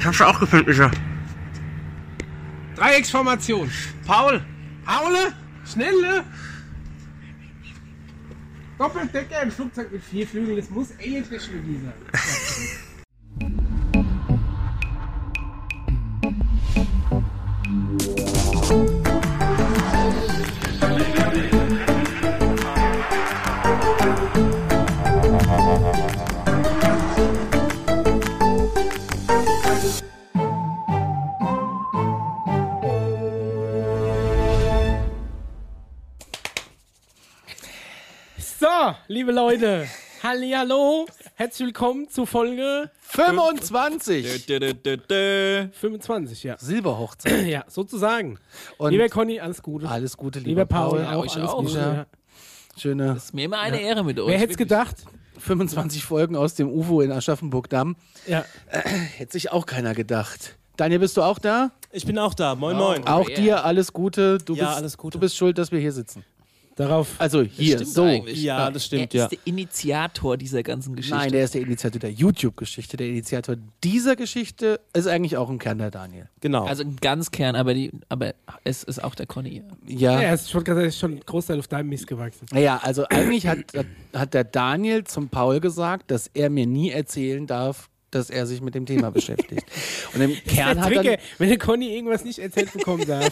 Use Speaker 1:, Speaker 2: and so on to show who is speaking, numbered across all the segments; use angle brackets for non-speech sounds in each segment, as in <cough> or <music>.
Speaker 1: Hast du auch gefilmt, Micha?
Speaker 2: Dreiecksformation.
Speaker 1: Paul!
Speaker 2: Paule, schnelle. Doppeldecker im Flugzeug mit vier Flügeln. Das muss Alien-Technologie sein.
Speaker 3: So, liebe Leute, hallo, herzlich willkommen zu Folge
Speaker 4: 25!
Speaker 5: Dö-dö-dö-dö.
Speaker 3: 25, ja. <clears throat>
Speaker 4: Silberhochzeit.
Speaker 3: Ja, sozusagen.
Speaker 4: Und
Speaker 3: Lieber Conny, alles Gute.
Speaker 4: alles Gute, lieber,
Speaker 3: lieber Paul, auch
Speaker 4: euch
Speaker 3: alles
Speaker 4: auch.
Speaker 3: Gute. Ja.
Speaker 4: Schöne
Speaker 5: Ist mir immer eine Ehre mit euch.
Speaker 3: Wer hätte es
Speaker 5: wirklich.
Speaker 3: gedacht?
Speaker 4: 25 Folgen aus dem UFO in Aschaffenburg-Damm.
Speaker 3: Ja.
Speaker 4: Hätte sich auch keiner gedacht. Daniel, bist du auch da?
Speaker 6: Ich bin auch da. Moin, moin.
Speaker 4: Auch
Speaker 5: yeah.
Speaker 4: dir alles Gute. Du
Speaker 6: Oh, Ja,
Speaker 4: bist,
Speaker 6: alles Gute.
Speaker 4: Du bist schuld, dass wir hier sitzen.
Speaker 3: Darauf.
Speaker 4: Also hier,
Speaker 5: Stimmt
Speaker 4: so.
Speaker 5: eigentlich.
Speaker 6: Ja, das stimmt,
Speaker 5: er
Speaker 6: ja.
Speaker 5: ist der Initiator dieser ganzen Geschichte.
Speaker 4: Nein, der ist der Initiator der YouTube-Geschichte. Der Initiator dieser Geschichte ist eigentlich auch im Kern der Daniel.
Speaker 6: Genau.
Speaker 5: also ein Ganzkern, aber, die, aber es ist auch der Conny.
Speaker 4: Ja.
Speaker 3: Ja, es ist schon, es ist schon ein Großteil auf deinem Mist gewachsen.
Speaker 4: Naja, also eigentlich hat, hat, hat der Daniel zum Paul gesagt, dass er mir nie erzählen darf, dass er sich mit
Speaker 3: <laughs>
Speaker 4: dem Thema beschäftigt. Und im Kern
Speaker 3: Der
Speaker 4: hat
Speaker 3: Trigger,
Speaker 4: dann,
Speaker 3: wenn der Conny irgendwas nicht erzählt bekommen darf.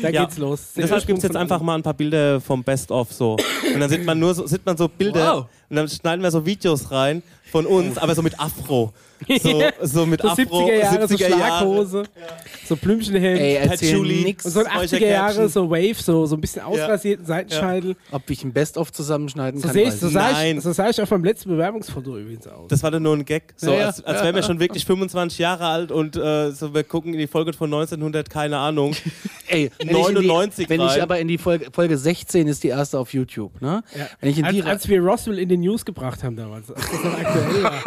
Speaker 3: da
Speaker 6: Ja.
Speaker 3: geht's los. Der
Speaker 6: Deshalb
Speaker 3: Ursprung
Speaker 6: gibt es jetzt
Speaker 3: von
Speaker 6: einfach mal ein paar Bilder vom Best-of so. Und dann sieht man nur so, sieht man so Bilder
Speaker 5: Wow.
Speaker 6: und dann schneiden wir so Videos rein von uns, aber so mit Afro. So, so mit
Speaker 3: So
Speaker 6: Afro,
Speaker 3: 70er Jahre, so
Speaker 6: 70er Jahre.
Speaker 3: Schlaghose, so Blümchenhemd.
Speaker 4: ey, erzähl
Speaker 6: Patchouli.
Speaker 3: und
Speaker 4: nix,
Speaker 3: so ein
Speaker 6: solcher
Speaker 3: 80er Jahre,
Speaker 6: Caption.
Speaker 3: so Wave, so, so ein bisschen ausrasierten Seitenscheitel.
Speaker 4: ob ich ein Best-of zusammenschneiden
Speaker 3: So
Speaker 4: kann.
Speaker 3: sehe ich,
Speaker 4: weiß
Speaker 3: so
Speaker 4: ich
Speaker 3: sah ich,
Speaker 6: Nein.
Speaker 3: so sah ich auf meinem letzten Bewerbungsfoto übrigens aus.
Speaker 6: Das war dann nur ein Gag. So,
Speaker 4: Ja, ja.
Speaker 6: als, als wären wir schon wirklich 25 Jahre alt und äh, so, wir gucken in die Folge von 1900, keine Ahnung.
Speaker 4: nicht. Ey, wenn ich in die-
Speaker 6: 99
Speaker 4: Wenn ich
Speaker 6: rein.
Speaker 4: aber in die Folge, Folge 16 ist die erste auf YouTube, ne? Wenn ich in die
Speaker 3: als,
Speaker 4: rein-
Speaker 3: als wir Roswell in den News gebracht haben damals. Als das noch aktuell war.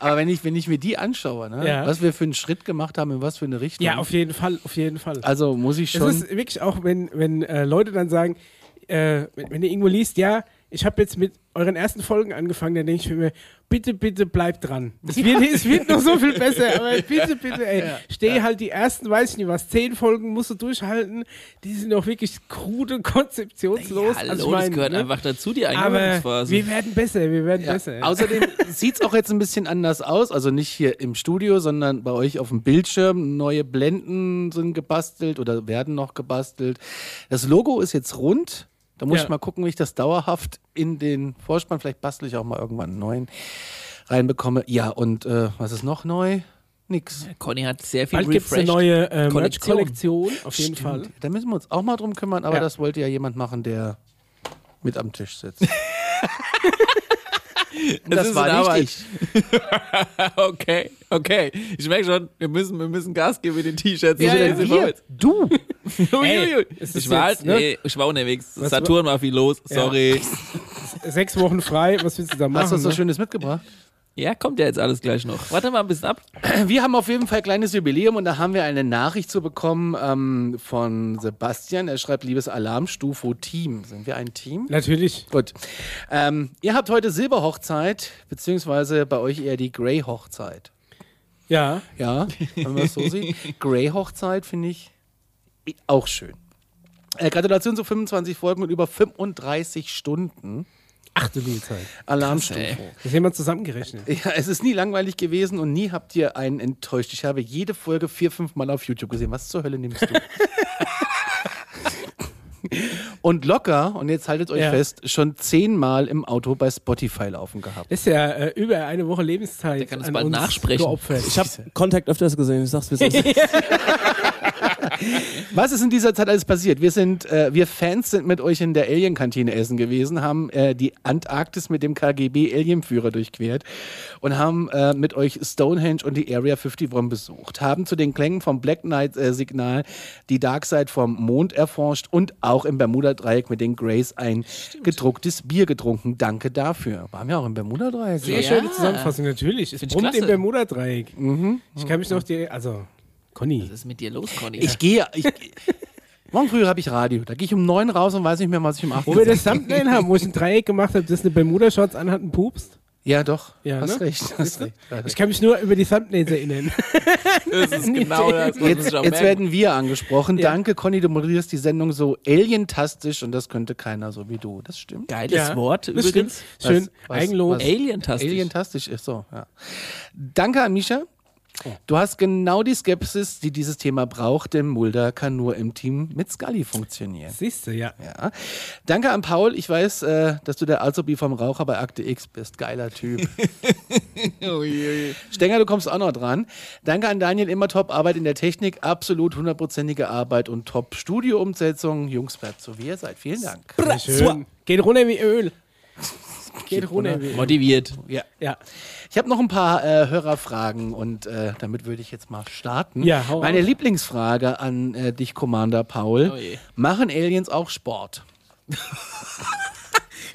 Speaker 4: aber wenn ich, wenn ich mir die anschaue, ne?
Speaker 3: Ja.
Speaker 4: Was wir für einen Schritt gemacht haben, in was für eine
Speaker 3: <laughs>
Speaker 4: Richtung.
Speaker 3: ja, auf jeden Fall, auf jeden Fall.
Speaker 4: also muss ich schon.
Speaker 3: Es ist wirklich auch, wenn, wenn äh, Leute dann sagen, äh, wenn, wenn ihr irgendwo liest, ja, ich habe jetzt mit euren ersten Folgen angefangen, dann denke ich mir, bitte, bitte bleibt dran. Es wird, es wird noch so viel besser, <laughs> aber bitte, bitte, ey, steh halt die ersten, weiß ich nicht was, zehn Folgen musst du durchhalten, die sind auch wirklich krude, konzeptionslos.
Speaker 5: Hallo,
Speaker 3: Also ich
Speaker 5: das
Speaker 3: mein,
Speaker 5: gehört
Speaker 3: ne?
Speaker 5: einfach dazu, die
Speaker 3: aber
Speaker 5: Eingangsphase.
Speaker 3: wir werden besser, wir werden
Speaker 4: Ja.
Speaker 3: besser. ey.
Speaker 4: Außerdem sieht es auch jetzt ein bisschen anders aus. Also nicht hier im Studio, sondern bei euch auf dem Bildschirm. Neue Blenden sind gebastelt oder werden noch gebastelt. Das Logo ist jetzt rund. Da muss
Speaker 3: Ja.
Speaker 4: ich mal gucken, wie ich das dauerhaft in den Vorspann, vielleicht bastel ich auch mal irgendwann einen neuen, reinbekomme. Ja, und äh, was ist noch neu? Nix.
Speaker 5: Conny hat sehr viel
Speaker 3: Bald gibt es eine
Speaker 5: refreshed.
Speaker 3: neue äh,
Speaker 5: Kollektion.
Speaker 3: Merch-Kollektion, auf jeden Fall.
Speaker 4: Da müssen wir uns auch mal drum kümmern, aber
Speaker 3: Ja.
Speaker 4: das wollte ja jemand machen, der mit am Tisch
Speaker 3: <laughs>
Speaker 4: sitzt. Und
Speaker 5: ist
Speaker 4: das
Speaker 5: eine
Speaker 4: war nicht
Speaker 5: Arbeit.
Speaker 3: halt
Speaker 4: ich.
Speaker 5: <laughs> Okay, okay. Ich merke schon, wir müssen, wir müssen Gas geben mit den T-Shirts.
Speaker 4: Ja, ja, hier,
Speaker 5: <laughs>
Speaker 4: du.
Speaker 5: Uiuiui.
Speaker 3: es ist
Speaker 5: ich, war
Speaker 3: jetzt,
Speaker 5: halt,
Speaker 3: ne?
Speaker 5: nee, ich war unterwegs.
Speaker 3: Was
Speaker 5: Saturn war viel los. Sorry.
Speaker 3: Sechs Wochen frei, was willst du da machen?
Speaker 4: Hast du was so
Speaker 3: ne?
Speaker 4: Schönes mitgebracht?
Speaker 5: Ja, kommt ja jetzt alles gleich noch. Warte mal ein bisschen ab.
Speaker 4: Wir haben auf jeden Fall ein kleines Jubiläum und da haben wir eine Nachricht zu bekommen ähm, von Sebastian. Er schreibt, liebes Alarmstufo Team. Sind wir ein Team?
Speaker 3: Natürlich.
Speaker 4: Gut. Ähm, ihr habt heute Silberhochzeit, beziehungsweise bei euch eher die Grey-Hochzeit.
Speaker 3: Ja.
Speaker 4: Ja, wenn man es so sieht. Grey-Hochzeit finde ich auch schön. Äh, Gratulation zu 25 Folgen und über 35 Stunden
Speaker 3: Ach du liebe Zeit.
Speaker 4: Alarmstufo.
Speaker 3: Das haben wir zusammengerechnet.
Speaker 4: Ja, es ist nie langweilig gewesen und nie habt ihr einen enttäuscht. Ich habe jede Folge vier, fünf Mal auf YouTube gesehen. Was zur Hölle nimmst du? und locker, und jetzt haltet euch
Speaker 3: Ja.
Speaker 4: fest, schon zehnmal im Auto bei Spotify laufen gehabt.
Speaker 3: Das ist ja äh, über eine Woche Lebenszeit.
Speaker 5: Der kann das
Speaker 3: an
Speaker 5: bald
Speaker 3: uns
Speaker 5: nachsprechen.
Speaker 3: Geopfert.
Speaker 6: Ich habe Kontakt öfters gesehen, ich sag's wie es ist.
Speaker 4: Was ist in dieser Zeit alles passiert? Wir sind, äh, wir Fans sind mit euch in der Alien-Kantine essen gewesen, haben äh, die Antarktis mit dem KGB-Alien-Führer durchquert und haben äh, mit euch Stonehenge und die Area 51 besucht. Haben zu den Klängen vom Black Knight-Signal die Dark Side vom Mond erforscht und auch im Bermuda-Dreieck mit den Grays ein gedrucktes Bier getrunken. Danke dafür. Waren wir auch im Bermuda-Dreieck?
Speaker 3: Sehr
Speaker 5: Ja.
Speaker 3: schöne Zusammenfassung, natürlich. Es
Speaker 5: Find ich
Speaker 3: brummt
Speaker 5: klasse.
Speaker 3: im Bermuda-Dreieck. Ich kann mich noch die. Also, Conny.
Speaker 5: Was ist mit dir los, Conny?
Speaker 4: Ich gehe. Ich, morgen früh habe ich Radio. Da gehe ich um neun raus und weiß nicht mehr, was ich um acht
Speaker 3: Wo wir das Thumbnail haben, wo ich ein Dreieck gemacht habe, das eine Bermuda-Shorts anhat und pupst.
Speaker 4: Ja, doch.
Speaker 3: Ja,
Speaker 4: hast
Speaker 3: ne?
Speaker 4: recht. Hast recht.
Speaker 3: Ich kann mich nur über die Thumbnails erinnern.
Speaker 5: Das ist genau das, was
Speaker 4: Jetzt,
Speaker 5: ich auch
Speaker 4: jetzt
Speaker 5: merke.
Speaker 4: werden wir angesprochen.
Speaker 3: Ja.
Speaker 4: Danke, Conny, du moderierst die Sendung so alientastisch und das könnte keiner so wie du. Das stimmt.
Speaker 5: Geiles
Speaker 3: Ja,
Speaker 5: Wort
Speaker 3: das
Speaker 5: übrigens.
Speaker 3: stimmt. Schön,
Speaker 4: was-
Speaker 3: Eigenlob.
Speaker 4: was-
Speaker 5: Alientastisch.
Speaker 4: Alientastisch ist so, ja. Danke an Misha.
Speaker 3: Oh.
Speaker 4: Du hast genau die Skepsis, die dieses Thema braucht, denn Mulder kann nur im Team mit Scully funktionieren.
Speaker 3: Siehst du, ja.
Speaker 4: Ja. Danke an Paul. Ich weiß, äh, dass du der Azubi vom Raucher bei Akte X bist. Geiler Typ. Stenger, du kommst auch noch dran. Danke an Daniel. Immer top Arbeit in der Technik. Absolut hundertprozentige Arbeit und top Studio-Umsetzung. Jungs, bleibt so wie ihr seid. Vielen Dank.
Speaker 3: Schön. Geht runter wie Öl. Geht runter wie Öl.
Speaker 5: Motiviert.
Speaker 4: Ja.
Speaker 3: Ja.
Speaker 4: Ich habe noch ein paar äh, Hörerfragen und äh, damit würde ich jetzt mal starten.
Speaker 3: Ja, hau
Speaker 4: Meine
Speaker 3: raus.
Speaker 4: Lieblingsfrage an äh, dich, Commander Paul.
Speaker 5: Oh je.
Speaker 4: Machen Aliens auch Sport?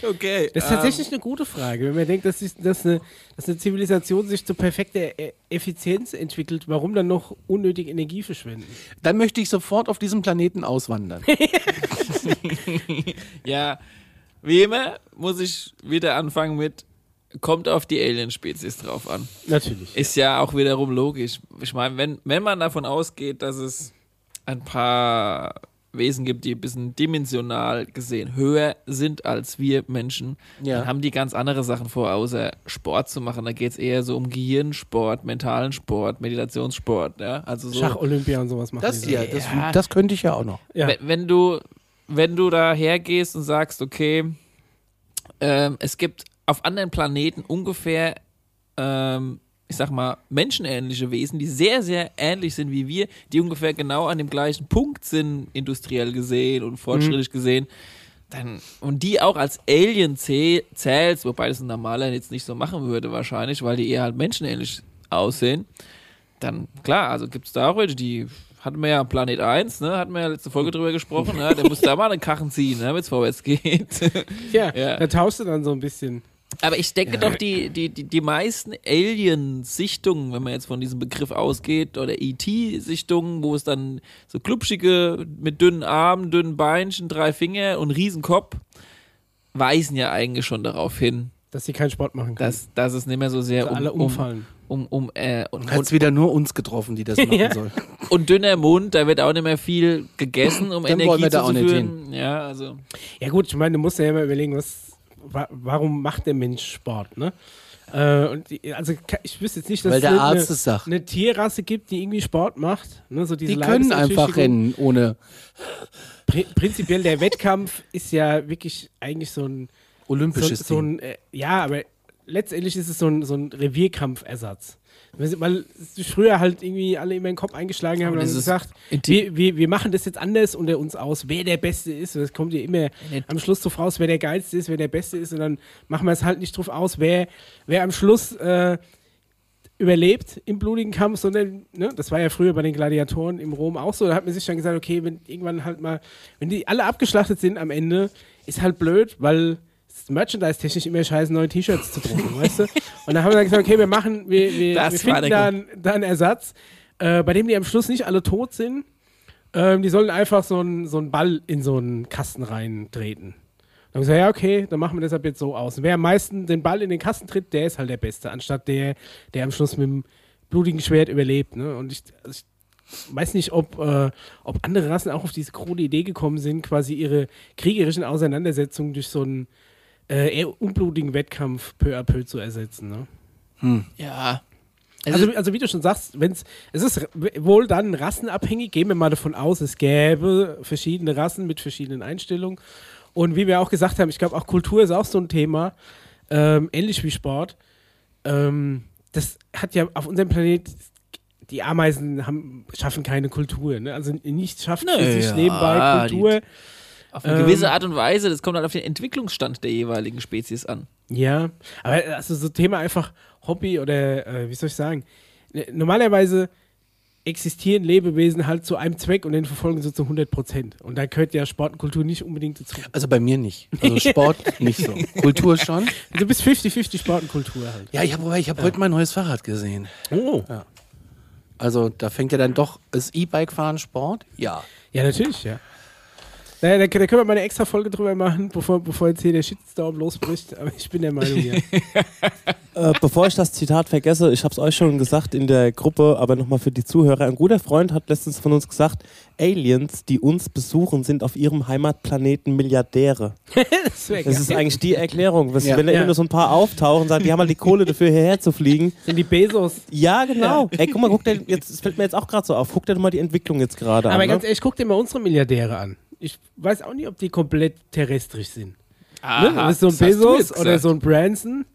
Speaker 5: Okay.
Speaker 3: Das ist tatsächlich eine gute Frage. Wenn man denkt, dass, sich, dass, eine, dass eine Zivilisation sich zu perfekter E- Effizienz entwickelt, warum dann noch unnötig Energie verschwenden?
Speaker 4: Dann möchte ich sofort auf diesem
Speaker 3: <laughs>
Speaker 4: Planeten auswandern.
Speaker 5: Ja, wie immer muss ich wieder anfangen mit, kommt auf die Alien-Spezies drauf an.
Speaker 3: Natürlich.
Speaker 5: Ist ja auch wiederum logisch. Ich meine, wenn, wenn man davon ausgeht, dass es ein paar Wesen gibt, die ein bisschen dimensional gesehen höher sind als wir Menschen,
Speaker 4: Ja.
Speaker 5: dann haben die ganz andere Sachen vor, außer Sport zu machen. Da geht es eher so um Gehirnsport, mentalen Sport, Meditationssport. Ja? Also so,
Speaker 3: Schach-Olympia und sowas machen
Speaker 4: Das
Speaker 3: die
Speaker 4: hier,
Speaker 3: dann.
Speaker 4: das,
Speaker 5: Ja.
Speaker 4: das könnte ich ja auch noch.
Speaker 3: Ja.
Speaker 5: Wenn, wenn du, wenn du da hergehst und sagst, okay, ähm, es gibt auf anderen Planeten ungefähr, ähm, ich sag mal, menschenähnliche Wesen, die sehr, sehr ähnlich sind wie wir, die ungefähr genau an dem gleichen Punkt sind, industriell gesehen und fortschrittlich gesehen. Dann, und die auch als Alien zäh- zählst, wobei das ein normaler jetzt nicht so machen würde wahrscheinlich, weil die eher halt menschenähnlich aussehen dann klar, also gibt es da auch welche, die hatten wir ja Planet 1, ne? Hatten wir ja letzte Folge drüber gesprochen, ne? Der muss da mal einen Kachen ziehen, ne? wenn es vorwärts geht.
Speaker 3: ja,
Speaker 5: Ja.
Speaker 3: da tauschst du dann so ein bisschen.
Speaker 5: <laughs> Aber ich denke doch, die, die, die, die meisten Alien-Sichtungen, wenn man jetzt von diesem Begriff ausgeht, oder ET-Sichtungen, wo es dann so klubschige mit dünnen Armen, dünnen Beinchen, drei Finger und Riesenkopf, weisen ja eigentlich schon darauf hin,
Speaker 3: Dass sie keinen Sport machen können.
Speaker 5: dass, dass es nicht mehr so sehr
Speaker 3: Dass
Speaker 5: um,
Speaker 3: alle
Speaker 5: um,
Speaker 3: umfallen.
Speaker 5: um, um, äh, und,
Speaker 4: Du hast wieder nur uns getroffen,
Speaker 3: <laughs>
Speaker 4: die das machen
Speaker 3: Ja.
Speaker 4: sollen.
Speaker 5: Und dünner Mund, da wird auch nicht mehr viel gegessen, um
Speaker 4: Dann
Speaker 5: Energie
Speaker 4: wollen wir da auch nicht
Speaker 5: zuzuführen. Ja, also
Speaker 3: Ja gut, ich meine, du musst ja immer überlegen, was, wa warum macht der Mensch Sport, ne? Äh, und die, also ka- ich wüsste jetzt nicht, dass
Speaker 4: Weil der
Speaker 3: es eine,
Speaker 4: Arzt es sagt.
Speaker 3: eine Tierrasse gibt, die irgendwie Sport macht. Ne? So diese
Speaker 4: Die können einfach
Speaker 3: Leibesentschädigung.
Speaker 4: rennen ohne
Speaker 3: Pri prinzipiell der Wettkampf ist ja wirklich eigentlich so ein so,
Speaker 4: olympisches
Speaker 3: so ein äh, ja, aber letztendlich ist es so ein, so ein Revierkampfersatz. Weil weil sich früher halt irgendwie alle immer den Kopf eingeschlagen haben und
Speaker 5: das
Speaker 3: haben gesagt,
Speaker 5: ist
Speaker 3: wir, wir, wir machen das jetzt anders unter uns aus, wer der Beste ist. Und es kommt ja immer am Schluss drauf raus, wer der Geilste ist, wer der Beste ist. Und dann machen wir es halt nicht drauf aus, wer, wer am Schluss äh, überlebt im blutigen Kampf, sondern ne, das war ja früher bei den Gladiatoren im Rom auch so. Da hat man sich dann gesagt, okay, wenn irgendwann halt mal, wenn die alle abgeschlachtet sind am Ende, ist halt blöd, weil es merchandise-technisch immer scheiße, neue T-Shirts zu
Speaker 5: <laughs>
Speaker 3: drucken, weißt du? Und dann haben wir dann gesagt, okay, wir machen, wir, wir, wir
Speaker 5: Das war
Speaker 3: finden
Speaker 5: der
Speaker 3: da einen, da einen Ersatz, äh, bei dem die am Schluss nicht alle tot sind. Ähm, die sollen einfach so einen so einen Ball in so einen Kasten reintreten. Dann haben wir gesagt, ja, okay, dann machen wir deshalb jetzt so aus. Und wer am meisten den Ball in den Kasten tritt, der ist halt der Beste, anstatt der, der am Schluss mit dem blutigen Schwert überlebt. Ne? Und ich, also ich weiß nicht, ob, äh, ob andere Rassen auch auf diese krude Idee gekommen sind, quasi ihre kriegerischen Auseinandersetzungen durch so einen äh, eher unblutigen Wettkampf peu à peu zu ersetzen. Ne?
Speaker 5: ja. Also,
Speaker 3: Also, also wie du schon sagst, wenn's, es ist r- wohl dann rassenabhängig, gehen wir mal davon aus, es gäbe verschiedene Rassen mit verschiedenen Einstellungen. Und wie wir auch gesagt haben, ich glaube auch Kultur ist auch so ein Thema, ähm, ähnlich wie Sport. Ähm, das hat ja auf unserem Planet, die Ameisen haben, schaffen keine Kultur. Ne? Also nichts schafft für
Speaker 5: Nö,
Speaker 3: sich
Speaker 5: ja,
Speaker 3: nebenbei Kultur.
Speaker 5: auf eine
Speaker 3: ähm,
Speaker 5: gewisse Art und Weise, das kommt halt auf den Entwicklungsstand der jeweiligen Spezies an.
Speaker 3: Ja, aber also so Thema einfach Hobby oder äh, wie soll ich sagen? N- Normalerweise existieren Lebewesen halt zu einem Zweck und den verfolgen sie zu 100 Prozent. Und da gehört ja Sport und Kultur nicht unbedingt dazu.
Speaker 4: also bei mir nicht. Also Sport <laughs> nicht so. Kultur schon.
Speaker 3: Also Du bist 50-50 Sport und Kultur halt.
Speaker 4: Ja, ich habe ich hab heute mein neues Fahrrad gesehen.
Speaker 3: Oh.
Speaker 4: Also da fängt ja dann doch das E-Bike-Fahren Sport? Ja.
Speaker 3: Ja, natürlich, ja. Naja, da, da können wir mal eine
Speaker 6: <laughs>
Speaker 3: extra Folge drüber machen, bevor, bevor jetzt hier der Shitstorm losbricht. Aber ich bin der Meinung, ja.
Speaker 6: äh, bevor ich das Zitat vergesse, ich habe es euch schon gesagt in der Gruppe, aber nochmal für die Zuhörer. Ein guter Freund hat letztens von uns gesagt, Aliens, die uns besuchen, sind auf ihrem Heimatplaneten Milliardäre.
Speaker 3: Das wär
Speaker 6: Das
Speaker 3: geil.
Speaker 6: ist eigentlich die Erklärung. Was,
Speaker 4: Ja.
Speaker 6: Wenn da
Speaker 3: Äh, Ja.
Speaker 6: immer nur so ein paar auftauchen und sagen, die haben halt die Kohle dafür, hierher zu fliegen.
Speaker 3: sind die Bezos.
Speaker 6: Ja, genau. Ey, guck mal, guck dir, jetzt, das fällt mir jetzt auch gerade so auf. Guck dir doch mal die Entwicklung jetzt gerade an.
Speaker 3: Aber ganz
Speaker 6: ne?
Speaker 3: ehrlich, guck dir mal unsere Milliardäre an. Ich weiß auch nicht, ob die komplett terrestrisch sind. Ne?
Speaker 5: Aha,
Speaker 3: Das ist so ein
Speaker 5: das hast du
Speaker 3: Bezos
Speaker 5: jetzt
Speaker 3: oder
Speaker 5: gesagt.
Speaker 3: so ein Branson.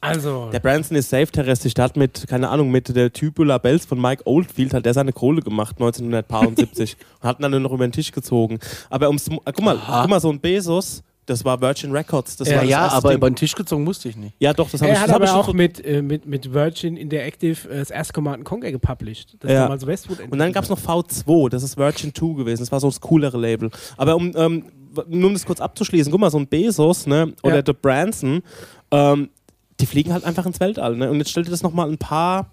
Speaker 3: Also,
Speaker 6: Der Branson ist safe terrestrisch. Der hat mit, keine Ahnung, mit der Tubular Bells von Mike Oldfield hat der seine Kohle gemacht, 1970. und hat ihn dann nur noch über den Tisch gezogen. Aber ums, äh, guck mal, guck mal, so ein Bezos, das war Virgin Records. Das
Speaker 4: Ja,
Speaker 6: war das
Speaker 4: ja
Speaker 6: erste
Speaker 4: aber
Speaker 6: Ding.
Speaker 4: über den Tisch gezogen musste ich nicht.
Speaker 6: Ja, doch, das habe ich,
Speaker 3: er
Speaker 6: das
Speaker 3: hat
Speaker 6: hab ich
Speaker 3: aber
Speaker 6: schon
Speaker 3: auch
Speaker 6: so-
Speaker 3: mit, äh, mit, mit Virgin Interactive äh, das erste Command Conquer gepublished. Das
Speaker 6: Ja.
Speaker 3: damals Westwood
Speaker 6: Und dann gab es noch V2, das ist Virgin 2 gewesen. Das war so das coolere Label. Aber um, ähm, w- nur um das kurz abzuschließen, guck mal, so ein Bezos ne, oder
Speaker 3: Ja.
Speaker 6: der Branson, ähm, die fliegen halt einfach ins Weltall. Ne? Und jetzt stell dir das nochmal ein paar,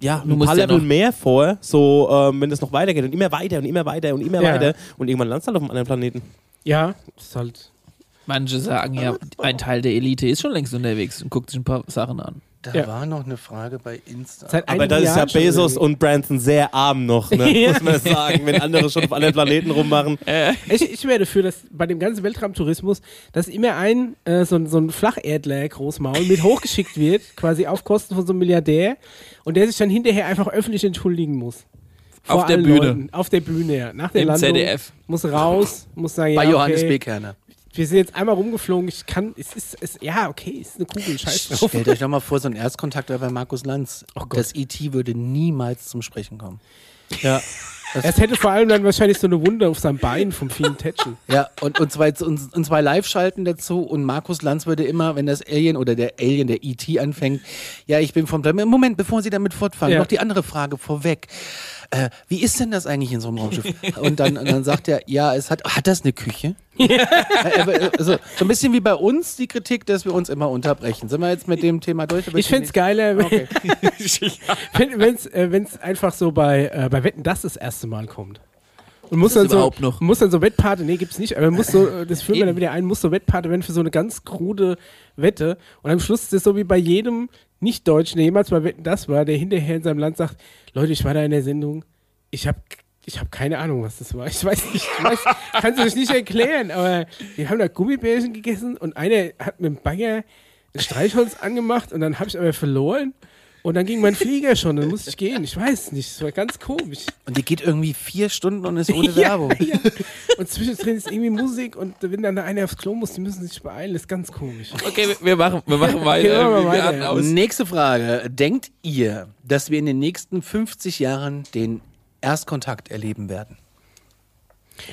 Speaker 6: ja,
Speaker 5: Du
Speaker 6: ein
Speaker 5: musst
Speaker 6: paar
Speaker 5: ja
Speaker 6: Level
Speaker 5: noch-
Speaker 6: mehr vor, so ähm, wenn das noch weitergeht und immer weiter und immer weiter und immer
Speaker 3: Ja.
Speaker 6: weiter. Und irgendwann landest du halt auf einem anderen Planeten.
Speaker 3: Ja, ist halt.
Speaker 5: Manche sagen ja, ein Teil der Elite ist schon längst unterwegs und guckt sich ein paar Sachen an.
Speaker 4: Da
Speaker 3: Ja.
Speaker 4: war noch eine Frage bei Insta.
Speaker 3: Seit
Speaker 6: Aber
Speaker 3: einigen
Speaker 6: da ist ja
Speaker 3: Jahren schon
Speaker 6: Bezos
Speaker 3: irgendwie.
Speaker 6: und Branson sehr arm noch,
Speaker 5: <laughs>
Speaker 6: ne? muss man sagen, wenn andere schon auf anderen Planeten rummachen.
Speaker 3: Ich, ich wäre dafür, dass bei dem ganzen Weltraumtourismus, dass immer ein, äh, so, ein- so ein Flacherdler Großmaul mit hochgeschickt
Speaker 5: <laughs>
Speaker 3: wird, quasi auf Kosten von so einem Milliardär und der sich dann hinterher einfach öffentlich entschuldigen muss.
Speaker 5: Auf der Bühne.
Speaker 3: Auf der Bühne, ja. Nach der
Speaker 5: Im
Speaker 3: Landung.
Speaker 5: ZDF.
Speaker 3: Muss raus, muss sagen,
Speaker 4: bei
Speaker 3: ja,
Speaker 4: Johannes B.
Speaker 3: okay,
Speaker 4: Kerner.
Speaker 3: Wir sind jetzt einmal rumgeflogen, ich kann, es ist, es, ja, okay, es ist eine Kugel, scheiß drauf.
Speaker 4: Stellt euch doch mal vor, so ein Erstkontakt war bei Markus Lanz.
Speaker 3: Gott.
Speaker 4: das IT würde niemals zum Sprechen kommen.
Speaker 6: Ja.
Speaker 3: Es hätte vor allem dann wahrscheinlich so eine Wunde auf seinem Bein vom vielen
Speaker 5: <laughs>
Speaker 3: Tätschen.
Speaker 4: Ja, und, und zwei, und, und zwei Live-Schalten dazu. Und Markus Lanz würde immer, wenn das Alien oder der Alien, der E.T. anfängt, ja, ich bin vom Planet. Moment, bevor Sie damit fortfahren,
Speaker 3: Ja.
Speaker 4: noch die andere Frage vorweg. Äh, wie ist denn das eigentlich in so einem
Speaker 3: <laughs>
Speaker 4: Raumschiff? Und dann, und dann sagt er, ja, es hat, hat das eine Küche? Äh, aber, äh, so, so ein bisschen wie bei uns die Kritik, dass wir uns immer unterbrechen. Sind wir jetzt mit dem Thema durch?
Speaker 3: Ich find's geiler, wenn- <laughs> wenn wenn's, äh, wenn's einfach so bei, äh, bei Wetten das das erste Mal kommt. Und muss
Speaker 5: das
Speaker 3: dann, so,
Speaker 5: überhaupt noch?
Speaker 3: muss dann so Wettpate, nee, gibt's nicht, aber muss so, äh, das führt mir
Speaker 5: Eben.
Speaker 3: dann wieder ein, muss so Wettpate werden für so eine ganz krude Wette. Und am Schluss ist es so wie bei jedem Nicht-Deutschen, der jemals bei Wetten das war, der hinterher in seinem Land sagt, Leute, ich war da in der Sendung, ich habe ich hab keine Ahnung, was das war. Ich weiß nicht, ich weiß, kannst du euch nicht erklären, aber wir haben da Gummibärchen gegessen und einer hat mit dem Bagger ein Streichholz angemacht und dann habe ich aber verloren. Und dann ging mein Flieger schon, dann musste ich gehen. Ich weiß es nicht, es war ganz komisch.
Speaker 4: Und die geht irgendwie vier Stunden und ist ohne
Speaker 3: <laughs> Ja,
Speaker 4: Werbung.
Speaker 3: ja. Und zwischendrin ist irgendwie Musik und wenn dann einer aufs Klo muss, die müssen sich beeilen, ist ganz komisch.
Speaker 5: Okay, wir- wir machen, wir <laughs> machen weiter.
Speaker 3: Gehen wir mal
Speaker 5: wir
Speaker 3: weiter,
Speaker 5: atmen
Speaker 3: ja.
Speaker 5: aus.
Speaker 4: Nächste Frage. Denkt ihr, dass wir in den nächsten 50 Jahren den Erstkontakt erleben werden?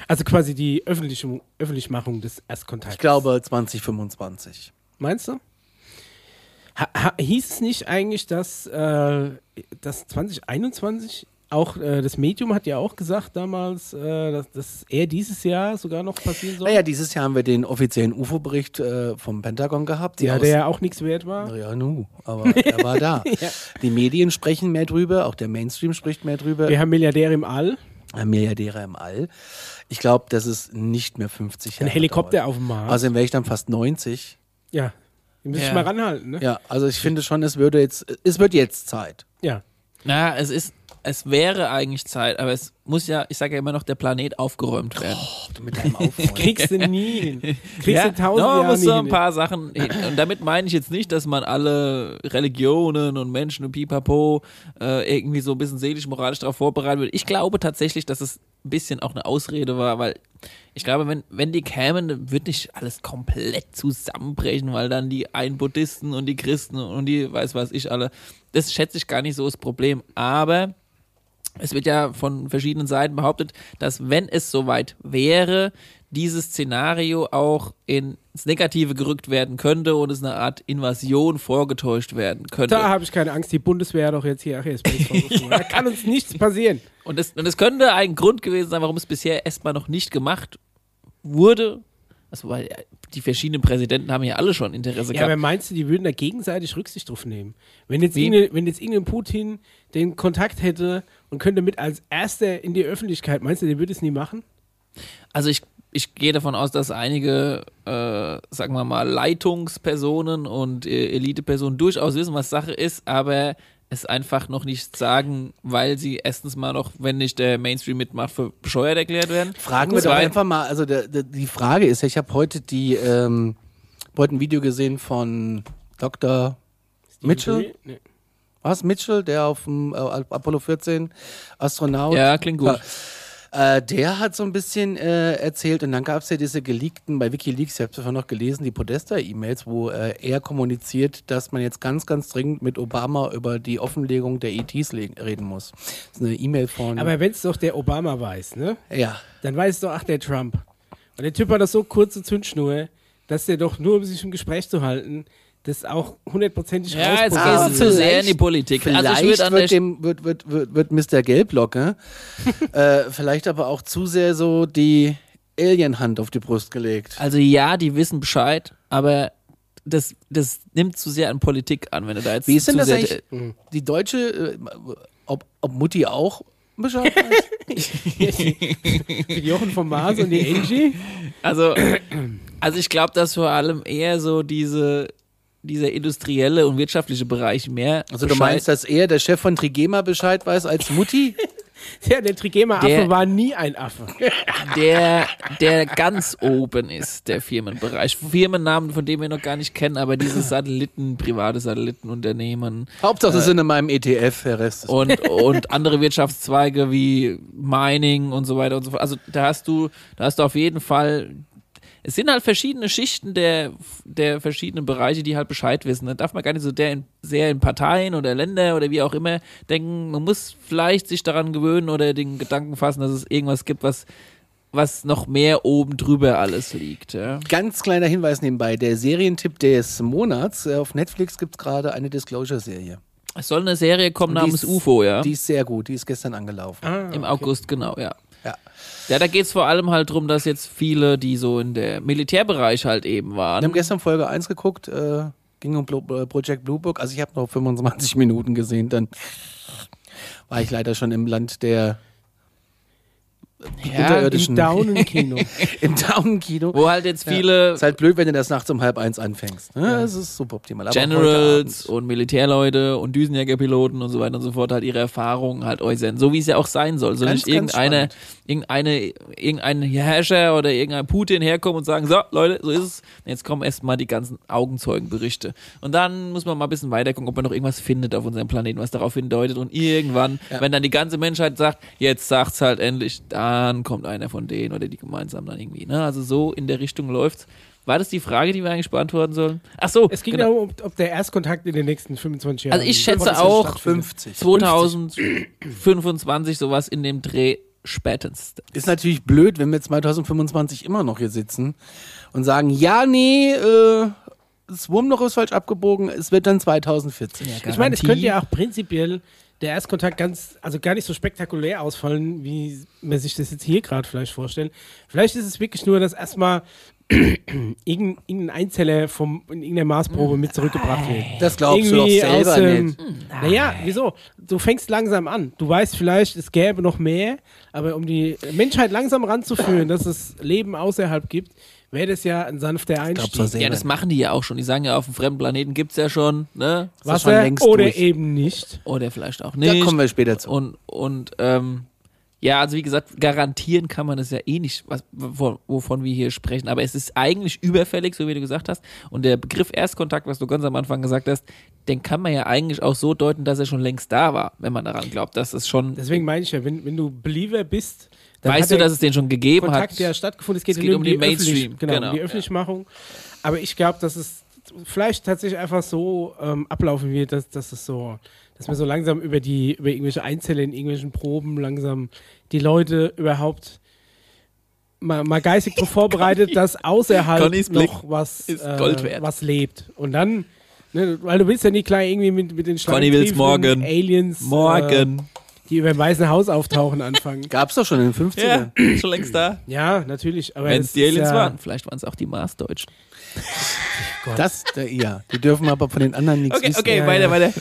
Speaker 3: Also quasi die öffentliche Öffentlichmachung des Erstkontakts.
Speaker 4: Ich glaube 2025.
Speaker 3: Meinst du? Ha, ha, hieß es nicht eigentlich, dass, äh, dass 2021 auch äh, das Medium hat ja auch gesagt damals, äh, dass, dass er dieses Jahr sogar noch passieren soll?
Speaker 4: Naja, dieses Jahr haben wir den offiziellen UFO-Bericht äh, vom Pentagon gehabt. Die
Speaker 3: ja,
Speaker 4: aus-
Speaker 3: der ja auch nichts wert war.
Speaker 4: ja, nu, aber er
Speaker 3: <laughs>
Speaker 4: war da. Die Medien sprechen mehr drüber, auch der Mainstream spricht mehr drüber.
Speaker 3: Wir haben Milliardäre im All,
Speaker 4: Milliardäre im All. Ich glaube, das ist nicht mehr 50
Speaker 3: ein
Speaker 4: Jahre.
Speaker 3: Helikopter
Speaker 4: dauert.
Speaker 3: auf dem Mars.
Speaker 4: Außerdem wäre ich dann fast 90.
Speaker 3: ja, die müssen
Speaker 5: Ja.
Speaker 3: sich mal ranhalten, ne?
Speaker 4: Ja, also ich finde schon, es würde jetzt, es wird jetzt Zeit.
Speaker 3: Ja.
Speaker 5: Na, es ist, es wäre eigentlich Zeit, aber es muss ja, ich sage ja immer noch, der Planet aufgeräumt werden.
Speaker 3: <laughs>
Speaker 4: Mit einem Aufräumen.
Speaker 3: Kriegst du nie hin. Kriegst
Speaker 5: ja,
Speaker 3: du tausend
Speaker 5: man
Speaker 3: Jahre
Speaker 5: muss
Speaker 3: nie
Speaker 5: so ein
Speaker 3: hin.
Speaker 5: paar Sachen hin. Und damit meine ich jetzt nicht, dass man alle Religionen und Menschen und Pipapo äh, irgendwie so ein bisschen seelisch-moralisch darauf vorbereiten würde. Ich glaube tatsächlich, dass es ein bisschen auch eine Ausrede war, weil ich glaube, wenn, wenn die kämen, dann würde nicht alles komplett zusammenbrechen, weil dann die ein Buddhisten und die Christen und die weiß was ich alle. Das schätze ich gar nicht so das Problem. Aber es wird ja von verschiedenen Seiten behauptet, dass wenn es soweit wäre, dieses Szenario auch ins Negative gerückt werden könnte und es eine Art Invasion vorgetäuscht werden könnte.
Speaker 3: Da habe ich keine Angst, die Bundeswehr doch jetzt hier, ach, hier ist
Speaker 5: <laughs>
Speaker 3: Baseball. Da kann uns nichts passieren.
Speaker 5: Und es, und es könnte ein Grund gewesen sein, warum es bisher erstmal noch nicht gemacht wurde. Also, weil äh, die verschiedenen Präsidenten haben ja alle schon Interesse
Speaker 3: Ja, aber
Speaker 5: gehabt.
Speaker 3: meinst du, die würden da gegenseitig Rücksicht drauf nehmen? Wenn jetzt,
Speaker 5: Wie?
Speaker 3: irgendein, wenn jetzt irgendein Putin den Kontakt hätte und könnte mit als erster in die Öffentlichkeit, meinst du, der würde es nie machen?
Speaker 5: Also ich ich gehe davon aus, dass einige, äh, sagen wir mal, Leitungspersonen und äh, Elitepersonen durchaus wissen, was Sache ist, aber es einfach noch nicht sagen, weil sie erstens mal noch, wenn nicht der Mainstream mitmacht, für bescheuert erklärt werden.
Speaker 4: Fragen wir doch
Speaker 5: Zwei-
Speaker 4: einfach mal, also der, der, die Frage ist, ja, ich habe heute die, ähm, hab heute ein Video gesehen von Dr. Mitchell,
Speaker 3: Nee.
Speaker 4: was Mitchell, der auf dem äh, Apollo 14 Astronaut.
Speaker 5: Ja, klingt gut.
Speaker 4: Äh, der hat so ein bisschen äh, erzählt und dann gab es ja diese geleakten, bei Wikileaks, ich habe davon noch gelesen, die Podesta-E-Mails, wo äh, er kommuniziert, dass man jetzt ganz, ganz dringend mit Obama über die Offenlegung der ETs le- reden muss. Das ist eine E-Mail von.
Speaker 3: Aber wenn es doch der Obama weiß, ne?
Speaker 4: ja.
Speaker 3: Dann weiß doch, ach, der Trump. Und der Typ hat doch so kurze Zündschnur, dass der doch nur, um sich im Gespräch zu halten, das auch hundertprozentig
Speaker 5: Ja, jetzt
Speaker 3: rausprobiert.
Speaker 5: gehst du zu sehr in die
Speaker 4: vielleicht-
Speaker 5: Politik.
Speaker 4: Vielleicht
Speaker 5: also ich würde an der
Speaker 4: wird, dem, wird, wird, wird, wird Mr. <laughs> Gelblocke äh, vielleicht aber auch zu sehr so die Alien-Hand auf die Brust gelegt.
Speaker 5: Also ja, die wissen Bescheid, aber das, das nimmt zu sehr an Politik an, wenn du da jetzt
Speaker 4: Wie ist denn
Speaker 5: zu
Speaker 4: das
Speaker 5: sehr
Speaker 4: eigentlich? Die Deutsche, äh, ob, ob Mutti auch <laughs> Bescheid weiß? Also
Speaker 3: Die Jochen vom Mars und die <laughs> Angie.
Speaker 5: Also, also ich glaube, dass vor allem eher so diese dieser industrielle und wirtschaftliche Bereich mehr.
Speaker 4: Also du meinst, dass er, der Chef von Trigema, Bescheid weiß als <laughs> Mutti?
Speaker 3: Ja, der Trigema-Affe
Speaker 5: Der-
Speaker 3: war nie ein
Speaker 5: <laughs>
Speaker 3: Affe.
Speaker 5: der, der ganz oben ist, der Firmenbereich. Firmennamen, von denen wir noch gar nicht kennen, aber diese Satelliten, private Satellitenunternehmen
Speaker 4: Hauptsache, sie sind in meinem ETF, Herr Rest. ist-
Speaker 5: und, und andere Wirtschaftszweige wie Mining und so weiter und so fort. Also da hast du, da hast du auf jeden Fall. Es sind halt verschiedene Schichten der, der verschiedenen Bereiche, die halt Bescheid wissen. Da darf man gar nicht so der in, sehr in Parteien oder Länder oder wie auch immer denken. Man muss vielleicht sich daran gewöhnen oder den Gedanken fassen, dass es irgendwas gibt, was, was noch mehr oben drüber alles liegt. Ja.
Speaker 4: Ganz kleiner Hinweis nebenbei, der Serientipp des Monats, äh, auf Netflix gibt es gerade eine Disclosure-Serie.
Speaker 5: Es soll eine Serie kommen
Speaker 4: Und die
Speaker 5: namens
Speaker 4: ist-
Speaker 5: UFO, ja.
Speaker 4: Die Ah, ist sehr gut, die ist gestern angelaufen.
Speaker 5: Im August, genau, ja.
Speaker 4: Ja.
Speaker 5: Ja, da geht es vor allem halt drum, dass jetzt viele, die so in der Militärbereich halt eben
Speaker 4: Wir haben
Speaker 5: waren.
Speaker 4: gestern Folge 1 geguckt, äh, ging um Blo äh, Project Blue Book. Also ich habe noch 25 <laughs> Minuten gesehen, dann war ich leider schon im Land der
Speaker 3: Ja, im
Speaker 4: unterirdischen
Speaker 3: Daunenkino.
Speaker 4: <laughs> im Down-Kino.
Speaker 5: Wo halt jetzt viele
Speaker 4: Ist halt blöd, wenn du das nachts um halb eins anfängst. Ne? Das ist suboptimal. Aber heute Abend-
Speaker 5: Generals und Militärleute und Düsenjägerpiloten und so weiter und so fort halt ihre Erfahrungen halt äußern, so wie es ja auch sein soll. Soll
Speaker 4: Ganz,
Speaker 5: nicht irgendeine,
Speaker 4: ganz
Speaker 5: irgendeine, irgendein Herrscher oder irgendein Putin herkommen und sagen, so Leute, so ist es. Jetzt kommen erstmal die ganzen Augenzeugenberichte. Und dann muss man mal ein bisschen weiter gucken, ob man noch irgendwas findet auf unserem Planeten, was darauf hindeutet. Und irgendwann, wenn dann die ganze Menschheit sagt, jetzt sagt's halt endlich, dann kommt einer von denen oder die gemeinsam dann irgendwie. Ne? Also so in der Richtung läuft's. War das die Frage, die wir eigentlich beantworten sollen? Ach so,
Speaker 3: <laughs> Es ging
Speaker 5: genau.
Speaker 3: darum, ob, ob der Erstkontakt in den nächsten 25 Jahren.
Speaker 5: Also ich schätze
Speaker 3: Prozess
Speaker 5: auch
Speaker 3: stattfindet.
Speaker 4: 50.
Speaker 5: 2025 sowas in dem Dreh spätestens.
Speaker 4: Ist natürlich blöd, wenn wir 2025 immer noch hier sitzen und sagen, ja, nee, äh, das Wurmloch ist falsch abgebogen, es wird dann 2040.
Speaker 3: Ich meine, es könnte ja auch prinzipiell der Erstkontakt ganz, also gar nicht so spektakulär ausfallen, wie man sich das jetzt hier gerade vielleicht vorstellt. Vielleicht ist es wirklich nur, dass erstmal <clears throat> irgendein irgendein Einzeller vom, in irgendeiner Maßprobe
Speaker 5: Hm.
Speaker 3: mit zurückgebracht wird.
Speaker 4: Das glaubst du doch
Speaker 3: Irgendwie
Speaker 4: selber
Speaker 3: dem-
Speaker 4: nicht.
Speaker 3: Naja, wieso? Du fängst langsam an. Du weißt vielleicht, es gäbe noch mehr, aber um die Menschheit langsam ranzuführen, dass es Leben außerhalb gibt, wäre das ja ein sanfter
Speaker 4: Glaubst du doch
Speaker 3: Einstieg.
Speaker 4: selber
Speaker 5: Ja, das machen die ja auch schon. Die sagen ja, auf dem fremden Planeten gibt's ja schon, ne?
Speaker 4: das ist schon
Speaker 3: Wasser
Speaker 4: längst
Speaker 3: oder
Speaker 4: durch.
Speaker 3: eben nicht.
Speaker 5: Oder vielleicht auch
Speaker 4: nicht.
Speaker 5: nicht.
Speaker 4: Da kommen wir später zu.
Speaker 5: und und ähm, ja, also wie gesagt, garantieren kann man das ja eh nicht, was, wovon, wovon wir hier sprechen. Aber es ist eigentlich überfällig, so wie du gesagt hast. Und der Begriff Erstkontakt, was du ganz am Anfang gesagt hast, den kann man ja eigentlich auch so deuten, dass er schon längst da war, wenn man daran glaubt, dass es schon.
Speaker 3: Deswegen meine ich ja, wenn, wenn du Believer bist, dann
Speaker 5: weißt
Speaker 3: hat
Speaker 5: du,
Speaker 3: der
Speaker 5: dass es den schon gegeben
Speaker 3: Kontakt
Speaker 5: hat?
Speaker 3: ja stattgefunden. Es geht,
Speaker 5: Es geht
Speaker 3: nur
Speaker 5: um den
Speaker 3: Öffentlich-
Speaker 5: Mainstream,
Speaker 3: Genau,
Speaker 5: genau,
Speaker 3: um die
Speaker 5: ja.
Speaker 3: Öffentlichmachung. Aber ich glaube, dass es vielleicht tatsächlich einfach so ähm, ablaufen wird, dass, dass es so, dass wir so langsam über die, über irgendwelche Einzelne in irgendwelchen Proben langsam die Leute überhaupt mal, mal geistig
Speaker 5: <laughs>
Speaker 3: darauf vorbereitet, dass außerhalb
Speaker 5: Connys Blick
Speaker 3: noch was,
Speaker 5: ist
Speaker 3: äh,
Speaker 5: Gold wert.
Speaker 3: was lebt. Und dann, ne, weil du willst ja nie klar irgendwie mit, mit den
Speaker 5: Conny will's
Speaker 3: Schlangentriefenden
Speaker 5: morgen.
Speaker 3: Aliens, Äh,
Speaker 5: Morgen.
Speaker 3: die über dem Weißen Haus auftauchen anfangen.
Speaker 4: Gab's doch schon in den 50ern.
Speaker 5: ja, schon längst da.
Speaker 3: Ja, natürlich. aber
Speaker 5: Wenn
Speaker 3: das
Speaker 5: es die
Speaker 3: ist
Speaker 5: Aliens
Speaker 3: ja,
Speaker 5: waren. Vielleicht waren es auch die Marsdeutschen.
Speaker 4: Das, da, ja. Die dürfen aber von den anderen nichts
Speaker 5: Okay,
Speaker 4: wissen.
Speaker 5: okay,
Speaker 3: ja,
Speaker 5: weiter,
Speaker 3: ja.
Speaker 5: weiter.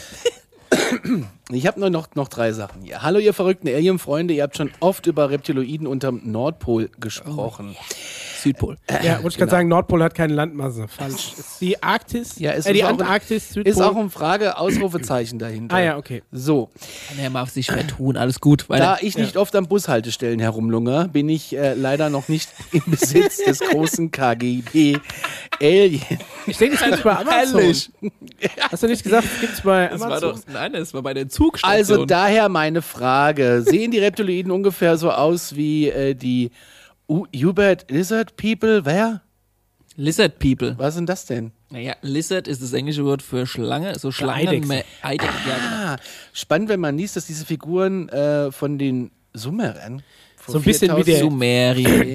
Speaker 4: Ich habe nur noch, noch drei Sachen hier. Hallo, ihr verrückten Alien-Freunde. Ihr habt schon oft über Reptiloiden unterm Nordpol gesprochen.
Speaker 3: Oh,
Speaker 5: Südpol.
Speaker 3: Ja, wollte ich gerade
Speaker 4: genau.
Speaker 3: sagen, Nordpol hat keine Landmasse. Falsch. Ist Die Arktis,
Speaker 4: Ja, ist
Speaker 3: äh, die
Speaker 4: auch ein-
Speaker 3: Antarktis, Südpol.
Speaker 4: Ist auch ein Frage-Ausrufezeichen dahinter.
Speaker 3: ah ja, okay.
Speaker 4: So,
Speaker 5: Kann er mal auf sich vertun, alles gut. Weiter.
Speaker 4: da ich nicht oft an Bushaltestellen herumlunger, bin ich äh, leider noch nicht im Besitz des großen KGB Alien.
Speaker 3: Ich denke, das gibt's bei Amazon.
Speaker 4: Herrlich.
Speaker 3: <laughs> Hast du nicht gesagt, das gibt's bei
Speaker 5: das
Speaker 3: Amazon?
Speaker 5: war doch, nein, das war bei der Zugstation.
Speaker 4: Also daher meine Frage. Sehen die Reptiloiden ungefähr so aus wie äh, die U Hubert Lizard People? Wer?
Speaker 5: Lizard People.
Speaker 4: Was sind das denn?
Speaker 5: Naja, Lizard ist das englische Wort für Schlange, so Schlangen.
Speaker 3: Eidechse.
Speaker 5: Me- Eidechse, ja, genau.
Speaker 4: Ah, spannend, wenn man liest, dass diese Figuren äh, von den Sumerern vor
Speaker 3: So ein bisschen wie der-
Speaker 5: Sumerien.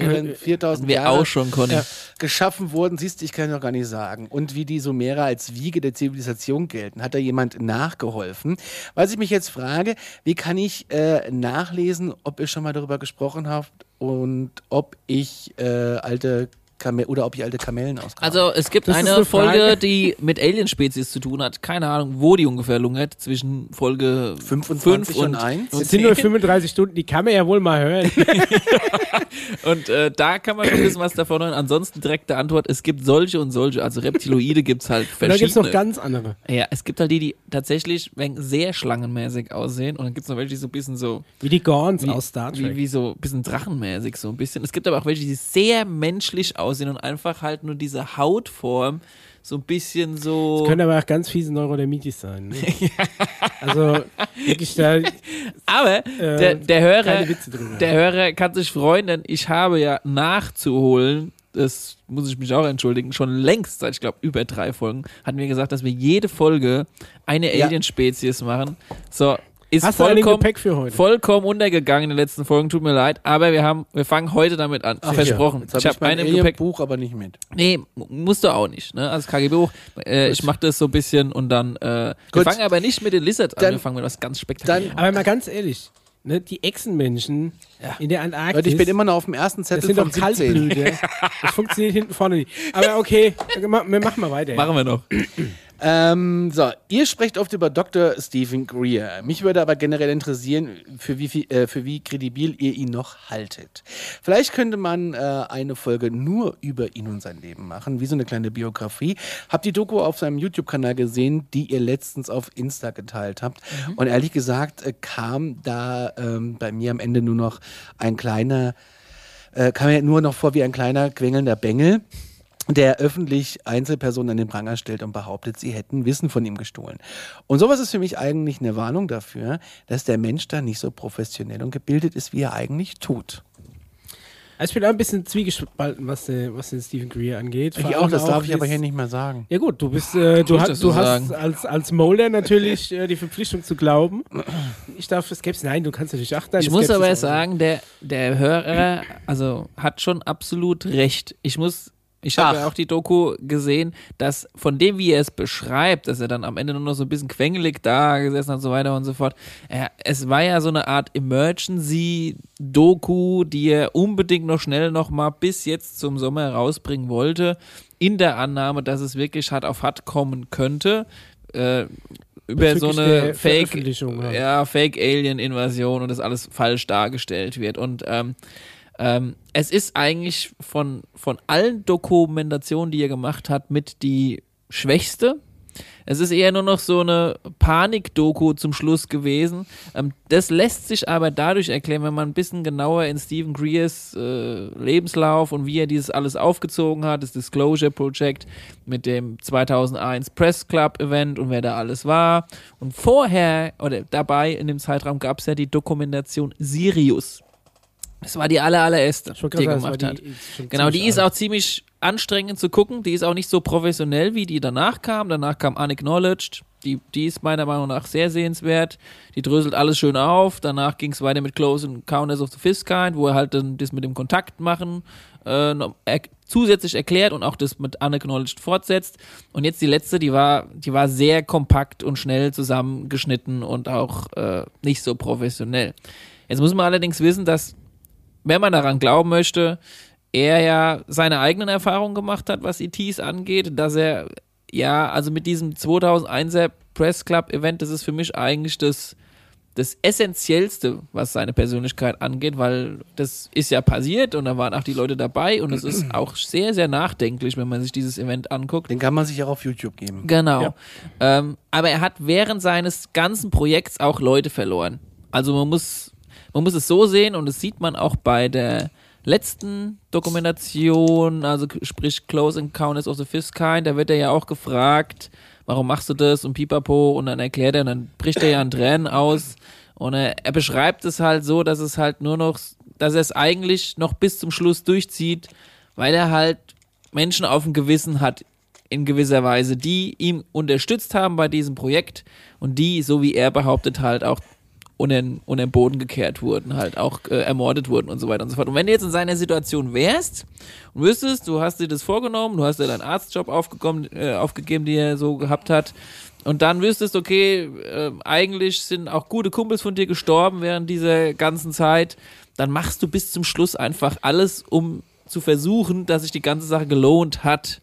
Speaker 3: <coughs>
Speaker 4: <laughs> Jahren, 4000
Speaker 5: Äh, Wir
Speaker 4: Jahre äh,
Speaker 5: auch schon, Conny.
Speaker 4: geschaffen wurden, siehst du, ich kann noch gar nicht sagen. Und wie die Sumerer als Wiege der Zivilisation gelten, hat da jemand nachgeholfen. Was ich mich jetzt frage, wie kann ich äh, nachlesen, ob ihr schon mal darüber gesprochen habt und ob ich äh, alte Kamel oder ob ich alte Kamellen ausgrabe?
Speaker 5: Also es gibt
Speaker 3: Das ist
Speaker 5: eine,
Speaker 3: eine Frage.
Speaker 5: Folge, die mit Alien-Spezies zu tun hat. Keine Ahnung, wo die ungefähr lungert. Zwischen Folge
Speaker 4: 25
Speaker 5: fünf und,
Speaker 4: und eins?
Speaker 5: und
Speaker 3: Es sind nur
Speaker 5: zehn.
Speaker 3: 35 Stunden, die kann man ja wohl mal
Speaker 5: <laughs>
Speaker 3: hören.
Speaker 5: Und äh, da kann man schon wissen, was davon hören. Ansonsten direkte Antwort, es gibt solche und solche. Also Reptiloide
Speaker 3: <laughs>
Speaker 5: gibt's halt
Speaker 3: Da
Speaker 5: verschiedene.
Speaker 3: gibt's noch ganz andere.
Speaker 5: ja, es gibt halt die, die tatsächlich wenn- sehr schlangenmäßig aussehen. Und dann gibt's noch welche, die so ein bisschen so,
Speaker 3: Wie die Gorns aus Star
Speaker 5: wie,
Speaker 3: Trek.
Speaker 5: wie so ein bisschen drachenmäßig so ein bisschen. Es gibt aber auch welche, die sehr menschlich aussehen und einfach halt nur diese Hautform so ein bisschen so...
Speaker 3: Können aber auch ganz fiese Neurodermitis sein.
Speaker 5: <laughs>
Speaker 3: Ne? Also wirklich da
Speaker 5: Aber der, der Hörer,
Speaker 3: keine Witze drüber.
Speaker 5: der Hörer kann sich freuen, denn ich habe ja nachzuholen. Das muss ich mich auch entschuldigen. Schon längst, seit ich glaube über drei Folgen, hatten wir gesagt, dass wir jede Folge eine
Speaker 4: Ja.
Speaker 5: Alien-Spezies machen. So ist
Speaker 3: Hast du ein
Speaker 5: vollkommen,
Speaker 3: Gepäck für heute?
Speaker 5: vollkommen untergegangen in den letzten Folgen. Tut mir leid, aber wir haben, wir fangen heute damit an. Versprochen.
Speaker 4: Jetzt hab
Speaker 5: ich habe
Speaker 4: mein
Speaker 5: einen im Gepäck.
Speaker 4: Buch aber nicht mit.
Speaker 5: Nee, mu- musst du auch nicht. Ne? Also KGB hoch. Äh, ich mache das so ein bisschen und dann. Äh, wir
Speaker 4: Gut.
Speaker 5: fangen aber nicht mit den Lizards an.
Speaker 4: Dann-
Speaker 5: Wir fangen mit was ganz spektakulärem.
Speaker 4: Dann,
Speaker 3: Aber mal ganz ehrlich, ne, die Echsenmenschen in der Antarktis.
Speaker 4: Leute, ich bin immer noch auf dem ersten
Speaker 3: das
Speaker 4: Zettel
Speaker 3: sind
Speaker 4: vom
Speaker 3: doch
Speaker 4: 17.
Speaker 3: Kaltblüte. <laughs> Das funktioniert hinten vorne nicht. Aber okay, ma- wir machen mal weiter.
Speaker 5: Machen wir noch.
Speaker 4: Ähm, so, ihr sprecht oft über Dr. Stephen Greer. Mich würde aber generell interessieren, für wie, viel, äh, für wie kredibil ihr ihn noch haltet. Vielleicht könnte man äh, eine Folge nur über ihn und sein Leben machen, wie so eine kleine Biografie. Habt die Doku auf seinem YouTube-Kanal gesehen, die ihr letztens auf Insta geteilt habt. Und ehrlich gesagt äh, kam da ähm, bei mir am Ende nur noch ein kleiner, äh, kam mir nur noch vor wie ein kleiner quengelnder Bengel der öffentlich Einzelpersonen an den Pranger stellt und behauptet, sie hätten Wissen von ihm gestohlen. Und sowas ist für mich eigentlich eine Warnung dafür, dass der Mensch da nicht so professionell und gebildet ist, wie er eigentlich tut.
Speaker 3: Also ich bin auch ein bisschen zwiegespalten, was den, was den Stephen Greer angeht. Vor
Speaker 4: Ich
Speaker 3: allem
Speaker 4: auch, das darf ich aber
Speaker 3: jetzt-
Speaker 4: hier nicht mehr sagen.
Speaker 3: Ja gut, du bist, äh, du,
Speaker 5: ich
Speaker 3: hast,
Speaker 5: das
Speaker 3: du
Speaker 5: so
Speaker 3: hast
Speaker 5: sagen?
Speaker 3: als, als Molder natürlich äh, die Verpflichtung zu glauben. Ich darf für Skepsis, nein, du kannst natürlich achten.
Speaker 5: Ich muss aber sagen, der, der Hörer also hat schon absolut recht. Ich muss, ich habe
Speaker 4: Ach.
Speaker 5: ja auch die Doku gesehen, dass von dem, wie er es beschreibt, dass er dann am Ende nur noch so ein bisschen quengelig da gesessen hat und so weiter und so fort. Er, es war ja so eine Art Emergency-Doku, die er unbedingt noch schnell noch mal bis jetzt zum Sommer rausbringen wollte, in der Annahme, dass es wirklich hart auf hart kommen könnte. Äh, über so
Speaker 3: Bezüglich
Speaker 5: eine
Speaker 3: der
Speaker 5: Fake,
Speaker 3: Veröffentlichung, halt. ja.
Speaker 5: ja, Fake-Alien-Invasion und das alles falsch dargestellt wird. Und ähm, ähm, es ist eigentlich von, von allen Dokumentationen, die er gemacht hat, mit die schwächste. Es ist eher nur noch so eine Panik-Doku zum Schluss gewesen. Ähm, das lässt sich aber dadurch erklären, wenn man ein bisschen genauer in Stephen Greers äh, Lebenslauf und wie er dieses alles aufgezogen hat, das Disclosure Project mit dem 2001 Press Club Event und wer da alles war. Und vorher oder dabei in dem Zeitraum gab es ja die Dokumentation Sirius. Das war die aller, allererste,
Speaker 3: Ich wollte
Speaker 5: die er
Speaker 3: gerade
Speaker 5: gemacht
Speaker 3: sagen,
Speaker 5: hat.
Speaker 3: es war die- ist schon
Speaker 5: Genau,
Speaker 3: ziemlich
Speaker 5: die ist
Speaker 3: alt.
Speaker 5: auch ziemlich anstrengend zu gucken. Die ist auch nicht so professionell, wie die danach kam. Danach kam Unacknowledged. Die, die ist meiner Meinung nach sehr sehenswert. Die dröselt alles schön auf. Danach ging es weiter mit Close Encounters of the Fifth Kind, wo er halt dann das mit dem Kontakt machen äh, noch er zusätzlich erklärt und auch das mit Unacknowledged fortsetzt. Und jetzt die letzte, die war, die war sehr kompakt und schnell zusammengeschnitten und auch äh, nicht so professionell. Jetzt muss man allerdings wissen, dass wenn man daran glauben möchte, er ja seine eigenen E Erfahrungen gemacht hat, was ETs angeht, dass er ja, also mit diesem 2001er Press Club Event, das ist für mich eigentlich das, das Essentiellste, was seine Persönlichkeit angeht, weil das ist ja passiert und da waren auch die Leute dabei und es ist auch sehr, sehr nachdenklich, wenn man sich dieses Event anguckt.
Speaker 4: Den kann man sich auch auf YouTube geben.
Speaker 5: Genau. Ähm, aber er hat während seines ganzen Projekts auch Leute verloren. Also man muss, man muss es so sehen und das sieht man auch bei der letzten Dokumentation, also k- sprich Close Encounters of the Fifth Kind, da wird er ja auch gefragt, warum machst du das und pipapo und dann erklärt er und dann bricht er ja in Tränen aus und er, er beschreibt es halt so, dass es halt nur noch, dass er es eigentlich noch bis zum Schluss durchzieht, weil er halt Menschen auf dem Gewissen hat in gewisser Weise, die ihm unterstützt haben bei diesem Projekt und die, so wie er behauptet, halt auch unter, den- unter den Boden gekehrt wurden, halt auch äh, ermordet wurden und so weiter und so fort. Und wenn du jetzt in seiner Situation wärst und wüsstest, du hast dir das vorgenommen, du hast ja deinen Arztjob aufgekommen, äh, aufgegeben, den er so gehabt hat, und dann wüsstest, okay, äh, eigentlich sind auch gute Kumpels von dir gestorben während dieser ganzen Zeit, dann machst du bis zum Schluss einfach alles, um zu versuchen, dass sich die ganze Sache gelohnt hat.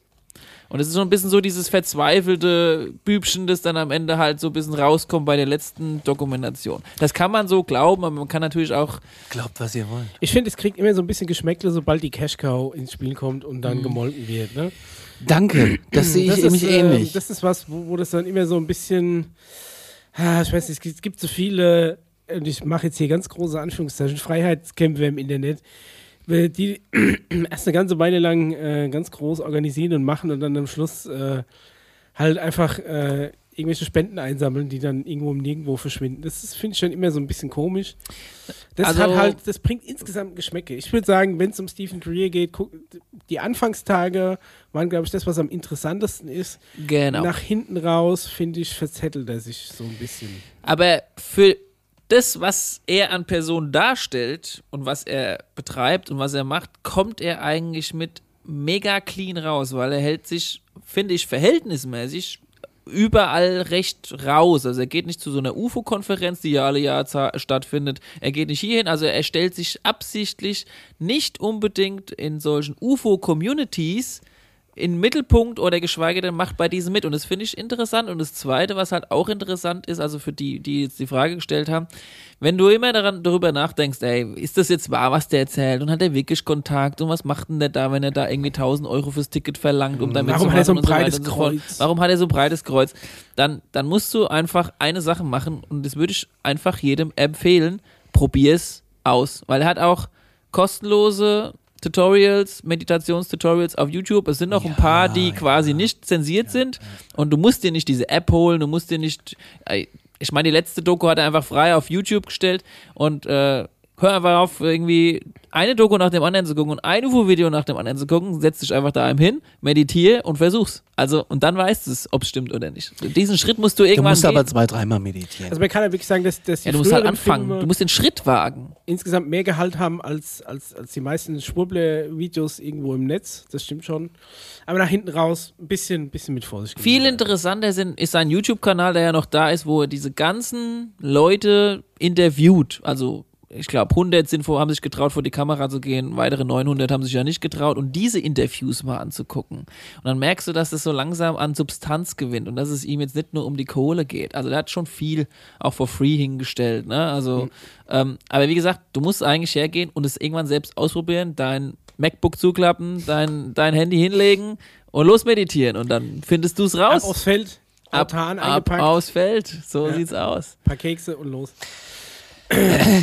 Speaker 5: Und es ist so ein bisschen so dieses verzweifelte Bübchen, das dann am Ende halt so ein bisschen rauskommt bei der letzten Dokumentation. Das kann man so glauben, aber man kann natürlich auch.
Speaker 4: Glaubt, was ihr wollt.
Speaker 3: Ich finde, es kriegt immer so ein bisschen Geschmäckle, sobald die Cash Cow ins Spiel kommt und dann gemolken wird. Ne?
Speaker 4: Danke, das sehe ich
Speaker 3: das
Speaker 4: nämlich
Speaker 3: ist, ähm,
Speaker 4: ähnlich.
Speaker 3: Das ist was, wo, wo das dann immer so ein bisschen, ah, ich weiß nicht, es gibt- es gibt so viele, und ich mache jetzt hier ganz große Anführungszeichen, Freiheitskämpfe im Internet, weil die erst eine ganze Weile lang äh, ganz groß organisieren und machen und dann am Schluss äh, halt einfach äh, irgendwelche Spenden einsammeln, die dann irgendwo im Nirgendwo verschwinden. Das ist- finde ich schon immer so ein bisschen komisch. Das
Speaker 5: Also-
Speaker 3: hat halt, das bringt insgesamt Geschmäcke. Ich würde sagen, wenn es um Stephen Greer geht, guck, die Anfangstage waren, glaube ich, das, was am interessantesten ist.
Speaker 5: Genau.
Speaker 3: Nach hinten raus, finde ich, verzettelt er sich so ein bisschen.
Speaker 5: Aber für das, was er an Person darstellt und was er betreibt und was er macht, kommt er eigentlich mit mega clean raus, weil er hält sich, finde ich, verhältnismäßig überall recht raus. Also er geht nicht zu so einer UFO-Konferenz, die ja alle Jahr za- stattfindet. Er geht nicht hierhin. Also er stellt sich absichtlich nicht unbedingt in solchen UFO-Communities in den Mittelpunkt oder geschweige denn macht bei diesem mit. Und das finde ich interessant. Und das Zweite, was halt auch interessant ist, also für die, die jetzt die Frage gestellt haben, wenn du immer daran, darüber nachdenkst, ey, ist das jetzt wahr, was der erzählt? Und hat er wirklich Kontakt? Und was macht denn der da, wenn er da irgendwie 1000 Euro fürs Ticket verlangt, um damit
Speaker 3: Mhm. Warum
Speaker 5: zu
Speaker 3: hat er so ein
Speaker 5: machen und weiter
Speaker 3: breites
Speaker 5: und so fort?
Speaker 3: Kreuz?
Speaker 5: Warum hat er so ein breites Kreuz? Dann, dann musst du einfach eine Sache machen und das würde ich einfach jedem empfehlen. Probier's aus, weil er hat auch kostenlose Tutorials, Meditationstutorials auf YouTube. Es sind noch ein paar, die quasi nicht zensiert sind und du musst dir nicht diese App holen, du musst dir nicht. äh, Ich meine, die letzte Doku hat er einfach frei auf YouTube gestellt und äh, hör einfach auf, irgendwie eine Doku nach dem anderen zu gucken und ein UFO-Video nach dem anderen zu gucken, setz dich einfach daheim hin, meditiere und versuch's. Also, und dann weißt du es, ob es stimmt oder nicht. Diesen Schritt musst du
Speaker 4: Du
Speaker 5: irgendwann
Speaker 4: musst
Speaker 5: gehen.
Speaker 4: aber zwei, dreimal meditieren.
Speaker 3: Also man kann ja wirklich sagen, dass, dass die
Speaker 5: ja, du musst halt
Speaker 3: früheren
Speaker 5: anfangen.
Speaker 3: Filme
Speaker 5: Du musst den Schritt wagen.
Speaker 3: insgesamt mehr Gehalt haben als, als, als die meisten Schwurbler-Videos irgendwo im Netz. Das stimmt schon. Aber nach hinten raus ein bisschen, bisschen mit Vorsicht.
Speaker 5: Viel
Speaker 3: genießen.
Speaker 5: interessanter sind, ist sein YouTube-Kanal, der ja noch da ist, wo er diese ganzen Leute interviewt. Also ich glaube, 100 sind vor, haben sich getraut, vor die Kamera zu gehen, weitere 900 haben sich ja nicht getraut und diese Interviews mal anzugucken. Und dann merkst du, dass es so langsam an Substanz gewinnt und dass es ihm jetzt nicht nur um die Kohle geht. Also der hat schon viel auch for free hingestellt. Ne? Also, ähm, aber wie gesagt, du musst eigentlich hergehen und es irgendwann selbst ausprobieren, dein MacBook zuklappen, dein, dein Handy hinlegen und losmeditieren und dann findest du es
Speaker 3: Ab
Speaker 5: raus.
Speaker 3: aufs Feld, Altan
Speaker 5: ab,
Speaker 3: eingepackt,
Speaker 5: aufs Feld. So sieht's aus.
Speaker 3: paar Kekse und los.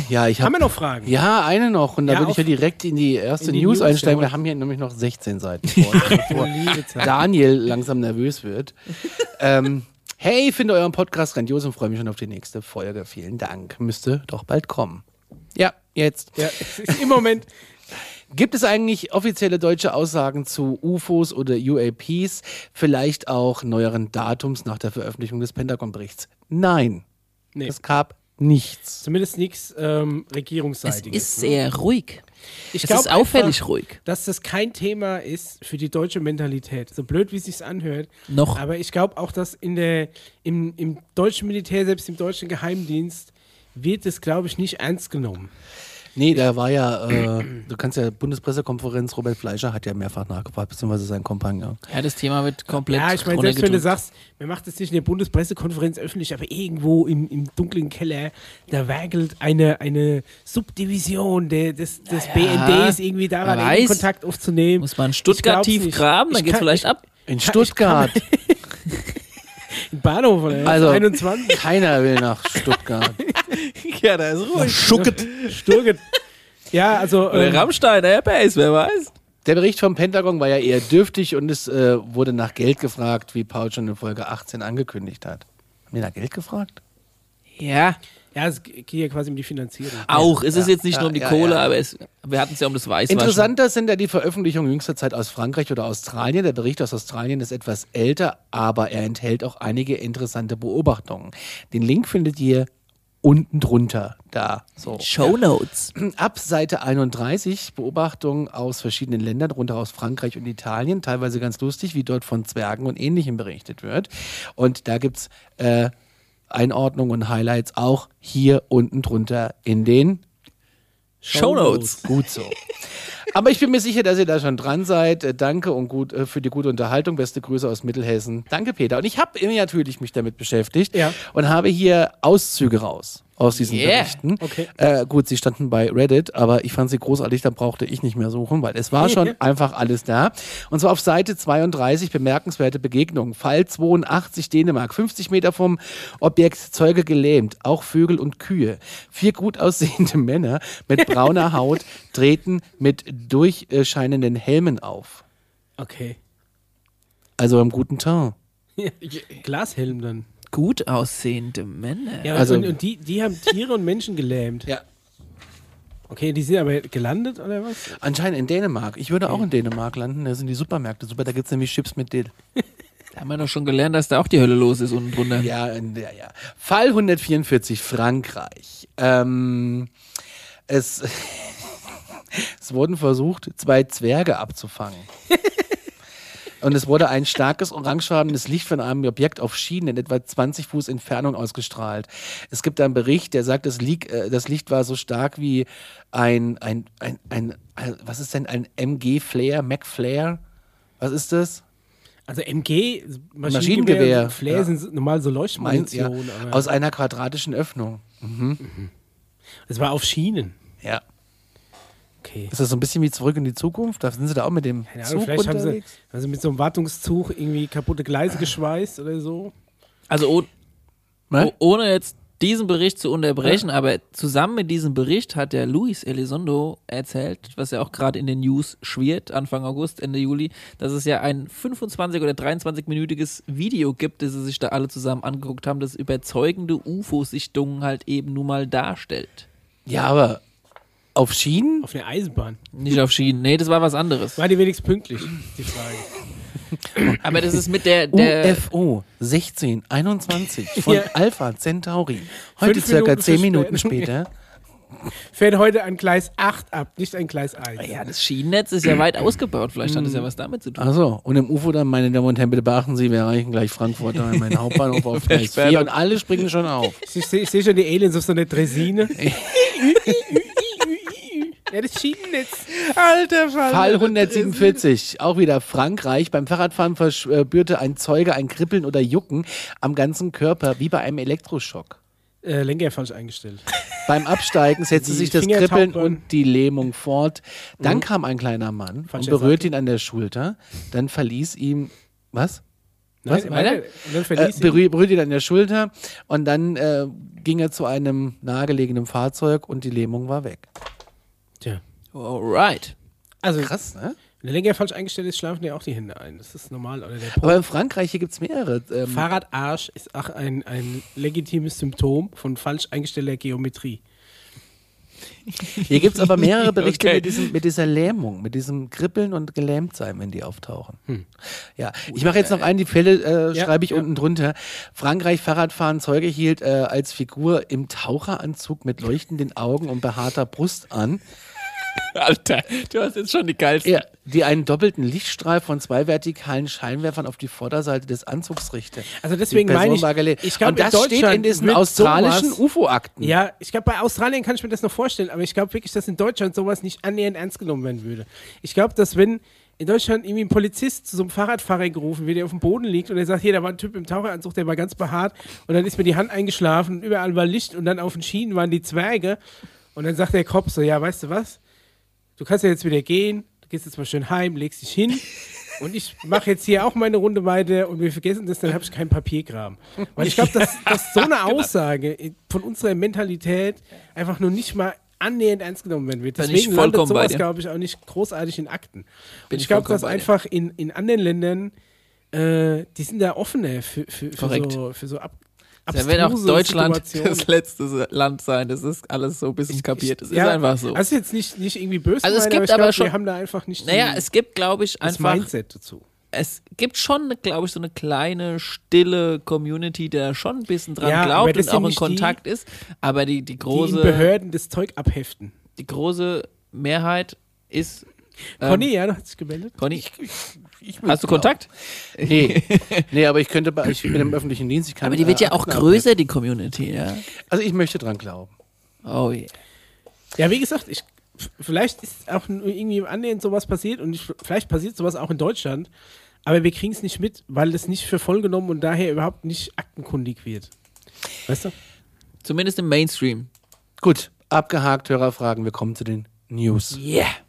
Speaker 4: ja, ich
Speaker 3: Haben
Speaker 4: habe.
Speaker 3: wir noch Fragen?
Speaker 4: Ja, eine noch. Und da
Speaker 3: Ja,
Speaker 4: würde ich ja
Speaker 3: auf-
Speaker 4: direkt in die erste
Speaker 3: in die
Speaker 4: News,
Speaker 3: News,
Speaker 4: einsteigen. Wir
Speaker 3: jawohl.
Speaker 4: haben hier nämlich noch 16
Speaker 3: <laughs>
Speaker 4: Seiten vor, uns, bevor
Speaker 3: Liebe Zeit.
Speaker 4: Daniel langsam nervös wird. ähm, hey, finde euren Podcast grandios und freue mich schon auf die nächste Folge. Vielen Dank. Müsste doch bald kommen. Ja, jetzt.
Speaker 3: Ja, es ist im Moment
Speaker 4: Gibt es eigentlich offizielle deutsche Aussagen zu UFOs oder UAPs, vielleicht auch neueren Datums nach der Veröffentlichung des Pentagon-Berichts? Nein,
Speaker 3: nee,
Speaker 4: es gab nichts.
Speaker 3: zumindest nichts ähm, regierungsseitiges.
Speaker 5: Ist sehr ruhig.
Speaker 3: ich
Speaker 5: es ist
Speaker 3: glaub
Speaker 5: auffällig
Speaker 3: einfach,
Speaker 5: ruhig.
Speaker 3: dass das kein Thema ist für die deutsche Mentalität. So blöd, wie es sich anhört.
Speaker 5: Noch.
Speaker 3: Aber ich glaube auch, dass in der, im, im deutschen Militär, selbst im deutschen Geheimdienst, wird es, glaube ich, nicht ernst genommen.
Speaker 4: Nee, da war ja, äh, du kannst ja Bundespressekonferenz, Robert Fleischer hat ja mehrfach nachgefragt, beziehungsweise sein Kompagnon.
Speaker 5: Ja, das Thema wird komplett
Speaker 3: Ja, ich meine, selbst wenn du
Speaker 5: runtergedrückt.
Speaker 3: sagst, man macht das nicht in der Bundespressekonferenz öffentlich, aber irgendwo im, im dunklen Keller, da werkelt eine, eine Subdivision der, des, des
Speaker 5: ja.
Speaker 3: BNDs irgendwie daran,
Speaker 5: Wer
Speaker 3: irgendwie
Speaker 5: weiß.
Speaker 3: Kontakt aufzunehmen.
Speaker 5: Muss man in
Speaker 3: Ich
Speaker 5: Stuttgart
Speaker 3: glaub's
Speaker 5: tief
Speaker 3: nicht.
Speaker 5: graben, dann
Speaker 3: Ich
Speaker 5: geht's
Speaker 3: kann- <laughs>
Speaker 5: vielleicht ab.
Speaker 4: In Stuttgart.
Speaker 3: Im Bahnhof, oder?
Speaker 4: Also-
Speaker 3: 21.
Speaker 4: Keiner will nach Stuttgart.
Speaker 5: Ja, da ist ruhig.
Speaker 4: Schucket.
Speaker 3: Sturget. Ja, also.
Speaker 5: Oder Rammstein, Airbase, wer weiß.
Speaker 4: Der Bericht vom Pentagon war ja eher dürftig und es äh, wurde nach Geld gefragt, wie Paul schon in Folge 18 angekündigt hat. Haben die nach Geld gefragt?
Speaker 5: Ja.
Speaker 3: ja, es geht ja quasi um die Finanzierung.
Speaker 5: Auch, es ist jetzt nicht
Speaker 4: ja,
Speaker 5: nur um die
Speaker 4: ja,
Speaker 5: Kohle,
Speaker 4: ja.
Speaker 5: aber es, wir hatten es ja um das Weißwaschen.
Speaker 4: Interessanter sind ja die Veröffentlichungen jüngster Zeit aus Frankreich oder Australien. Der Bericht aus Australien ist etwas älter, aber er enthält auch einige interessante Beobachtungen. Den Link findet ihr unten drunter. Da. So.
Speaker 5: Show Notes.
Speaker 4: ab Seite 31 Beobachtungen aus verschiedenen Ländern, runter aus Frankreich und Italien, teilweise ganz lustig, wie dort von Zwergen und Ähnlichem berichtet wird. Und da gibt es äh, Einordnungen und Highlights auch hier unten drunter in den
Speaker 5: Show Notes.
Speaker 4: Gut so. Aber ich bin mir sicher, dass ihr da schon dran seid. Äh, Danke und gut äh, für die gute Unterhaltung. Beste Grüße aus Mittelhessen. Danke, Peter. Und ich habe natürlich mich damit beschäftigt
Speaker 3: Ja.
Speaker 4: und habe hier Auszüge raus aus diesen
Speaker 5: Yeah.
Speaker 4: Berichten.
Speaker 3: Okay.
Speaker 4: Äh, gut, sie standen bei Reddit, aber ich fand sie großartig, da brauchte ich nicht mehr suchen, weil es war schon einfach alles da. Und zwar auf Seite 32 bemerkenswerte Begegnungen. Fall 82 Dänemark, 50 Meter vom Objekt Zeuge gelähmt, auch Vögel und Kühe. Vier gut aussehende <laughs> Männer mit brauner Haut treten mit durchscheinenden Helmen auf.
Speaker 3: Okay. <laughs>
Speaker 4: Also im guten Ton.
Speaker 3: Glashelm dann.
Speaker 5: Gut aussehende Männer.
Speaker 3: Ja,
Speaker 4: Also-
Speaker 3: und, und die, die haben Tiere und Menschen gelähmt.
Speaker 4: Ja.
Speaker 3: Okay, die sind aber gelandet oder was?
Speaker 4: Anscheinend in Dänemark. Ich würde auch in Dänemark landen, da sind die Supermärkte super, da gibt es nämlich Chips mit Dill.
Speaker 5: Da haben wir doch schon gelernt, dass da auch die Hölle los ist unten drunter.
Speaker 4: Ja, in der, ja. Fall 144, Frankreich. Ähm, es, <laughs> es wurden versucht, zwei Zwerge abzufangen. Und es wurde ein starkes orangefarbenes Licht von einem Objekt auf Schienen in etwa 20 Fuß Entfernung ausgestrahlt. Es gibt einen Bericht, der sagt, das, Lieg, äh, das Licht war so stark wie ein, ein, ein, ein, ein was ist denn ein MG-Flare, Mac-Flare? Was ist das?
Speaker 3: Also MG, Maschinengewehr,
Speaker 4: Maschinengewehr,
Speaker 3: und Flair
Speaker 4: ja.
Speaker 3: sind so- normal so
Speaker 4: Meins, ja.
Speaker 3: Leuchtmunition. aber
Speaker 4: Aus einer quadratischen Öffnung.
Speaker 3: das war auf Schienen.
Speaker 4: Ja.
Speaker 3: Okay.
Speaker 4: Ist das so ein bisschen wie zurück in die Zukunft? Da sind sie da auch mit dem
Speaker 3: Keine Ahnung,
Speaker 4: Zug
Speaker 3: vielleicht haben sie,
Speaker 4: unterwegs.
Speaker 3: haben sie mit so einem Wartungszug irgendwie kaputte Gleise geschweißt oder so.
Speaker 5: Also oh,
Speaker 4: Ne?
Speaker 5: oh, ohne jetzt diesen Bericht zu unterbrechen, aber zusammen mit diesem Bericht hat der Luis Elizondo erzählt, was ja auch gerade in den News schwirrt, Anfang August, Ende Juli, dass es ja ein 25- oder 23-minütiges Video gibt, das sie sich da alle zusammen angeguckt haben, das überzeugende UFO-Sichtungen halt eben nun mal darstellt.
Speaker 4: Ja, aber auf Schienen?
Speaker 3: Auf einer Eisenbahn.
Speaker 5: Nicht auf Schienen. Nee, das war was anderes.
Speaker 3: War die wenigstens pünktlich, ist die Frage.
Speaker 5: Aber das ist mit der, der
Speaker 4: UFO 1621 von
Speaker 3: Ja.
Speaker 4: Alpha Centauri. Heute
Speaker 3: Fünf
Speaker 4: circa
Speaker 3: Minuten
Speaker 4: 10 Minuten
Speaker 3: Verspätung.
Speaker 4: später.
Speaker 3: Fährt heute an Gleis 8 ab, nicht an Gleis 1.
Speaker 5: ja, das Schienennetz ist ja <clears throat> weit ausgebaut. Vielleicht hat es ja was damit zu tun.
Speaker 4: Also und im UFO dann, meine Damen und Herren, bitte beachten Sie, wir erreichen gleich Frankfurt, dann meinen Hauptbahnhof auf Gleis 4 und alle springen schon auf.
Speaker 3: Ich sehe seh schon die Aliens auf so einer Dresine.
Speaker 4: <laughs>
Speaker 3: ja, das Schienennetz. Alter Fall.
Speaker 4: Fall 147, auch wieder Frankreich. Beim Fahrradfahren verspürte ein Zeuge ein Kribbeln oder Jucken am ganzen Körper, wie bei einem Elektroschock.
Speaker 3: Äh, Lenker falsch eingestellt.
Speaker 4: Beim Absteigen setzte
Speaker 3: Die
Speaker 4: sich das
Speaker 3: Finger Mhm.
Speaker 4: Kribbeln
Speaker 3: tauchen.
Speaker 4: und die Lähmung fort. Dann kam ein kleiner Mann
Speaker 3: Falscher
Speaker 4: und berührte ihn an der Schulter. Dann verließ ihm. Was? Was?
Speaker 3: Nein,
Speaker 4: Weiter?
Speaker 3: weiter? Und dann
Speaker 4: Äh,
Speaker 3: verließ sie.
Speaker 4: berühr, berührte ihn an der Schulter und dann äh, ging er zu einem nahegelegenen Fahrzeug und die Lähmung war weg.
Speaker 3: Tja.
Speaker 5: Alright.
Speaker 3: Also,
Speaker 4: Krass, ne?
Speaker 3: wenn der Lenker falsch eingestellt ist, schlafen dir auch die Hände ein. Das ist normal. Oder der
Speaker 4: Aber in Frankreich hier gibt es mehrere. Ähm,
Speaker 3: Fahrradarsch ist auch ein, ein legitimes Symptom von falsch eingestellter Geometrie.
Speaker 4: hier gibt es aber mehrere Berichte
Speaker 5: Okay.
Speaker 4: mit, diesem, mit dieser Lähmung, mit diesem Kribbeln und Gelähmtsein, wenn die auftauchen. Ja, ich mache jetzt noch einen, die Fälle äh,
Speaker 3: Hm. Ja,
Speaker 4: schreibe ich
Speaker 3: ja.
Speaker 4: unten drunter. Frankreich Fahrradfahren Zeuge hielt äh, als Figur im Taucheranzug mit leuchtenden Augen und behaarter Brust an.
Speaker 5: Alter, du hast jetzt schon die geilsten.
Speaker 4: Ja, die einen doppelten Lichtstrahl von zwei vertikalen Scheinwerfern auf die Vorderseite des Anzugs richtete.
Speaker 3: Also deswegen meine ich, ich
Speaker 4: glaube,
Speaker 3: glaube,
Speaker 4: Und das
Speaker 3: in
Speaker 4: steht in
Speaker 3: Deutschland
Speaker 4: diesen
Speaker 3: wird
Speaker 4: australischen
Speaker 3: sowas-
Speaker 4: UFO-Akten.
Speaker 3: Ja, ich glaube, bei Australien kann ich mir das noch vorstellen, aber ich glaube wirklich, dass in Deutschland sowas nicht annähernd ernst genommen werden würde. Ich glaube, dass wenn in Deutschland irgendwie ein Polizist zu so einem Fahrradfahrer gerufen wird, der auf dem Boden liegt und er sagt, hier, da war ein Typ im Taucheranzug, der war ganz behaart und dann ist mir die Hand eingeschlafen und überall war Licht und dann auf den Schienen waren die Zwerge und dann sagt der Kopf so, ja, weißt du was, du kannst ja jetzt wieder gehen, du gehst jetzt mal schön heim, legst dich
Speaker 5: <laughs>
Speaker 3: hin und ich mache jetzt hier auch meine Runde weiter und wir vergessen das, dann habe ich keinen Papierkram. Weil ich glaube, dass, dass
Speaker 5: <laughs>
Speaker 3: so eine
Speaker 5: Genau.
Speaker 3: Aussage von unserer Mentalität einfach nur nicht mal annähernd ernst genommen werden wird.
Speaker 5: Bin ich
Speaker 3: Deswegen landet
Speaker 5: vollkommen bei
Speaker 3: sowas,
Speaker 5: dir.
Speaker 3: glaube ich, auch nicht großartig in Akten.
Speaker 5: Bin
Speaker 3: und
Speaker 5: ich
Speaker 3: ich glaube,
Speaker 5: vollkommen
Speaker 3: dass
Speaker 5: bei dir.
Speaker 3: einfach in, in anderen Ländern, äh, die sind da offener für, für, für
Speaker 5: Korrekt.
Speaker 3: so, für so ab,
Speaker 5: Da wird auch
Speaker 3: abstruse
Speaker 5: Deutschland <laughs>
Speaker 3: Situationen.
Speaker 5: das letzte Land sein, das ist alles so ein bisschen kapiert. Es
Speaker 3: Ja,
Speaker 5: ist einfach so.
Speaker 3: Also jetzt nicht, nicht irgendwie böse,
Speaker 5: Also es
Speaker 3: gemeint,
Speaker 5: gibt
Speaker 3: ich
Speaker 5: aber
Speaker 3: glaub,
Speaker 5: schon-
Speaker 3: wir haben da einfach nicht
Speaker 5: naja,
Speaker 3: die-
Speaker 5: es gibt, glaube ich,
Speaker 3: das
Speaker 5: einfach
Speaker 3: Mindset dazu.
Speaker 5: es gibt schon, glaube ich, so eine kleine, stille Community, der schon ein bisschen dran
Speaker 3: Ja, aber
Speaker 5: glaubt
Speaker 3: das
Speaker 5: und auch
Speaker 3: sind
Speaker 5: in
Speaker 3: nicht die-
Speaker 5: Kontakt ist. Aber die, die,
Speaker 3: die in
Speaker 5: große,
Speaker 3: Behörden das Zeug abheften.
Speaker 5: die große Mehrheit ist. ähm,
Speaker 3: Conny, ja, du hast dich gemeldet.
Speaker 5: Conny, hast du Kontakt?
Speaker 4: Nee. nee, aber ich könnte bei, ich bin im öffentlichen Dienst. Ich kann,
Speaker 5: Aber die wird
Speaker 4: äh,
Speaker 5: ja auch
Speaker 4: Akten
Speaker 5: größer, die Community, ja.
Speaker 4: abgeben. Also ich möchte dran glauben.
Speaker 5: Oh yeah.
Speaker 3: Ja, wie gesagt, ich, f- vielleicht ist auch n- irgendwie annähernd sowas passiert und ich, vielleicht passiert sowas auch in Deutschland, aber wir kriegen es nicht mit, weil es nicht für voll genommen und daher überhaupt nicht aktenkundig wird. Weißt du?
Speaker 5: Zumindest im Mainstream.
Speaker 4: Gut, abgehakt, Hörerfragen. Wir kommen zu den News.
Speaker 5: Yeah.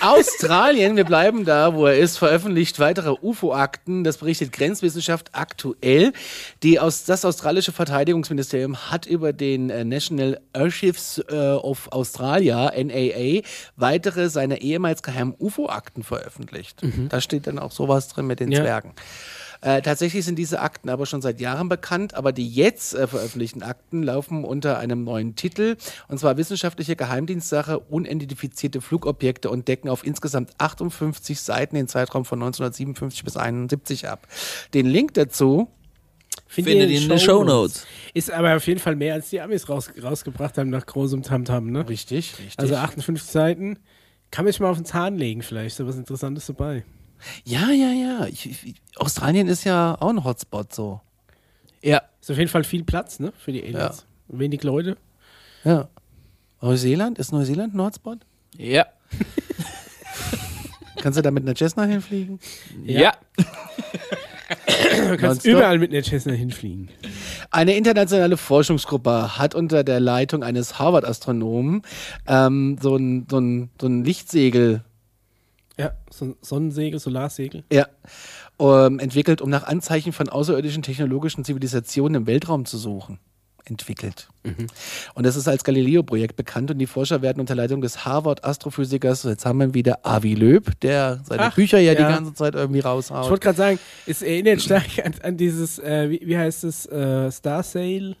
Speaker 4: Australien, wir bleiben da, wo er ist, veröffentlicht weitere UFO-Akten. Das berichtet Grenzwissenschaft aktuell. Die aus, das australische Verteidigungsministerium hat über den äh, National Archives äh, of Australia, NAA, weitere seiner ehemals geheimen UFO-Akten veröffentlicht. Da steht dann auch sowas drin mit den
Speaker 3: Ja.
Speaker 4: Zwergen. Äh, tatsächlich sind diese Akten aber schon seit Jahren bekannt, aber die jetzt äh, veröffentlichten Akten laufen unter einem neuen Titel, und zwar Wissenschaftliche Geheimdienstsache, unidentifizierte Flugobjekte und decken auf insgesamt 58 Seiten den Zeitraum von 1957 bis 71 ab. Den Link dazu,
Speaker 5: Findet ihr in den Shownotes.
Speaker 3: Ist aber auf jeden Fall mehr, als die Amis raus, rausgebracht haben nach großem Tamtam, ne?
Speaker 4: richtig, richtig.
Speaker 3: Also 58 Seiten. Kann mich mal auf den Zahn legen, vielleicht. So was Interessantes dabei.
Speaker 4: ja, ja, ja. Ich, ich, Australien ist ja auch ein Hotspot so.
Speaker 5: Ja.
Speaker 3: Ist auf jeden Fall viel Platz, ne? Für die Aliens. Wenig
Speaker 4: <clears throat>
Speaker 3: Leute.
Speaker 4: Ja. Neuseeland? Ist Neuseeland ein Hotspot?
Speaker 5: Ja.
Speaker 4: <laughs> Kannst du da mit einer Cessna hinfliegen?
Speaker 5: Ja.
Speaker 3: Du kannst
Speaker 4: Nonstop.
Speaker 3: überall mit einer Cessna hinfliegen.
Speaker 4: Eine internationale Forschungsgruppe hat unter der Leitung eines Harvard-Astronomen ähm, so, ein, so, ein, so ein Lichtsegel
Speaker 3: Ja, so Sonnensegel, Solarsegel.
Speaker 4: ja, ähm, entwickelt, um nach Anzeichen von außerirdischen technologischen Zivilisationen im Weltraum zu suchen. Entwickelt. Und das ist als Galileo-Projekt bekannt und die Forscher werden unter Leitung des Harvard-Astrophysikers, jetzt haben wir ihn wieder Avi Löb, der seine
Speaker 3: Ach,
Speaker 4: Bücher ja, die
Speaker 3: ja.
Speaker 4: ganze Zeit irgendwie
Speaker 3: Ich
Speaker 4: raushaut.
Speaker 3: wollte gerade sagen, es erinnert stark an, an dieses, äh, wie, wie heißt es, äh, Star Sail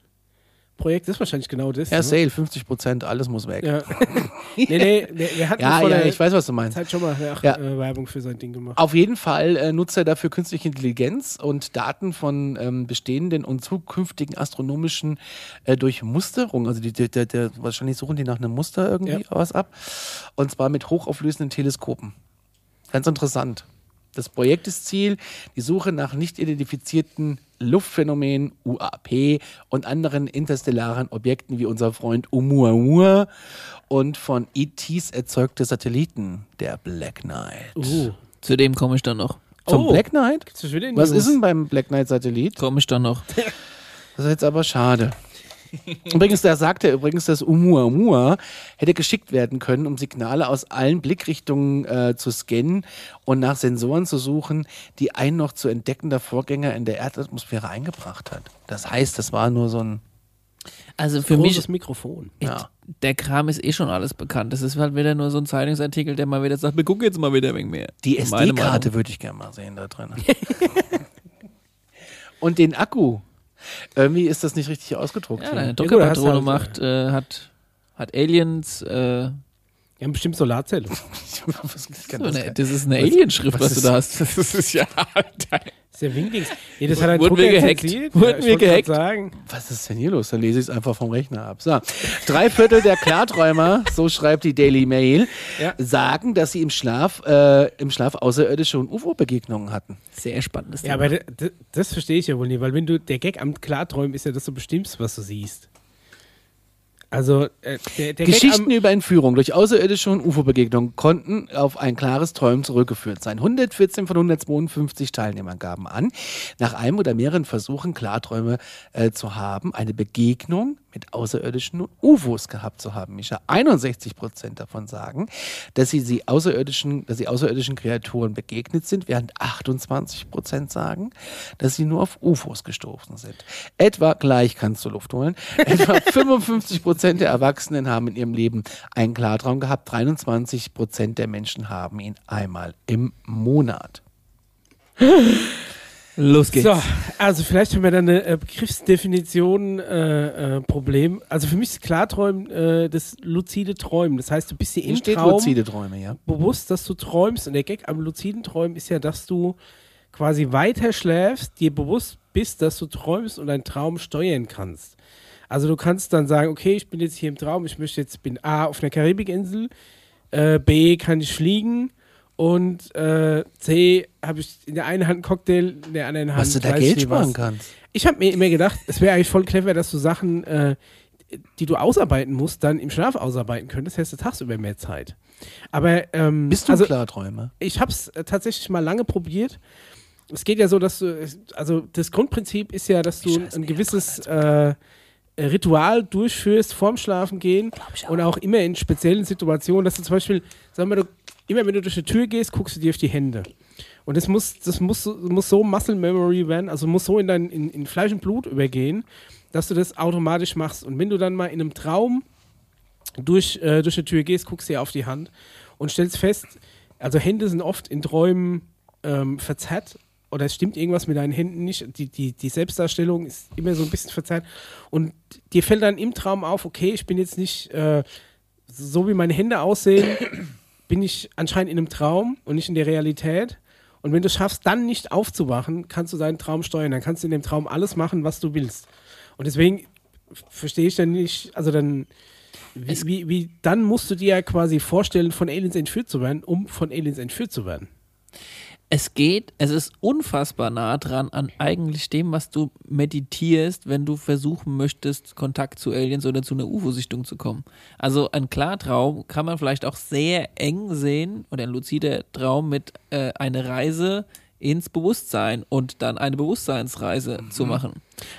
Speaker 3: Projekt. Das ist wahrscheinlich genau das.
Speaker 4: Ja,
Speaker 3: ne?
Speaker 4: Sale, 50 Prozent, alles muss weg. Ja,
Speaker 3: Ja. <laughs> nee, nee, wir, wir hatten
Speaker 4: ja,
Speaker 3: vor der
Speaker 4: ich weiß, was du meinst.
Speaker 3: Zeit schon mal ach,
Speaker 4: Ja.
Speaker 3: äh, Werbung für sein Ding gemacht.
Speaker 4: Auf jeden Fall äh, nutzt er dafür künstliche Intelligenz und Daten von ähm, bestehenden und zukünftigen astronomischen äh, durch Musterung. Also die, die, die, die, wahrscheinlich suchen die nach einem Muster irgendwie was ab. Und zwar mit hochauflösenden Teleskopen. Ganz interessant. Das Projekt ist Ziel, die Suche nach nicht identifizierten Luftphänomenen, UAP und anderen interstellaren Objekten wie unser Freund Oumuamua und von ETs erzeugte Satelliten, der Black Knight.
Speaker 3: Uh,
Speaker 5: Zu dem komme ich dann noch.
Speaker 4: Zum
Speaker 3: Oh.
Speaker 4: Black Knight?
Speaker 3: das ist wieder in
Speaker 4: Was
Speaker 3: News.
Speaker 4: ist denn beim Black Knight-Satellit?
Speaker 5: Komme ich dann noch.
Speaker 4: Das ist jetzt aber schade. Übrigens, da sagt er übrigens, dass Umuamua hätte geschickt werden können, um Signale aus allen Blickrichtungen äh, zu scannen und nach Sensoren zu suchen, die ein noch zu entdeckender Vorgänger in der Erdatmosphäre eingebracht hat. Das heißt, das war nur so ein.
Speaker 5: Also für mich
Speaker 3: Großes Mikrofon.
Speaker 4: Ja.
Speaker 5: Der Kram ist eh schon alles bekannt. Das ist halt wieder nur so ein Zeitungsartikel, der mal wieder sagt, wir gucken jetzt mal wieder wegen mir.
Speaker 4: Die
Speaker 5: Meine
Speaker 4: SD-Karte
Speaker 5: Meinung.
Speaker 4: würde ich gerne mal sehen da drin. <laughs> und den Akku. Irgendwie ist das nicht <laughs> richtig ausgedruckt.
Speaker 5: Ja,
Speaker 4: hier.
Speaker 5: deine äh,
Speaker 3: Ja, gut, da hast du
Speaker 5: Druckerpatrone
Speaker 3: halt-
Speaker 5: macht, äh, hat, hat Aliens, äh,
Speaker 3: Die haben bestimmt Solarzellen.
Speaker 4: Was kann
Speaker 5: Das,
Speaker 4: das
Speaker 5: ist
Speaker 4: sein?
Speaker 5: eine- das ist eine Alien-Schrift, was,
Speaker 4: ist-
Speaker 5: du da hast. <laughs> Das ist ja.
Speaker 3: Das ist ja Windings. Nee, das hat ein
Speaker 5: Wurden wir
Speaker 3: Drucker
Speaker 5: gehackt?
Speaker 3: infiziert.
Speaker 5: Wurden
Speaker 3: Ja, ich
Speaker 5: wir
Speaker 3: wollte grad
Speaker 5: gehackt?
Speaker 3: Sagen.
Speaker 4: Was ist denn hier los? Dann lese ich es einfach vom Rechner ab. So. Drei Viertel
Speaker 3: <laughs>
Speaker 4: der Klarträumer, so schreibt die Daily Mail,
Speaker 3: Ja.
Speaker 4: sagen, dass sie im Schlaf, äh, im Schlaf außerirdische und UFO-Begegnungen hatten.
Speaker 5: Sehr spannendes
Speaker 3: Ja, aber d- d- das verstehe ich ja wohl nicht, weil wenn du der Gag am Klarträumen ist ja, dass du bestimmst, was du siehst. Also, äh, der, der Gag am,
Speaker 4: Geschichten über Entführung durch außerirdische und UFO-Begegnungen konnten auf ein klares Träumen zurückgeführt sein. 114 von 152 Teilnehmern gaben an, nach einem oder mehreren Versuchen Klarträume äh, zu haben, eine Begegnung mit außerirdischen und UFOs gehabt zu haben. Micha, 61 Prozent davon sagen, dass sie, sie außerirdischen, dass sie außerirdischen Kreaturen begegnet sind, während 28 Prozent sagen, dass sie nur auf UFOs gestoßen sind. Etwa gleich kannst du Luft holen. <laughs> Etwa 55 Prozent der Erwachsenen haben in ihrem Leben einen Klartraum gehabt. 23 Prozent der Menschen haben ihn einmal im Monat.
Speaker 5: Los geht's.
Speaker 3: So, also vielleicht haben wir da eine äh, Begriffsdefinition-Problem. Äh, Problem. also für mich ist Klarträumen äh, das luzide Träumen. Das heißt, du bist dir
Speaker 4: Hier
Speaker 3: im
Speaker 4: steht
Speaker 3: Traum
Speaker 4: luzide Träume, ja.
Speaker 3: bewusst, dass du träumst. Und der Gag am luziden Träumen ist ja, dass du quasi weiter schläfst, dir bewusst bist, dass du träumst und deinen Traum steuern kannst. Also du kannst dann sagen, okay, ich bin jetzt hier im Traum, ich möchte jetzt, bin A auf einer Karibikinsel, äh, B kann ich fliegen und äh, C habe ich in der einen Hand einen Cocktail, in der anderen Hand
Speaker 4: Was du da
Speaker 3: weiß ich
Speaker 4: Geld
Speaker 3: nicht was.
Speaker 4: sparen kannst.
Speaker 3: Ich habe mir immer gedacht, es wäre eigentlich voll clever, dass du Sachen, äh, die du ausarbeiten musst, dann im Schlaf ausarbeiten könntest, hättest du tagsüber mehr Zeit. Aber ähm,
Speaker 4: Bist du
Speaker 3: also,
Speaker 4: Klarträumer?
Speaker 3: ich habe es äh, tatsächlich mal lange probiert. Es geht ja so, dass du, also das Grundprinzip ist ja, dass du ein, ein gewisses äh, Ritual durchführst vorm Schlafen gehen und auch immer in speziellen Situationen, dass du zum Beispiel, sagen wir, du, immer wenn du durch die Tür gehst, guckst du dir auf die Hände. Und das muss, das muss, so- muss so Muscle Memory werden, also muss so in dein in, in Fleisch und Blut übergehen, dass du das automatisch machst. Und wenn du dann mal in einem Traum durch, äh, durch die Tür gehst, guckst dir auf die Hand und stellst fest, also Hände sind oft in Träumen ähm, verzerrt oder es stimmt irgendwas mit deinen Händen nicht. Die, die, die Selbstdarstellung ist immer so ein bisschen verzerrt und dir fällt dann im Traum auf, okay, ich bin jetzt nicht äh, so, wie meine Hände aussehen, <clears throat> bin ich anscheinend in einem Traum und nicht in der Realität. Und wenn du es schaffst, dann nicht aufzuwachen, kannst du deinen Traum steuern. Dann kannst du in dem Traum alles machen, was du willst. Und deswegen verstehe ich dann nicht, also dann, wie, wie, wie, dann musst du dir ja quasi vorstellen, von Aliens entführt zu werden, um von Aliens entführt zu werden.
Speaker 5: Es geht, es ist unfassbar nah dran an eigentlich dem, was du meditierst, wenn du versuchen möchtest, Kontakt zu Aliens oder zu einer UFO-Sichtung zu kommen. Also ein Klartraum kann man vielleicht auch sehr eng sehen oder ein luzider Traum mit äh, einer Reise ins Bewusstsein und dann eine Bewusstseinsreise zu machen.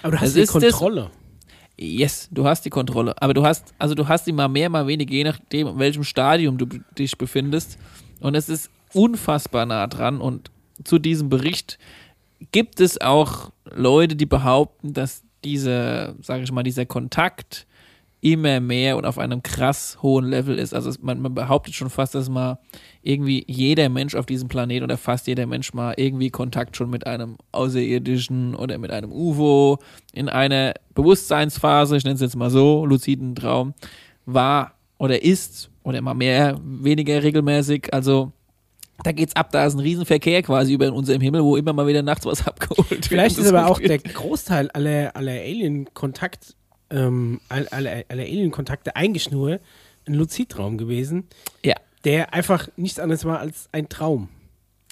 Speaker 3: Aber du hast
Speaker 5: Es
Speaker 3: die
Speaker 5: ist das-
Speaker 3: Kontrolle.
Speaker 5: Yes, du hast die Kontrolle, aber du hast, also du hast sie mal mehr, mal weniger, je nachdem, in welchem Stadium du b- dich befindest. Und es ist unfassbar nah dran. Und zu diesem Bericht gibt es auch Leute, die behaupten, dass dieser, sage ich mal, dieser Kontakt immer mehr und auf einem krass hohen Level ist. Also es, man, man behauptet schon fast, dass mal irgendwie jeder Mensch auf diesem Planeten oder fast jeder Mensch mal irgendwie Kontakt schon mit einem Außerirdischen oder mit einem UFO in einer Bewusstseinsphase, ich nenne es jetzt mal so, luziden Traum, war oder ist oder immer mehr, weniger regelmäßig. Also da geht's ab, da ist ein Riesenverkehr quasi über in unserem Himmel, wo immer mal wieder nachts was <laughs> abgeholt wird.
Speaker 3: Vielleicht
Speaker 5: und
Speaker 3: ist aber
Speaker 5: gesucht
Speaker 3: auch
Speaker 5: wird.
Speaker 3: der Großteil aller, aller Alien-Kontakt, ähm, all- aller, aller Alien-Kontakte eigentlich nur ein Luzidtraum gewesen,
Speaker 5: Ja.
Speaker 3: der einfach nichts anderes war als ein Traum.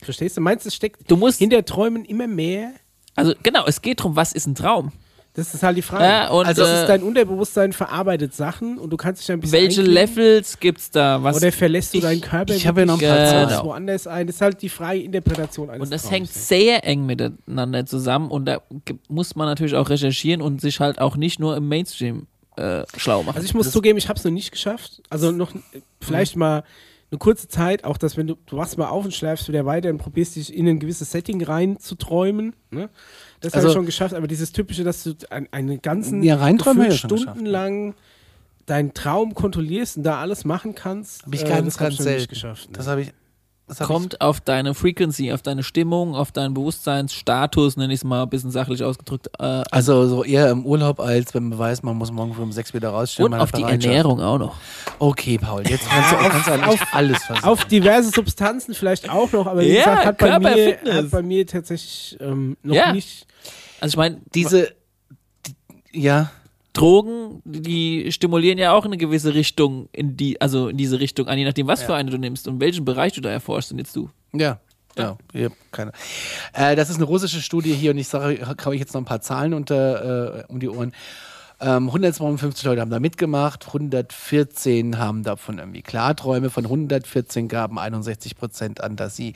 Speaker 3: Verstehst du? Meinst du, es steckt
Speaker 5: Du musst-
Speaker 3: hinter Träumen immer mehr?
Speaker 5: Also genau, es geht drum, was ist ein Traum?
Speaker 3: Das ist halt die Frage.
Speaker 5: Ja, und,
Speaker 3: also es
Speaker 5: äh,
Speaker 3: ist dein Unterbewusstsein verarbeitet Sachen und du kannst dich da ein bisschen
Speaker 5: Welche
Speaker 3: einklinken.
Speaker 5: Levels gibt's da? Was
Speaker 3: Oder verlässt du deinen Körper?
Speaker 4: ich habe ja noch ein paar
Speaker 3: wirklich
Speaker 5: Zahlen.
Speaker 3: ganz woanders ein. Das ist halt die Frage Interpretation eines
Speaker 5: Und das
Speaker 3: Traums.
Speaker 5: hängt sehr eng miteinander zusammen und da gibt- muss man natürlich auch recherchieren und sich halt auch nicht nur im Mainstream äh, schlau machen.
Speaker 3: Also ich muss zugeben, ich habe es noch nicht geschafft. Also noch äh, vielleicht
Speaker 4: Mhm.
Speaker 3: mal eine kurze Zeit, auch dass wenn du, du wachst mal auf und schläfst wieder weiter und probierst dich in ein gewisses Setting rein zu träumen. Ne? Das habe
Speaker 5: Also-
Speaker 3: ich schon geschafft, aber dieses typische, dass du ein, einen ganzen
Speaker 4: Ja, reinträumen
Speaker 3: gefühlt
Speaker 4: habe ich ja schon geschafft,
Speaker 3: stundenlang deinen Traum kontrollierst und da alles machen kannst.
Speaker 4: Habe ich
Speaker 3: äh,
Speaker 4: ganz,
Speaker 3: das hab
Speaker 4: ganz
Speaker 3: ich noch
Speaker 4: selten.
Speaker 3: nicht geschafft. Ne?
Speaker 4: Das habe ich Das hab ich,
Speaker 5: kommt auf deine Frequency, auf deine Stimmung, auf deinen Bewusstseinsstatus, nenne ich es mal ein bisschen sachlich ausgedrückt, äh,
Speaker 4: also so eher im Urlaub, als wenn man weiß, man muss morgen früh um sechs wieder rausstehen.
Speaker 5: und
Speaker 4: meiner
Speaker 5: auf die
Speaker 4: Bereitschaft.
Speaker 5: Ernährung auch noch.
Speaker 4: Okay, Paul,
Speaker 3: <laughs>
Speaker 4: jetzt kannst du, kannst du eigentlich alles versuchen.
Speaker 3: Also Auf diverse Substanzen vielleicht auch noch, aber wie
Speaker 5: Ja,
Speaker 3: gesagt, hat bei,
Speaker 5: Körper,
Speaker 3: mir,
Speaker 5: Fitness.
Speaker 3: hat bei mir tatsächlich ähm, noch
Speaker 5: Ja.
Speaker 3: nicht.
Speaker 5: Also ich meine,
Speaker 4: Diese, die, ja,
Speaker 5: Drogen, die stimulieren ja auch eine gewisse Richtung in die, also in diese Richtung an, je nachdem, was für eine du nimmst und welchen Bereich du da erforschst und jetzt du.
Speaker 4: ja. Ja, ich hab keine. Äh, das ist eine russische Studie hier und ich sage, kann ich jetzt noch ein paar Zahlen unter, äh, um die Ohren. Ähm, 152 Leute haben da mitgemacht, 114 haben davon irgendwie Klarträume, von 114 gaben 61 Prozent an, dass sie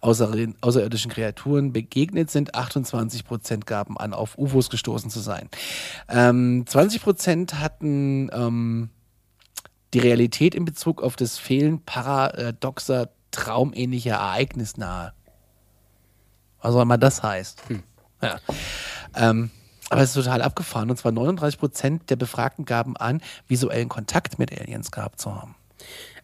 Speaker 4: außer, außerirdischen Kreaturen begegnet sind, 28 Prozent gaben an, auf UFOs gestoßen zu sein. Ähm, 20 Prozent hatten ähm, die Realität in Bezug auf das Fehlen paradoxer, traumähnlicher Ereignisnahe. Was auch immer das heißt.
Speaker 5: Hm.
Speaker 4: Ja. Ähm, aber es ist total abgefahren. Und zwar 39 Prozent der Befragten gaben an, visuellen Kontakt mit Aliens gehabt zu haben.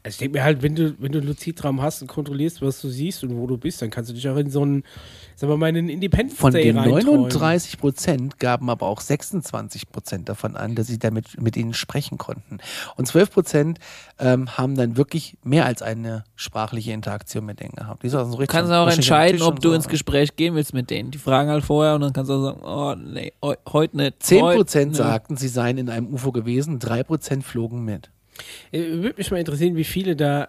Speaker 3: Also ich denke mir halt, wenn du, wenn du einen Luzidraum hast und kontrollierst, was du siehst und wo du bist, dann kannst du dich auch in so einen, sagen wir mal, in einen Independence
Speaker 4: Von
Speaker 3: Day
Speaker 4: den
Speaker 3: reinträumen.
Speaker 4: 39 Prozent gaben aber auch 26 Prozent davon an, dass sie damit mit ihnen sprechen konnten. Und 12 Prozent ähm, haben dann wirklich mehr als eine sprachliche Interaktion mit denen gehabt. Die saßen so
Speaker 5: Du kannst
Speaker 4: richtig-
Speaker 5: auch
Speaker 4: richtig am
Speaker 5: entscheiden,
Speaker 4: Tisch
Speaker 5: ob
Speaker 4: und
Speaker 5: du
Speaker 4: so.
Speaker 5: ins Gespräch gehen willst mit denen. Die fragen halt vorher und dann kannst du auch sagen, oh nee, heu- heute ne, nicht.
Speaker 4: 10
Speaker 5: heute
Speaker 4: Prozent
Speaker 5: nicht.
Speaker 3: ne.
Speaker 4: sagten, sie seien in einem UFO gewesen, 3 Prozent flogen mit.
Speaker 3: Äh, Würde mich mal interessieren, wie viele da,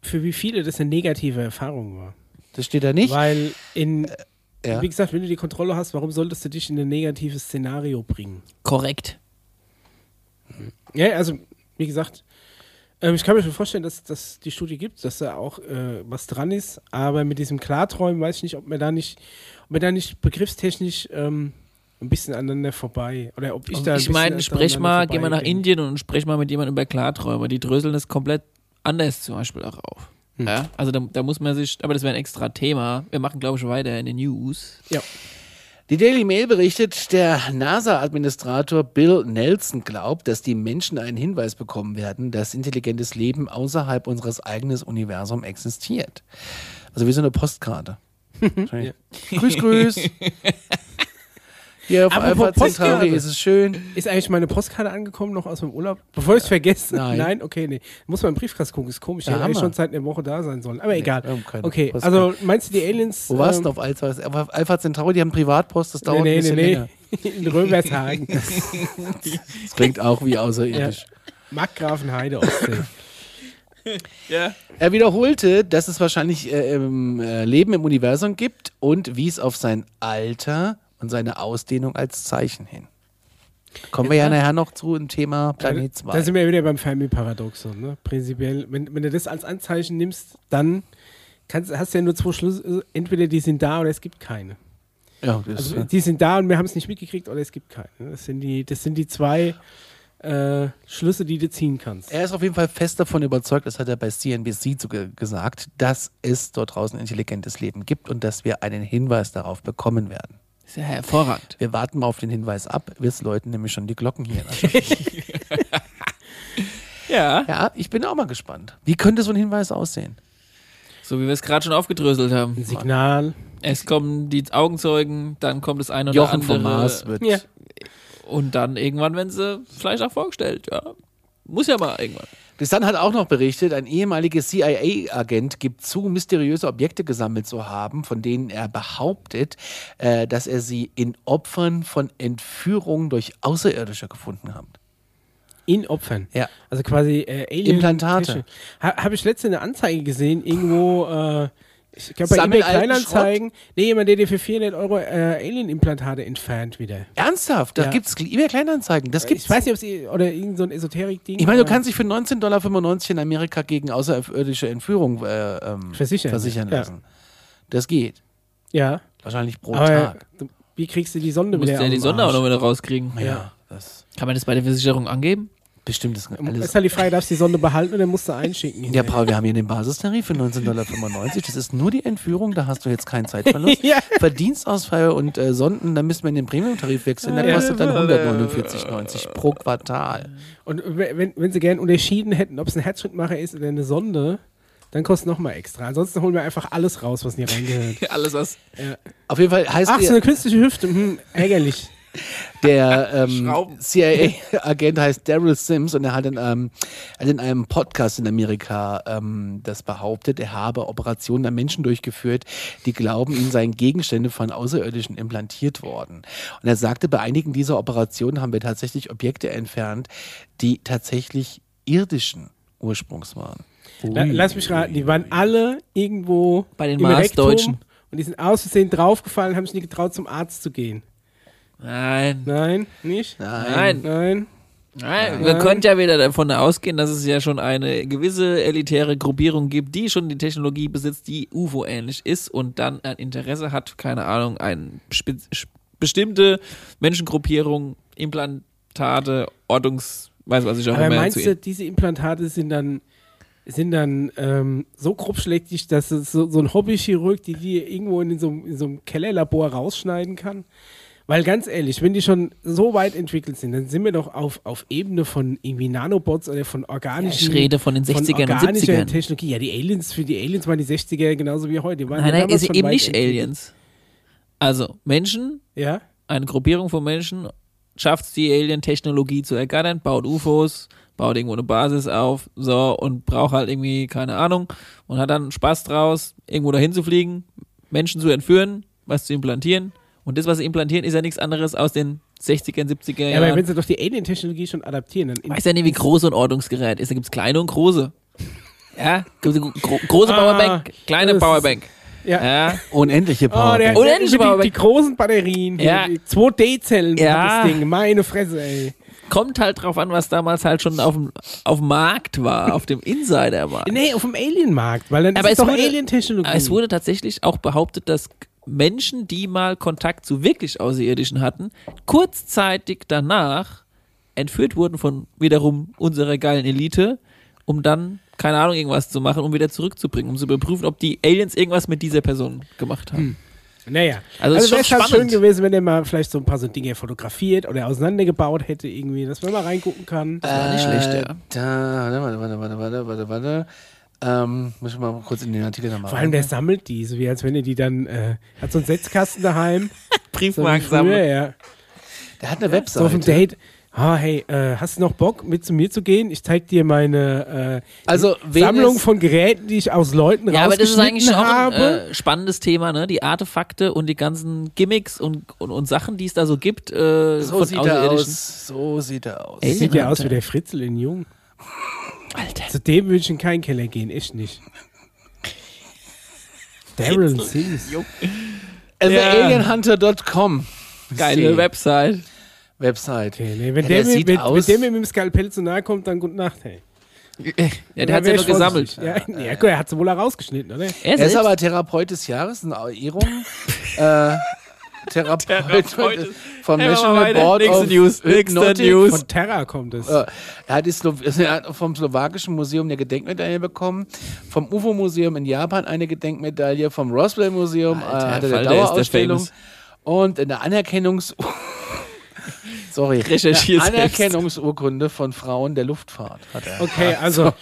Speaker 3: für wie viele das eine negative Erfahrung war.
Speaker 4: Das steht da nicht.
Speaker 3: Weil in,
Speaker 5: Äh,
Speaker 4: ja.
Speaker 3: wie gesagt, wenn du die Kontrolle hast, warum solltest du dich in ein negatives Szenario bringen?
Speaker 5: Korrekt.
Speaker 3: Ja, also, wie gesagt, ähm, ich kann mir schon vorstellen, dass dass die Studie gibt, dass da auch äh, was dran ist, aber mit diesem Klarträumen weiß ich nicht, ob man da nicht, ob man da nicht begriffstechnisch ähm, ein bisschen aneinander vorbei oder ob ich
Speaker 5: Und
Speaker 3: da. ein
Speaker 5: ich
Speaker 3: bisschen
Speaker 5: meine, sprech
Speaker 3: aneinander
Speaker 5: mal, geh mal nach
Speaker 3: vorbei bin.
Speaker 5: Indien und sprech mal mit jemandem über Klarträume. Die dröseln das komplett anders zum Beispiel auch auf.
Speaker 4: Hm.
Speaker 5: Ja, also da, da muss man sich, aber das wäre ein extra Thema. Wir machen, glaube ich, weiter in den News.
Speaker 4: Die Daily Mail berichtet, der NASA-Administrator Bill Nelson glaubt, dass die Menschen einen Hinweis bekommen werden, dass intelligentes Leben außerhalb unseres eigenen Universums existiert. Also wie so eine Postkarte.
Speaker 3: Mhm.
Speaker 4: grüß,
Speaker 3: <laughs>
Speaker 4: grüß. Hier auf
Speaker 3: Apropos
Speaker 4: Alpha Centauri
Speaker 3: Postkarte.
Speaker 4: ist es schön.
Speaker 3: Ist eigentlich meine Postkarte angekommen noch aus dem Urlaub? Bevor ich es vergesse? <laughs>
Speaker 4: Äh, Nein.
Speaker 3: okay, nee. Muss man im Briefkasten gucken, ist komisch.
Speaker 4: Ja,
Speaker 3: Ja, hätte eigentlich
Speaker 4: Hammer.
Speaker 3: schon seit einer Woche da sein sollen. Aber egal.
Speaker 4: wir haben keine
Speaker 3: Okay,
Speaker 4: Postkarte.
Speaker 3: also meinst du die Aliens?
Speaker 4: Wo warst du auf Alpha, auf Alpha Centauri? Die haben Privatpost, das dauert
Speaker 3: Ähm. Nee,
Speaker 4: ein
Speaker 3: nee,
Speaker 4: bisschen
Speaker 3: nee,
Speaker 4: länger.
Speaker 3: nee. <laughs> In Römershagen.
Speaker 4: Das klingt auch wie außerirdisch.
Speaker 3: Markgrafenheide Ostsee.
Speaker 4: Er wiederholte, dass es wahrscheinlich äh, ähm, äh, Leben im Universum gibt und wies auf sein Alter und seine Ausdehnung als Zeichen hin. Kommen wir ja nachher noch zu im Thema Planet
Speaker 3: Da
Speaker 4: 2.
Speaker 3: sind wir ja wieder beim Fermi-Paradoxon. Ne? Prinzipiell, wenn, wenn du das als Anzeichen nimmst, dann kannst, hast du ja nur zwei Schlüsse. Entweder die sind da oder es gibt keine.
Speaker 4: Ja, das
Speaker 3: Also,
Speaker 4: ist-
Speaker 3: die sind da und wir haben es nicht mitgekriegt oder es gibt keine. ne? Das sind die, das sind die zwei äh, Schlüsse, die du ziehen kannst.
Speaker 4: er ist auf jeden Fall fest davon überzeugt, das hat er bei CNBC zu ge- gesagt, dass es dort draußen intelligentes Leben gibt und dass wir einen Hinweis darauf bekommen werden.
Speaker 5: Ist ja hervorragend.
Speaker 4: Wir warten mal auf den Hinweis ab, wir läuten nämlich schon die
Speaker 3: <laughs>
Speaker 4: Glocken hier.
Speaker 5: Ja.
Speaker 4: ja, ich bin auch mal gespannt. Wie könnte so ein Hinweis aussehen?
Speaker 5: So wie wir es gerade schon aufgedröselt haben.
Speaker 3: Ein Signal.
Speaker 5: Es kommen die Augenzeugen, dann kommt das eine oder
Speaker 4: Jochen
Speaker 5: andere.
Speaker 4: vom Mars wird
Speaker 3: Ja.
Speaker 5: Und dann irgendwann werden sie vielleicht auch vorgestellt, ja. Muss ja mal irgendwann.
Speaker 4: Bis dann hat auch noch berichtet, ein ehemaliger CIA-Agent gibt zu, mysteriöse Objekte gesammelt zu haben, von denen er behauptet, äh, dass er sie in Opfern von Entführungen durch Außerirdische gefunden hat.
Speaker 3: In Opfern.
Speaker 4: Ja.
Speaker 3: Also quasi äh, Alien
Speaker 4: Implantate.
Speaker 3: Technik. Ha, Habe ich letzte eine Anzeige gesehen, irgendwo, äh, ich glaube bei
Speaker 4: Sammel
Speaker 3: eBay
Speaker 4: alten
Speaker 3: Kleinanzeigen, nee, jemand, der dir für 400 Euro äh, Alien-Implantate entfernt wieder.
Speaker 4: Ernsthaft? Da
Speaker 3: Ja. Äh,
Speaker 4: gibt's gibt es eBay Kleinanzeigen. Das gibt's.
Speaker 3: Ich weiß nicht, ob es oder irgend so ein Esoterik-Ding.
Speaker 4: Ich meine, du
Speaker 3: aber
Speaker 4: kannst dich für 19,95 Dollar in Amerika gegen außerirdische Entführung äh, ähm,
Speaker 3: Versichern.
Speaker 4: versichern
Speaker 3: Ja.
Speaker 4: lassen. Das geht.
Speaker 3: Ja.
Speaker 4: Wahrscheinlich pro
Speaker 3: Aber
Speaker 4: Tag.
Speaker 3: du- wie kriegst du die Sonde
Speaker 5: Muss
Speaker 3: wieder?
Speaker 5: ja
Speaker 3: aus
Speaker 5: die
Speaker 3: dem
Speaker 5: Sonde auch
Speaker 3: Arsch?
Speaker 5: noch wieder rauskriegen.
Speaker 4: Ja, das
Speaker 5: Kann man das bei der Versicherung <laughs> angeben?
Speaker 4: bestimmt ist alles
Speaker 3: Ist halt die Frage, darfst du die Sonde behalten oder musst du einschicken?
Speaker 4: Ja,
Speaker 3: hinterher?
Speaker 4: Paul, wir haben hier den Basistarif für 19,95 Dollar. Das ist nur die Entführung, da hast du jetzt keinen
Speaker 3: <laughs>
Speaker 4: Zeitverlust.
Speaker 3: Ja.
Speaker 4: Verdienstausfall und äh, Sonden, da müssen wir in den Premium-Tarif wechseln. Da kostet dann 149,90 pro Quartal.
Speaker 3: Und wenn, wenn sie gern unterschieden hätten, ob es ein Herzschrittmacher ist oder eine Sonde, Dann kostet nochmal extra. Ansonsten holen wir einfach alles raus, was nie reingehört.
Speaker 5: Alles was.
Speaker 4: Auf jeden Fall heißt
Speaker 3: Ach, so
Speaker 4: der,
Speaker 3: eine künstliche Hüfte. Hm, ärgerlich.
Speaker 4: der ähm,
Speaker 5: Schrauben.
Speaker 4: CIA-Agent heißt Daryl Sims und er hat in, einem, hat in einem Podcast in Amerika ähm, das behauptet, er habe Operationen an Menschen durchgeführt, die glauben, ihnen seien Gegenstände von Außerirdischen implantiert worden. Und er sagte, bei einigen dieser Operationen haben wir tatsächlich Objekte entfernt, die tatsächlich irdischen Ursprungs waren.
Speaker 3: La lass mich raten, die waren alle irgendwo
Speaker 5: Oh. Bei den
Speaker 3: im Rektum
Speaker 5: Marsdeutschen.
Speaker 3: Und die sind aus Versehen draufgefallen, haben sich nie getraut, zum Arzt zu gehen.
Speaker 5: Nein.
Speaker 3: Nein, nicht? Ne.
Speaker 5: Nein.
Speaker 3: Nein.
Speaker 5: Nein. Wir können ja wieder davon ausgehen, dass es ja schon eine gewisse elitäre Gruppierung gibt, die schon die Technologie besitzt, die UFO-ähnlich ist und dann ein Interesse hat, keine Ahnung, eine spez- sch- bestimmte Menschengruppierung, Implantate, Ordnungs, weiß was ich auch
Speaker 3: Aber
Speaker 5: immer
Speaker 3: meinst
Speaker 5: zu
Speaker 3: du, diese Implantate sind dann, sind dann ähm, so grobschlächtig, dass es so, so ein Hobbychirurg, die die irgendwo in so, einem- in so einem Kellerlabor rausschneiden kann? Weil ganz ehrlich, wenn die schon so weit entwickelt sind, dann sind wir doch auf, auf Ebene von irgendwie Nanobots oder von organischen.
Speaker 5: Ich rede von den 60ern und
Speaker 3: organischer
Speaker 5: 70ern.
Speaker 3: Technologie. Ja, die Aliens, für die Aliens waren die 60er genauso wie heute. Die waren
Speaker 5: Nein,
Speaker 3: ja
Speaker 5: nein,
Speaker 3: damals
Speaker 5: ist
Speaker 3: schon
Speaker 5: eben
Speaker 3: weit
Speaker 5: nicht
Speaker 3: entwickelt.
Speaker 5: Aliens. Also Menschen,
Speaker 3: Ja?
Speaker 5: eine Gruppierung von Menschen schafft es, die Alien-Technologie zu ergattern, baut UFOs, baut irgendwo eine Basis auf, so, und braucht halt irgendwie, keine Ahnung, und hat dann Spaß draus, irgendwo dahin zu fliegen, Menschen zu entführen, was zu implantieren. Und das, was sie implantieren, ist ja nichts anderes aus den 60ern, 70er
Speaker 3: Ja, aber wenn
Speaker 5: Jahren.
Speaker 3: sie doch die Alien-Technologie schon adaptieren, dann
Speaker 5: Ich weiß ja nicht, wie groß so ein Ordnungsgerät ist. Da gibt es kleine und große. Ja, gibt's eine gro große
Speaker 3: Ah,
Speaker 5: Powerbank, kleine
Speaker 3: das ist-
Speaker 5: Powerbank.
Speaker 3: ja.
Speaker 5: Ja,
Speaker 4: Unendliche
Speaker 3: Oh,
Speaker 4: Power.
Speaker 3: der,
Speaker 5: Und
Speaker 3: der,
Speaker 5: endlich
Speaker 3: die,
Speaker 5: mal-
Speaker 3: die, die großen Batterien, die-
Speaker 5: Ja.
Speaker 3: die 2D-Zellen
Speaker 5: Ja.
Speaker 3: hat das Ding, meine Fresse, ey.
Speaker 5: kommt halt drauf an, was damals halt schon auf dem, auf dem Markt war, auf dem Insidermarkt.
Speaker 3: Nee, auf dem Alien-Markt, weil dann
Speaker 5: Aber
Speaker 3: ist
Speaker 5: es
Speaker 3: doch
Speaker 5: wurde-
Speaker 3: Alien-Technologie.
Speaker 5: Es wurde tatsächlich auch behauptet, dass Menschen, die mal Kontakt zu wirklich Außerirdischen hatten, kurzzeitig danach entführt wurden von wiederum unserer geilen Elite, um dann, keine Ahnung, irgendwas zu machen, um wieder zurückzubringen, um zu überprüfen, ob die Aliens irgendwas mit dieser Person gemacht
Speaker 3: Hm.
Speaker 5: haben.
Speaker 3: Naja,
Speaker 5: Also es ist schon
Speaker 3: wäre halt schön
Speaker 5: spannend.
Speaker 3: gewesen, wenn der mal vielleicht so ein paar so Dinge fotografiert oder auseinandergebaut hätte irgendwie, dass man mal reingucken kann.
Speaker 5: War nicht schlecht, ja.
Speaker 4: Äh, Da, warte, warte, warte, warte, warte, warte. Ähm, muss ich mal kurz in den Artikel nochmal.
Speaker 3: Vor allem, der sammelt die, so wie als wenn er die dann, äh, hat so einen Setzkasten
Speaker 5: <laughs>
Speaker 3: daheim. So wie früher,
Speaker 5: Briefmarkensammlung.
Speaker 3: ja.
Speaker 4: der hat eine
Speaker 3: So auf dem
Speaker 4: Webseite.
Speaker 3: Date. Ah, hey, äh, hast du noch Bock, mit zu mir zu gehen? Ich zeig dir meine äh,
Speaker 4: Also, wen
Speaker 3: Sammlung
Speaker 4: es-
Speaker 3: von Geräten, die ich aus Leuten
Speaker 5: Ja, aber das ist eigentlich
Speaker 3: rausgeschnitten
Speaker 5: schon auch ein
Speaker 3: habe.
Speaker 5: äh, spannendes Thema, ne? Die Artefakte und die ganzen Gimmicks und, und, und Sachen, die es da so gibt. Äh,
Speaker 4: so
Speaker 5: von
Speaker 4: sieht er
Speaker 5: Außerirdischen.
Speaker 4: aus. So sieht er aus.
Speaker 5: Ey.
Speaker 3: Sieht ja
Speaker 5: Alter.
Speaker 3: aus wie der Fritzel in Jung.
Speaker 5: Alter.
Speaker 3: Zu dem würde ich in keinen Keller gehen, echt
Speaker 5: <laughs>
Speaker 3: nicht. Daryl Sims.
Speaker 4: also TheAlienHunter.com.
Speaker 5: Geile
Speaker 4: See.
Speaker 5: Website.
Speaker 4: Website.
Speaker 3: Okay, nee, wenn, der
Speaker 4: Ja, der
Speaker 3: mir,
Speaker 4: sieht
Speaker 3: mit,
Speaker 4: aus-
Speaker 3: wenn der mir mit dem Skalpell zu nahe kommt, dann gute Nacht, hey.
Speaker 5: Ja,
Speaker 3: Da
Speaker 5: der hat
Speaker 3: wär
Speaker 5: ja Äh,
Speaker 3: ich
Speaker 5: nur
Speaker 3: vorsichtig.
Speaker 5: gesammelt.
Speaker 3: Ja, nee, ja, gut, er hat sie wohl auch rausgeschnitten, oder?
Speaker 4: Er ist
Speaker 5: selbst-
Speaker 4: aber Therapeut des Jahres in
Speaker 5: <laughs>
Speaker 4: Ehrung. äh, Therapeut,
Speaker 5: Therapeut.
Speaker 4: vom
Speaker 5: Hey, machen wir
Speaker 4: National
Speaker 5: weiter.
Speaker 4: Board
Speaker 5: Nächste
Speaker 4: of
Speaker 5: News, nächste
Speaker 4: Hypnotic.
Speaker 5: News.
Speaker 3: Von Terra kommt es.
Speaker 4: Äh, Er hat, die Slow <laughs> er hat vom Slowakischen Museum eine Gedenkmedaille bekommen, vom UFO-Museum in Japan eine Gedenkmedaille, vom Roswell-Museum äh,
Speaker 5: Alter,
Speaker 4: hatte eine
Speaker 5: Falter ist der
Speaker 4: Dauerausstellung
Speaker 5: famous.
Speaker 4: und eine Anerkennungs... <laughs> Sorry,
Speaker 5: Recherchier
Speaker 4: eine
Speaker 5: selbst.
Speaker 4: Anerkennungsurkunde von Frauen der Luftfahrt hat er.
Speaker 3: Okay, also.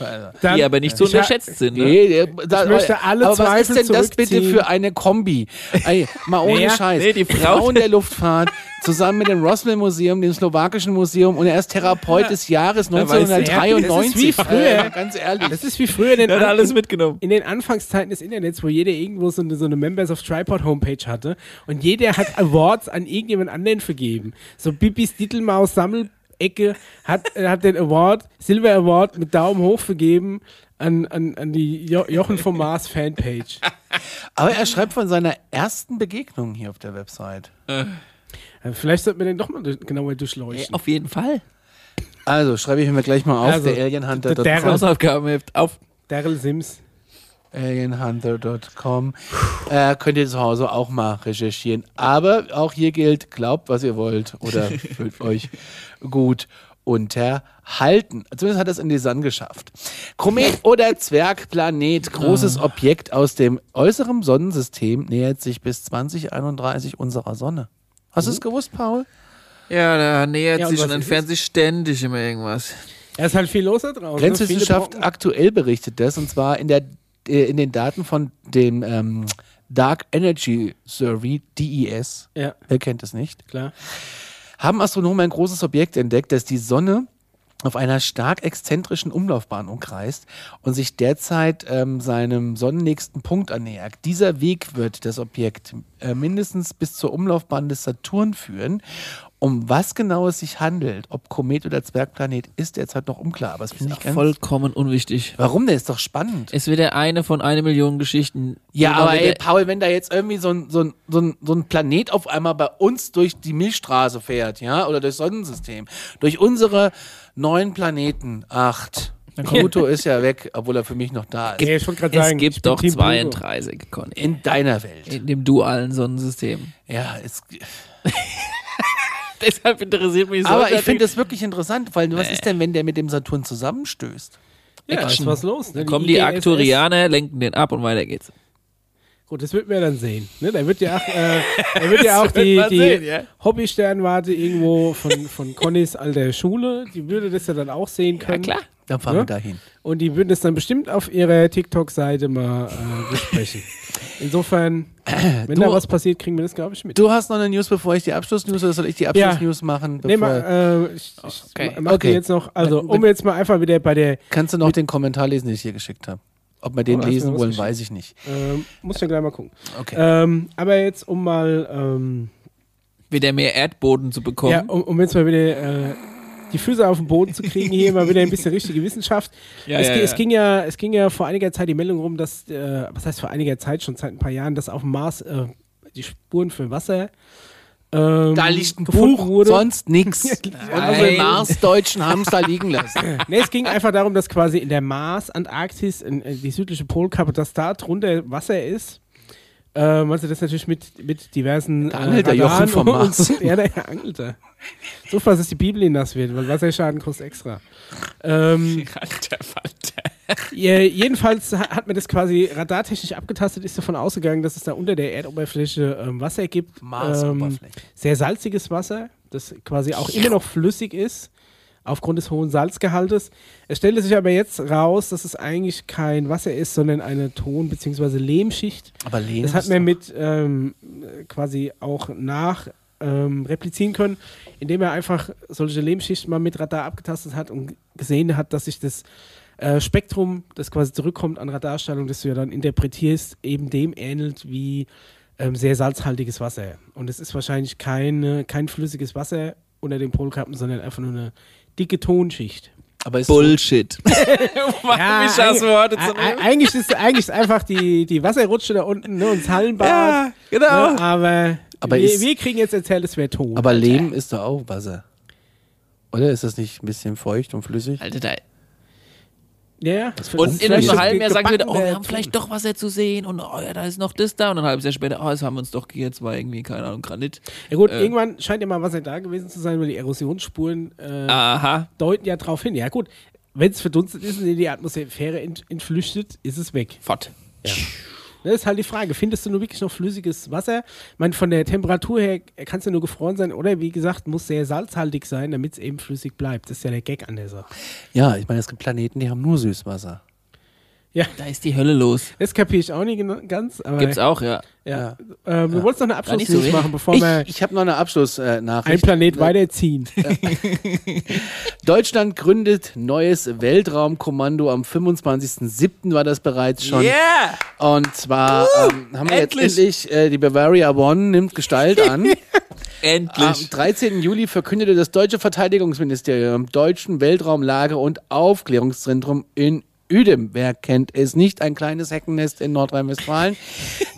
Speaker 3: Dann,
Speaker 5: die aber nicht zu
Speaker 3: Ich ha-
Speaker 5: unterschätzt sind. Ne?
Speaker 4: Nee, der- da- äh,
Speaker 3: möchte alle
Speaker 4: aber was
Speaker 3: Zweifel
Speaker 4: ist denn das bitte
Speaker 3: zurückziehen.
Speaker 4: für eine Kombi? Ey, mal ohne
Speaker 3: Naja,
Speaker 4: Scheiß.
Speaker 5: nee, die Frau-
Speaker 4: Frauen der Luftfahrt zusammen mit dem Roswell Museum, dem slowakischen Museum und er ist Therapeut des Jahres
Speaker 5: weiß er.
Speaker 4: 1993.
Speaker 3: Das ist wie früher.
Speaker 4: Äh, ganz ehrlich.
Speaker 3: Das ist wie früher
Speaker 5: <laughs>
Speaker 3: in den,
Speaker 5: Der hat
Speaker 3: An-
Speaker 5: alles mitgenommen.
Speaker 3: in den Anfangszeiten des Internets, wo jeder irgendwo so eine, so eine Members of Tripod Homepage hatte und jeder
Speaker 5: <laughs>
Speaker 3: hat Awards an irgendjemand anderen vergeben. So Bibis Titelmaus Sammelecke hat, äh, hat den Award, Silver Award mit Daumen hoch vergeben an, an, an die jo Jochen vom Mars Fanpage.
Speaker 4: Aber er schreibt von seiner ersten Begegnung hier auf der Website.
Speaker 3: Äh, Vielleicht sollten wir den doch mal durch, genauer durchleuchten.
Speaker 5: Auf jeden Fall.
Speaker 4: Also schreibe ich mir gleich mal auf,
Speaker 3: Also,
Speaker 4: der
Speaker 3: der-
Speaker 4: alienhunter.com.
Speaker 3: der-
Speaker 5: Hausaufgabenheft auf.
Speaker 3: Daryl Sims.
Speaker 4: alienhunter.com. Äh, könnt ihr zu Hause auch mal recherchieren. Aber auch hier gilt, glaubt, was ihr wollt oder fühlt euch gut unterhalten. Zumindest hat er es in die Sand geschafft. Komet oder Zwergplanet, großes Objekt aus dem äußeren Sonnensystem, nähert sich bis 2031 unserer Sonne. Hast du es gewusst, Paul?
Speaker 5: Ja, da nähert
Speaker 3: Ja, und
Speaker 5: sich und
Speaker 3: was ist
Speaker 5: entfernt sich ständig immer irgendwas.
Speaker 3: Er ist halt viel los da draußen. ne? Viele
Speaker 4: Grenzwissenschaft
Speaker 3: Brocken.
Speaker 4: aktuell berichtet das und zwar in der äh, in den Daten von dem ähm, Dark Energy Survey, DES,
Speaker 3: Ja,
Speaker 4: wer kennt es nicht,
Speaker 3: klar.
Speaker 4: haben Astronomen ein großes Objekt entdeckt, das die Sonne auf einer stark exzentrischen Umlaufbahn umkreist und sich derzeit ähm, seinem sonnennächsten Punkt annähert. Dieser Weg wird das Objekt äh, mindestens bis zur Umlaufbahn des Saturn führen. Um was genau es sich handelt, ob Komet oder Zwergplanet, ist derzeit noch unklar. Aber es finde ich ganz.
Speaker 5: Vollkommen unwichtig.
Speaker 4: Warum denn? Ist doch spannend.
Speaker 5: Ist wieder eine von einer Million Geschichten. Genau,
Speaker 4: Ja,
Speaker 5: Immer
Speaker 4: aber
Speaker 5: wieder-
Speaker 4: ey, Paul, wenn da jetzt irgendwie so ein, so, ein, so, ein, so ein Planet auf einmal bei uns durch die Milchstraße fährt, ja, oder durchs Sonnensystem, durch unsere neun Planeten, acht. Pluto ist ja weg, obwohl er für mich noch da ist.
Speaker 3: Nee, ich wollte gerade
Speaker 5: es
Speaker 3: sagen, ich
Speaker 5: gibt
Speaker 3: bin
Speaker 5: doch
Speaker 3: Team
Speaker 5: 32, Conny.
Speaker 4: In deiner Welt.
Speaker 5: In dem dualen Sonnensystem.
Speaker 4: Ja, es,
Speaker 5: Deshalb interessiert mich so.
Speaker 4: aber ich finde es wirklich interessant, weil was ist denn, wenn der mit dem Saturn zusammenstößt?
Speaker 3: Ja, ist
Speaker 5: Action.
Speaker 3: was los. Ne?
Speaker 5: Dann kommen die
Speaker 3: IGSS.
Speaker 5: Aktorianer, lenken den ab und weiter geht's.
Speaker 3: Gut, das wird wir dann sehen. Ne? Da wird ja auch,
Speaker 5: <laughs>
Speaker 3: äh, da wird ja auch die,
Speaker 5: man
Speaker 3: die
Speaker 5: sehen, ja.
Speaker 3: Hobby-Sternwarte irgendwo von, von Connys alter Schule, die würde das ja dann auch sehen
Speaker 5: Ja,
Speaker 3: können.
Speaker 5: klar.
Speaker 4: Dann fahren
Speaker 3: Ja.
Speaker 4: wir dahin.
Speaker 3: Und die würden das dann bestimmt auf ihrer TikTok-Seite mal äh,
Speaker 5: <laughs>
Speaker 3: besprechen. Insofern, wenn
Speaker 4: Du-
Speaker 3: da was passiert, kriegen wir das, glaube ich, mit.
Speaker 4: Du hast noch eine News, bevor ich die Abschlussnews oder soll ich die Abschlussnews machen?
Speaker 3: Nee,
Speaker 4: bevor-
Speaker 3: mal, äh, ich, ich
Speaker 5: Oh, Okay.
Speaker 3: ma- mach
Speaker 4: Okay.
Speaker 3: die jetzt noch, also
Speaker 4: Wenn-
Speaker 3: um jetzt mal einfach wieder bei der,
Speaker 4: Kannst du noch den Kommentar lesen, den ich dir geschickt habe? Ob wir den
Speaker 3: Oh, hast du mir
Speaker 4: lesen
Speaker 3: was
Speaker 4: wollen,
Speaker 3: geschickt?
Speaker 4: weiß ich nicht.
Speaker 3: ähm, muss ich ja gleich mal gucken.
Speaker 4: Okay.
Speaker 3: Ähm, aber jetzt um mal, ähm,
Speaker 5: Wieder mehr Erdboden zu bekommen. <laughs>
Speaker 3: ja, um, um jetzt mal wieder äh, die Füße auf den Boden zu kriegen, hier mal wieder ein bisschen richtige
Speaker 4: <laughs>
Speaker 3: Wissenschaft.
Speaker 5: Ja,
Speaker 3: es,
Speaker 5: ja,
Speaker 3: gi-
Speaker 5: ja.
Speaker 3: es ging ja, es ging ja vor einiger Zeit die Meldung rum, dass, äh, was heißt vor einiger Zeit, schon seit ein paar Jahren, dass auf dem Mars äh, die Spuren für Wasser ähm,
Speaker 4: Da liegt ein
Speaker 3: gefunden
Speaker 4: Buch,
Speaker 3: wurde.
Speaker 4: sonst <laughs> nichts. Und
Speaker 5: Nein.
Speaker 4: unsere Marsdeutschen haben es da liegen <laughs> lassen.
Speaker 3: Nee, es ging einfach darum, dass quasi in der Mars, Antarktis, in, äh, die südliche Polkappe, dass da drunter Wasser ist. Ähm, also das natürlich mit, mit diversen äh,
Speaker 4: Da angelt der
Speaker 3: Radaren
Speaker 4: Jochen vom
Speaker 3: und-
Speaker 4: Mars.
Speaker 3: <laughs> ja, der angelt er. So fast ist die Bibel in das wird, weil Wasserschaden kostet extra. Ähm,
Speaker 5: Alter Falter.
Speaker 3: ja, jedenfalls ha- hat man das quasi radartechnisch abgetastet, ist davon ausgegangen, dass es da unter der Erdoberfläche ähm, Wasser gibt. Ähm,
Speaker 4: Marsoberfläche.
Speaker 3: sehr salziges Wasser, das quasi auch immer noch flüssig ist, aufgrund des hohen Salzgehaltes. Es stellte sich aber jetzt raus, dass es eigentlich kein Wasser ist, sondern eine Ton- bzw. Lehmschicht.
Speaker 4: Aber Lena,
Speaker 3: Das hat
Speaker 4: ist
Speaker 3: man
Speaker 4: doch-
Speaker 3: mit ähm, quasi auch nach ähm, replizieren können, indem er einfach solche Lehmschichten mal mit Radar abgetastet hat und gesehen hat, dass sich das äh, Spektrum, das quasi zurückkommt an Radarstrahlung, das du ja dann interpretierst, eben dem ähnelt wie ähm, sehr salzhaltiges Wasser. Und es ist wahrscheinlich keine, kein flüssiges Wasser unter den Polkappen, sondern einfach nur eine dicke Tonschicht.
Speaker 4: aber ist
Speaker 5: Bullshit. Mach mich das Wort
Speaker 3: eig-
Speaker 5: zu
Speaker 3: eig- eigentlich ist eigentlich ist einfach die, die Wasserrutsche da unten ne, und das Hallenbad.
Speaker 5: Ja, genau.
Speaker 3: Ne, aber
Speaker 4: Aber
Speaker 3: wir,
Speaker 4: ist-
Speaker 3: wir kriegen jetzt erzählt, es wäre tot.
Speaker 4: aber Lehm ist doch auch Wasser. Oder ist das nicht ein bisschen feucht und flüssig?
Speaker 5: Alter, da.
Speaker 3: ja,
Speaker 5: Und in
Speaker 3: vielleicht
Speaker 5: einem
Speaker 3: ist
Speaker 5: halben Jahr sagen wir,
Speaker 3: gebacken
Speaker 5: oh, wir
Speaker 3: der
Speaker 5: haben vielleicht doch was zu sehen und oh ja, da ist noch das da und ein halbes Jahr später, oh, das haben wir uns doch hier, jetzt war irgendwie, keine Ahnung, Granit.
Speaker 3: Ja gut,
Speaker 5: äh,
Speaker 3: irgendwann scheint ja mal Wasser da gewesen zu sein, weil die Erosionsspuren äh,
Speaker 5: Aha.
Speaker 3: deuten ja drauf hin. Ja gut, wenn es verdunstet ist und in die Atmosphäre ent, entflüchtet, ist es weg.
Speaker 5: Fort.
Speaker 3: Das ist halt die Frage. Findest du nur wirklich noch flüssiges Wasser? Ich meine, von der Temperatur her kann es ja nur gefroren sein oder wie gesagt, muss sehr salzhaltig sein, damit es eben flüssig bleibt. Das ist ja der Gag an der Sache.
Speaker 4: Ja, ich meine, es gibt Planeten, die haben nur Süßwasser.
Speaker 5: Da ist die Hölle los.
Speaker 3: Das kapiere ich auch nicht gena- ganz, aber
Speaker 5: Gibt's auch, ja.
Speaker 3: ja. Äh, wir wollten noch eine
Speaker 5: nicht so
Speaker 3: Abschlussnews
Speaker 5: wenig.
Speaker 3: machen, bevor
Speaker 4: ich
Speaker 3: wir
Speaker 4: ich habe noch eine
Speaker 3: einen
Speaker 4: Abschlussnachricht.
Speaker 3: Planet
Speaker 5: <laughs>
Speaker 3: weiterziehen.
Speaker 4: Deutschland gründet neues Weltraumkommando. Am 25.07. war das bereits schon.
Speaker 5: Yeah!
Speaker 4: Und zwar ähm, haben wir
Speaker 5: endlich.
Speaker 4: jetzt endlich äh, die Bavaria One nimmt Gestalt <laughs> an. Am
Speaker 5: Endlich.
Speaker 4: 13. Juli verkündete das deutsche Verteidigungsministerium im Deutschen Weltraumlager und Aufklärungszentrum in Uedem, wer kennt es nicht, ein kleines Heckennest in Nordrhein-Westfalen,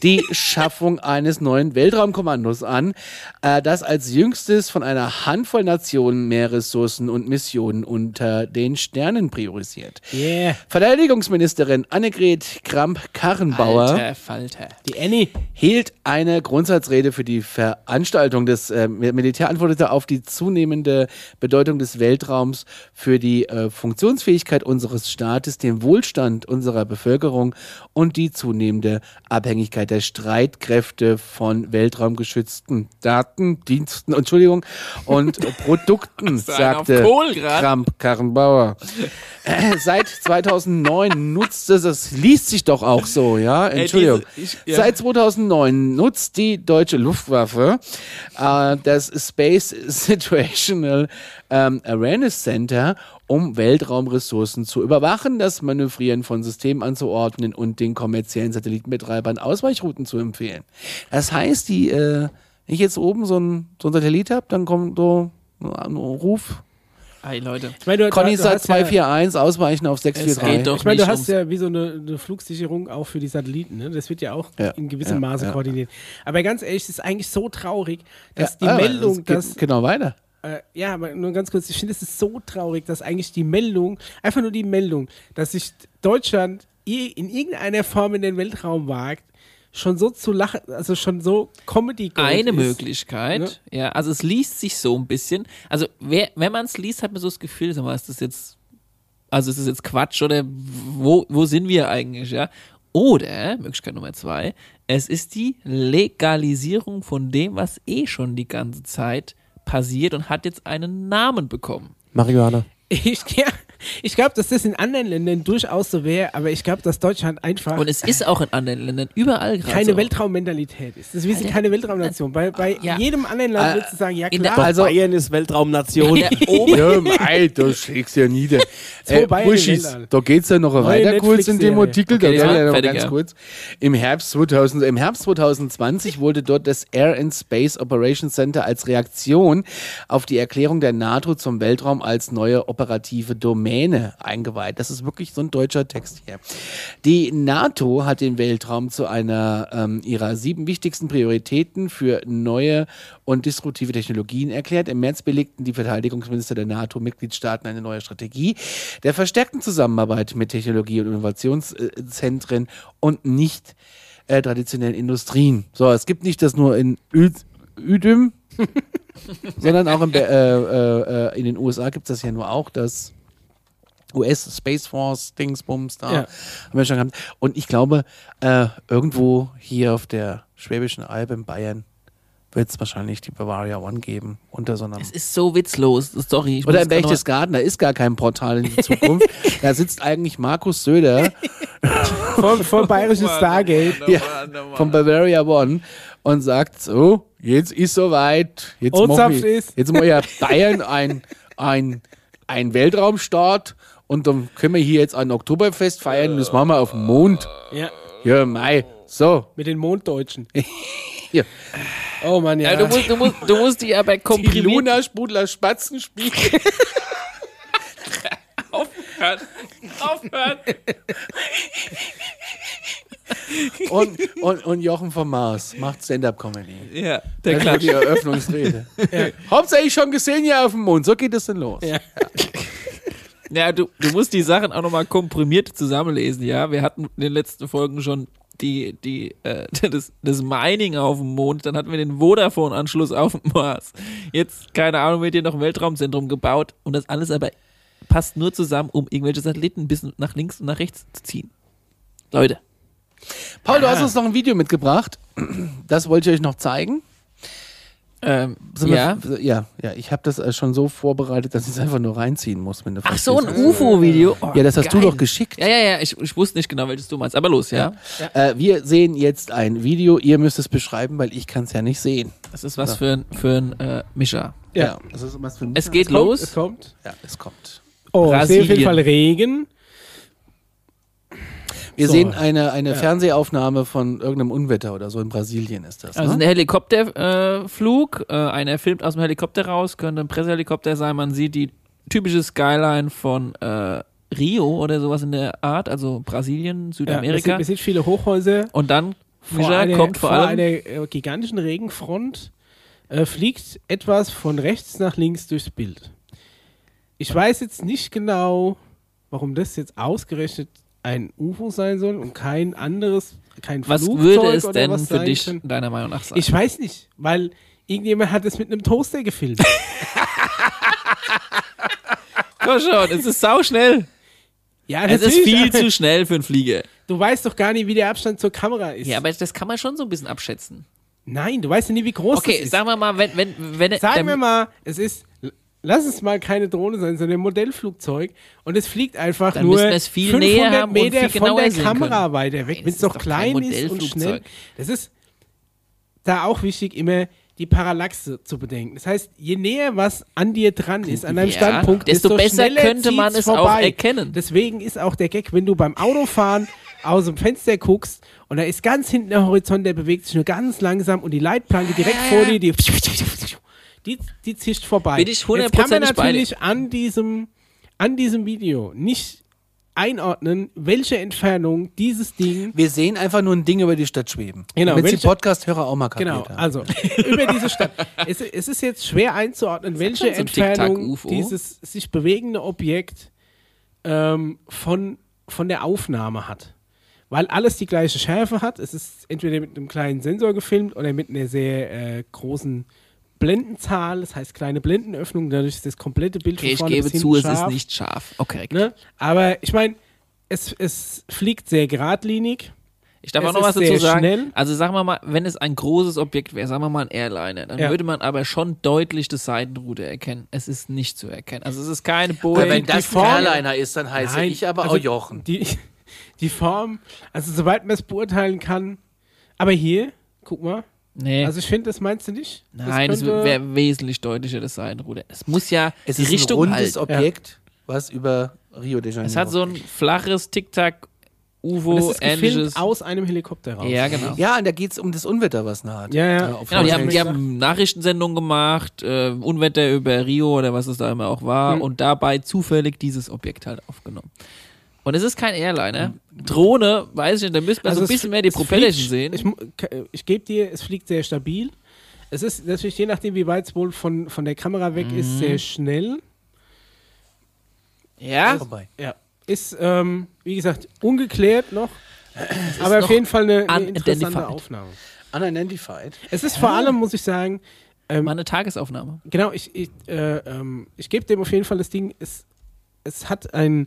Speaker 4: die Schaffung eines neuen Weltraumkommandos an, äh, das als jüngstes von einer Handvoll Nationen mehr Ressourcen und Missionen unter den Sternen priorisiert.
Speaker 5: Äh,
Speaker 3: Yeah.
Speaker 4: Verteidigungsministerin Annegret Kramp-Karrenbauer
Speaker 5: Alter Falter.
Speaker 3: Die Annie.
Speaker 4: hielt eine Grundsatzrede für die Veranstaltung des äh, Militär antwortete auf die zunehmende Bedeutung des Weltraums für die äh, Funktionsfähigkeit unseres Staates, den Wohlstand unserer Bevölkerung und die zunehmende Abhängigkeit der Streitkräfte von weltraumgeschützten Daten, Diensten,
Speaker 5: <laughs>
Speaker 4: Entschuldigung, und Produkten,
Speaker 5: du einen auf
Speaker 4: sagte
Speaker 5: Kohl grad?
Speaker 4: Kramp-Karrenbauer. äh, <laughs> seit 2009 nutzt es, das liest sich doch auch so, ja, Entschuldigung.
Speaker 5: diese- ich- ja.
Speaker 4: Seit 2009 nutzt die deutsche Luftwaffe äh, das Space Situational ähm, Awareness Center, um Weltraumressourcen zu überwachen, das Manövrieren von Systemen anzuordnen und den kommerziellen Satellitenbetreibern Ausweichrouten zu empfehlen. Das heißt, die, äh, wenn ich jetzt oben so einen so einen Satellit habe, dann kommt so ein Ruf,
Speaker 5: Ei, Leute.
Speaker 3: Ich meine, du,
Speaker 4: Conny
Speaker 3: du
Speaker 4: sagt
Speaker 3: hast ja-
Speaker 4: 241, ausweichen auf 643.
Speaker 5: Es geht doch
Speaker 3: Ich meine, du
Speaker 5: nicht
Speaker 3: hast
Speaker 5: ums-
Speaker 3: ja wie so eine, eine Flugsicherung auch für die Satelliten. Ne? Das wird ja auch
Speaker 4: Ja,
Speaker 3: in gewissem
Speaker 4: ja,
Speaker 3: Maße
Speaker 4: ja.
Speaker 3: koordiniert. Aber ganz ehrlich, es ist eigentlich so traurig, dass die
Speaker 4: ah, es
Speaker 3: Meldung,
Speaker 4: geht
Speaker 3: dass <laughs>
Speaker 4: Genau, weiter.
Speaker 3: Äh, ja, aber nur ganz kurz, ich finde es ist so traurig, dass eigentlich die Meldung, einfach nur die Meldung, dass sich Deutschland i- in irgendeiner Form in den Weltraum wagt, schon so zu lachen, also schon so comedy
Speaker 5: Eine
Speaker 4: ne?
Speaker 5: Möglichkeit, ja, also es liest sich so ein bisschen. Also wer, wenn man es liest, hat man so das Gefühl, sag mal, ist das jetzt, also ist das jetzt Quatsch oder wo, wo sind wir eigentlich, ja? Oder, Möglichkeit Nummer zwei, es ist die Legalisierung von dem, was eh schon die ganze Zeit passiert und hat jetzt einen Namen bekommen.
Speaker 6: Marihuana.
Speaker 3: <laughs> Ich, ja, ich glaube, dass das in anderen Ländern durchaus so wäre, aber ich glaube, dass Deutschland einfach
Speaker 5: Und es ist auch in anderen Ländern überall gerade
Speaker 3: keine
Speaker 5: so.
Speaker 3: Weltraummentalität ist. Das ist wie sie
Speaker 5: Alter.
Speaker 3: keine Weltraumnation. Bei, bei
Speaker 5: Ja.
Speaker 3: jedem anderen
Speaker 4: Äh,
Speaker 3: Land würdest du sagen, ja
Speaker 5: in der-
Speaker 3: klar.
Speaker 6: Doch,
Speaker 4: Also-
Speaker 6: Bayern ist Weltraumnation.
Speaker 5: Ja,
Speaker 4: Oben, Alter, schlägst ja
Speaker 3: <laughs>
Speaker 4: nieder. Äh,
Speaker 3: Bayern
Speaker 4: Buschis,
Speaker 3: im Weltall.
Speaker 4: da geht's ja noch weiter kurz in dem
Speaker 3: halt Netflix-Serie.
Speaker 4: Artikel, da
Speaker 5: Okay,
Speaker 4: werden
Speaker 5: ja,
Speaker 4: wir noch
Speaker 5: fertig,
Speaker 4: ganz
Speaker 5: ja.
Speaker 4: kurz. Im Herbst, 2000, Im Herbst 2020 wurde dort das Air and Space Operations Center als Reaktion auf die Erklärung der NATO zum Weltraum als neue operative Domäne eingeweiht. Das ist wirklich so ein deutscher Text hier. Die NATO hat den Weltraum zu einer ähm, ihrer sieben wichtigsten Prioritäten für neue und disruptive Technologien erklärt. Im März belegten die Verteidigungsminister der NATO-Mitgliedstaaten eine neue Strategie der verstärkten Zusammenarbeit mit Technologie- und Innovationszentren und nicht äh, traditionellen Industrien. So, es gibt nicht das nur in Ü Üdüm, sondern auch in, Be- äh, äh, äh, in den USA gibt es das ja nur auch, das US Space Force Dingsbums da.
Speaker 3: Ja.
Speaker 4: Haben wir schon gehabt. Und ich glaube, äh, irgendwo hier auf der Schwäbischen Alb in Bayern wird es wahrscheinlich die Bavaria One geben unter so einem
Speaker 5: Es ist so witzlos, sorry. Ich
Speaker 4: oder
Speaker 5: muss
Speaker 4: in
Speaker 5: grad noch mal-
Speaker 4: Berchtesgaden, da ist gar kein Portal in die
Speaker 5: <laughs>
Speaker 4: Zukunft. da sitzt eigentlich Markus Söder
Speaker 3: Vom, vom bayerischen Stargate.
Speaker 4: ja, von Bavaria One und sagt so, jetzt ist soweit, jetzt
Speaker 3: Und
Speaker 4: machen wir-
Speaker 3: Zapf ist.
Speaker 4: jetzt mal ja Bayern ein, ein, ein Weltraumstaat und dann können wir hier jetzt ein Oktoberfest feiern und das machen wir auf dem Mond.
Speaker 3: Ja,
Speaker 4: Ja, Mai. So,
Speaker 3: mit den Monddeutschen.
Speaker 4: hier.
Speaker 3: Oh Mann, ja.
Speaker 5: Ja, du, musst, du, musst, du musst die aber
Speaker 4: Die
Speaker 5: komprimieren.
Speaker 4: Luna Spudler Spatzenspiel.
Speaker 5: Aufhören. Aufhören.
Speaker 4: <laughs> Und, und, und Jochen vom Mars macht Stand-Up-Comedy.
Speaker 5: Ja,
Speaker 4: Das
Speaker 5: der
Speaker 4: war
Speaker 5: Klatsch.
Speaker 4: die Eröffnungsrede. Hauptsächlich schon gesehen hier auf dem Mond. So geht es denn los.
Speaker 3: Ja.
Speaker 5: Ja, du, du musst die Sachen auch nochmal komprimiert zusammenlesen, ja. Wir hatten in den letzten Folgen schon die, die, äh, <laughs> das, das Mining auf dem Mond, dann hatten wir den Vodafone-Anschluss auf dem Mars. Jetzt, keine Ahnung, wird hier noch ein Weltraumzentrum gebaut und das alles aber passt nur zusammen, um irgendwelche Satelliten ein bisschen nach links und nach rechts zu ziehen. Leute,
Speaker 4: Paul, du hast uns noch ein Video mitgebracht. Das wollte ich euch noch zeigen.
Speaker 5: ähm,
Speaker 4: Sind wir-
Speaker 5: ja.
Speaker 4: ja, ja. Ich habe das äh, schon so vorbereitet, dass ich es einfach nur reinziehen muss. Wenn du
Speaker 5: Ach so, ein
Speaker 4: verstehst, was-
Speaker 5: UFO-Video. Oh,
Speaker 4: Ja, das hast
Speaker 5: geil.
Speaker 4: du doch geschickt.
Speaker 5: Ja, ja, ja, ich, ich wusste nicht genau, welches du meinst, aber los, ja.
Speaker 4: Äh, wir sehen jetzt ein Video. Ihr müsst es beschreiben, weil ich kann es ja nicht sehen.
Speaker 5: Das ist was für ein, für ein äh, Mischer.
Speaker 3: Ja.
Speaker 4: das ist was für ein
Speaker 5: Es geht
Speaker 3: Kommt, Es
Speaker 5: los.
Speaker 3: kommt.
Speaker 4: Ja, es kommt.
Speaker 3: Oh, ich sehe auf jeden
Speaker 5: Brasilien.
Speaker 3: Fall Regen.
Speaker 4: Wir
Speaker 3: So.
Speaker 4: sehen eine, eine Fernsehaufnahme von irgendeinem Unwetter oder so. In Brasilien ist das.
Speaker 5: Also ein
Speaker 4: ne?
Speaker 5: Helikopterflug. Äh, einer filmt aus dem Helikopter raus, könnte ein Pressehelikopter sein. Man sieht die typische Skyline von äh, Rio oder sowas in der Art, also
Speaker 3: Ja,
Speaker 5: Brasilien,
Speaker 3: wir,
Speaker 5: Südamerika.
Speaker 3: sind, wir sind viele Hochhäuser.
Speaker 5: Und dann
Speaker 3: Vor
Speaker 5: Fischer
Speaker 3: einer-
Speaker 5: kommt vor
Speaker 3: vor
Speaker 5: allem.
Speaker 3: einer äh, gigantischen Regenfront äh, fliegt etwas von rechts nach links durchs Bild. Ich weiß jetzt nicht genau, warum das jetzt ausgerechnet ein UFO sein soll und kein anderes, kein
Speaker 5: was
Speaker 3: Flugzeug
Speaker 5: würde es
Speaker 3: oder
Speaker 5: denn
Speaker 3: was
Speaker 5: für
Speaker 3: sein
Speaker 5: dich
Speaker 3: können.
Speaker 5: deiner Meinung nach sein?
Speaker 3: Ich weiß nicht, weil irgendjemand hat es mit einem Toaster
Speaker 5: <laughs>
Speaker 3: gefilmt.
Speaker 5: Komm schon, es ist
Speaker 3: <laughs>
Speaker 5: sau schnell.
Speaker 3: ja,
Speaker 5: Es ist
Speaker 3: natürlich,
Speaker 5: viel
Speaker 3: aber <laughs>
Speaker 5: zu schnell für einen Flieger.
Speaker 3: Du weißt doch gar nicht, wie der Abstand zur Kamera ist.
Speaker 5: Ja, aber das kann man schon so ein bisschen abschätzen.
Speaker 3: Nein, du weißt ja nie, wie groß das
Speaker 5: Okay,
Speaker 3: ist.
Speaker 5: sagen wir mal, wenn wenn wenn
Speaker 3: Sagen
Speaker 5: der-
Speaker 3: wir mal, es ist lass es mal keine Drohne sein, sondern ein Modellflugzeug und es fliegt einfach
Speaker 5: Dann
Speaker 3: nur
Speaker 5: müssen wir es viel
Speaker 3: 500
Speaker 5: näher haben und
Speaker 3: Meter
Speaker 5: viel
Speaker 3: von
Speaker 5: genauer
Speaker 3: der
Speaker 5: sehen
Speaker 3: Kamera
Speaker 5: können.
Speaker 3: weiter weg,
Speaker 5: Nein,
Speaker 3: wenn
Speaker 5: das
Speaker 3: es
Speaker 5: ist
Speaker 3: doch
Speaker 5: doch
Speaker 3: klein
Speaker 5: kein
Speaker 3: ist und
Speaker 5: Modellflugzeug.
Speaker 3: schnell. Das ist da auch wichtig, immer die Parallaxe zu bedenken. Das heißt, je näher was an dir dran ist, an deinem
Speaker 5: Ja,
Speaker 3: Standpunkt,
Speaker 5: desto besser
Speaker 3: schneller
Speaker 5: könnte man
Speaker 3: zieht's
Speaker 5: es auch
Speaker 3: vorbei.
Speaker 5: erkennen.
Speaker 3: Deswegen ist auch der Gag, wenn du beim Autofahren aus dem Fenster guckst und da ist ganz hinten der Horizont, der bewegt sich nur ganz langsam und die Leitplanke direkt vor dir, die,
Speaker 5: <laughs>
Speaker 3: die, die zischt vorbei.
Speaker 5: Bin ich
Speaker 3: Jetzt kann man
Speaker 5: hundertprozentig bei dir.
Speaker 3: natürlich an diesem, an diesem Video nicht einordnen, welche Entfernung dieses Ding
Speaker 4: Wir sehen einfach nur ein Ding über die Stadt schweben.
Speaker 3: Genau,
Speaker 4: Damit die
Speaker 3: welche-
Speaker 4: Podcast-Hörer auch mal
Speaker 3: Genau,
Speaker 4: kapiert haben.
Speaker 3: also über diese Stadt. <laughs> Es, es ist jetzt schwer einzuordnen, welche
Speaker 5: denn so ein
Speaker 3: Entfernung
Speaker 5: Tic-Tac-UFO?
Speaker 3: dieses sich bewegende Objekt ähm, von, von der Aufnahme hat. Weil alles die gleiche Schärfe hat. Es ist entweder mit einem kleinen Sensor gefilmt oder mit einer sehr äh, großen Blendenzahl. Das heißt kleine Blendenöffnung. Dadurch ist das komplette Bild
Speaker 5: Okay,
Speaker 3: von
Speaker 5: ich
Speaker 3: vorne
Speaker 5: gebe
Speaker 3: bis hinten
Speaker 5: zu, es ist
Speaker 3: scharf.
Speaker 5: nicht scharf. Okay.
Speaker 3: Ne? Aber ich meine, es, es fliegt sehr geradlinig.
Speaker 5: Ich darf
Speaker 3: Es
Speaker 5: auch noch
Speaker 3: ist
Speaker 5: was dazu
Speaker 3: sehr
Speaker 5: sagen.
Speaker 3: schnell.
Speaker 5: Also sagen wir mal, wenn es ein großes Objekt wäre, sagen wir mal ein Airliner, dann
Speaker 3: Ja.
Speaker 5: würde man aber schon deutlich das Seitenruder erkennen. Es ist nicht zu erkennen. Also es ist keine
Speaker 4: Aber
Speaker 5: Boeing.
Speaker 4: wenn
Speaker 3: die
Speaker 4: das
Speaker 3: Form-
Speaker 4: ein Airliner ist, dann heiße
Speaker 3: Nein,
Speaker 4: ich aber
Speaker 3: also
Speaker 4: auch Jochen.
Speaker 3: Die, die Form, also soweit man es beurteilen kann. Aber hier, guck mal.
Speaker 5: Nee,
Speaker 3: Also ich finde, das meinst du nicht?
Speaker 5: nein, es
Speaker 3: könnte-
Speaker 5: wäre wesentlich deutlicher das Seitenruder. Es muss ja
Speaker 4: Es
Speaker 5: die
Speaker 4: ist
Speaker 5: Richtung
Speaker 4: ein rundes
Speaker 5: halten.
Speaker 4: Objekt, was über Rio de Janeiro.
Speaker 5: Es hat so ein flaches Tic-Tac
Speaker 3: Und es ist
Speaker 5: UFO-ähnliches.
Speaker 3: gefilmt aus einem Helikopter raus.
Speaker 5: Ja, genau.
Speaker 4: ja, und da geht es um das Unwetter, was nahe hat.
Speaker 3: Ja, ja.
Speaker 4: auf
Speaker 5: Genau,
Speaker 4: Hawaii.
Speaker 5: die haben, die haben Nachrichtensendungen gemacht, äh, Unwetter über Rio oder was es da immer auch war
Speaker 3: Mhm.
Speaker 5: und dabei zufällig dieses Objekt halt aufgenommen. Und es ist kein Airliner. Drohne, weiß ich nicht, da müsste man so ein
Speaker 3: Hm. Also es-
Speaker 5: bisschen mehr die
Speaker 3: es
Speaker 5: Propellerchen
Speaker 3: fliegt-
Speaker 5: sehen.
Speaker 3: Ich, mu- k- ich gebe dir, es fliegt sehr stabil. Es ist natürlich, je nachdem, wie weit es wohl von, von der Kamera weg ist, sehr schnell.
Speaker 5: ja,
Speaker 4: Vorbei.
Speaker 3: Ja. Ist, ähm, wie gesagt, ungeklärt noch. Aber auf jeden Fall eine, eine interessante
Speaker 5: unidentified.
Speaker 3: Aufnahme.
Speaker 4: Unidentified.
Speaker 3: Es ist vor allem, muss ich sagen, ähm,
Speaker 5: mal eine Tagesaufnahme.
Speaker 3: Genau, ich, ich, äh, ähm, ich gebe dem auf jeden Fall das Ding, es, es hat ein.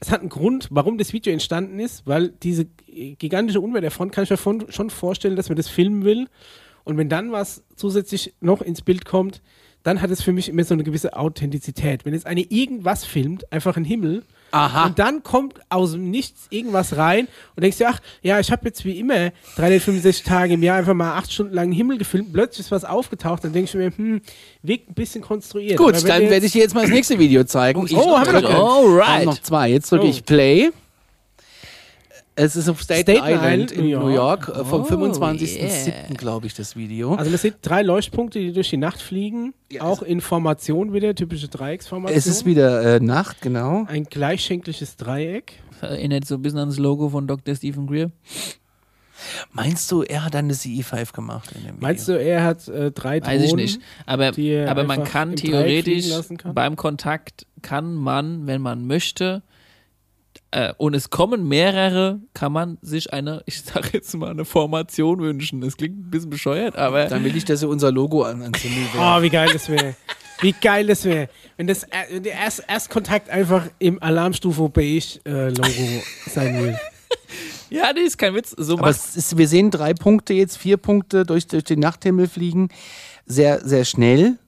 Speaker 3: Es hat einen Grund, warum das Video entstanden ist, weil diese äh, gigantische Unwetterfront kann ich mir von, schon vorstellen, dass man das filmen will. Und wenn dann was zusätzlich noch ins Bild kommt, dann hat es für mich immer so eine gewisse Authentizität. Wenn jetzt eine irgendwas filmt, einfach einen Himmel,
Speaker 4: Aha.
Speaker 3: und dann kommt aus dem Nichts irgendwas rein und denkst dir, ach, ja, ich habe jetzt wie immer 365 Tage im Jahr einfach mal acht Stunden lang den Himmel gefilmt, plötzlich ist was aufgetaucht, dann denke ich mir, hm, wirkt ein bisschen konstruiert.
Speaker 4: Gut,
Speaker 3: Aber wenn
Speaker 4: dann
Speaker 3: wir
Speaker 4: werde ich dir jetzt mal das nächste Video zeigen. Ich-
Speaker 3: oh, haben wir noch
Speaker 4: Haben noch
Speaker 5: Alright.
Speaker 4: zwei. Jetzt drücke
Speaker 3: Oh.
Speaker 4: ich Play. Es ist auf Staten,
Speaker 3: Staten Island,
Speaker 4: Island in New
Speaker 3: New
Speaker 4: York, äh, vom
Speaker 5: Oh,
Speaker 4: 25.07.
Speaker 5: yeah.
Speaker 4: glaube ich, das Video.
Speaker 3: Also man sieht drei Leuchtpunkte, die durch die Nacht fliegen,
Speaker 4: Ja,
Speaker 3: auch
Speaker 4: also-
Speaker 3: in Formation wieder, typische Dreiecksformation.
Speaker 4: es ist wieder äh, Nacht, genau.
Speaker 3: ein gleichschenkliches Dreieck.
Speaker 5: Erinnert so ein bisschen an das Logo von Dr. Stephen Greer.
Speaker 4: Meinst du, er hat dann eine CE5 gemacht in dem Video?
Speaker 3: Meinst du, er hat äh, drei Drohnen?
Speaker 5: Weiß ich nicht. Aber,
Speaker 3: die er
Speaker 5: aber man
Speaker 3: einfach
Speaker 5: kann
Speaker 3: im Dreieck fliegen
Speaker 5: theoretisch
Speaker 3: lassen kann?
Speaker 5: beim Kontakt kann man, wenn man möchte, äh, und es kommen mehrere, kann man sich eine, <laughs> ich sage jetzt mal, eine Formation wünschen. Das klingt ein bisschen bescheuert, aber
Speaker 4: Dann will ich, dass er unser Logo an, ans Himmel
Speaker 3: Oh,
Speaker 4: werfen.
Speaker 3: wie geil das wäre. Wie geil das wäre, wenn, das, er- wenn der Erst, Erstkontakt einfach im Alarmstufe E Beige-Logo äh, sein will.
Speaker 5: ja, das ist kein Witz. So
Speaker 4: Aber
Speaker 5: macht
Speaker 4: es ist, wir sehen drei Punkte jetzt, vier Punkte durch, durch den Nachthimmel fliegen. Sehr, sehr schnell.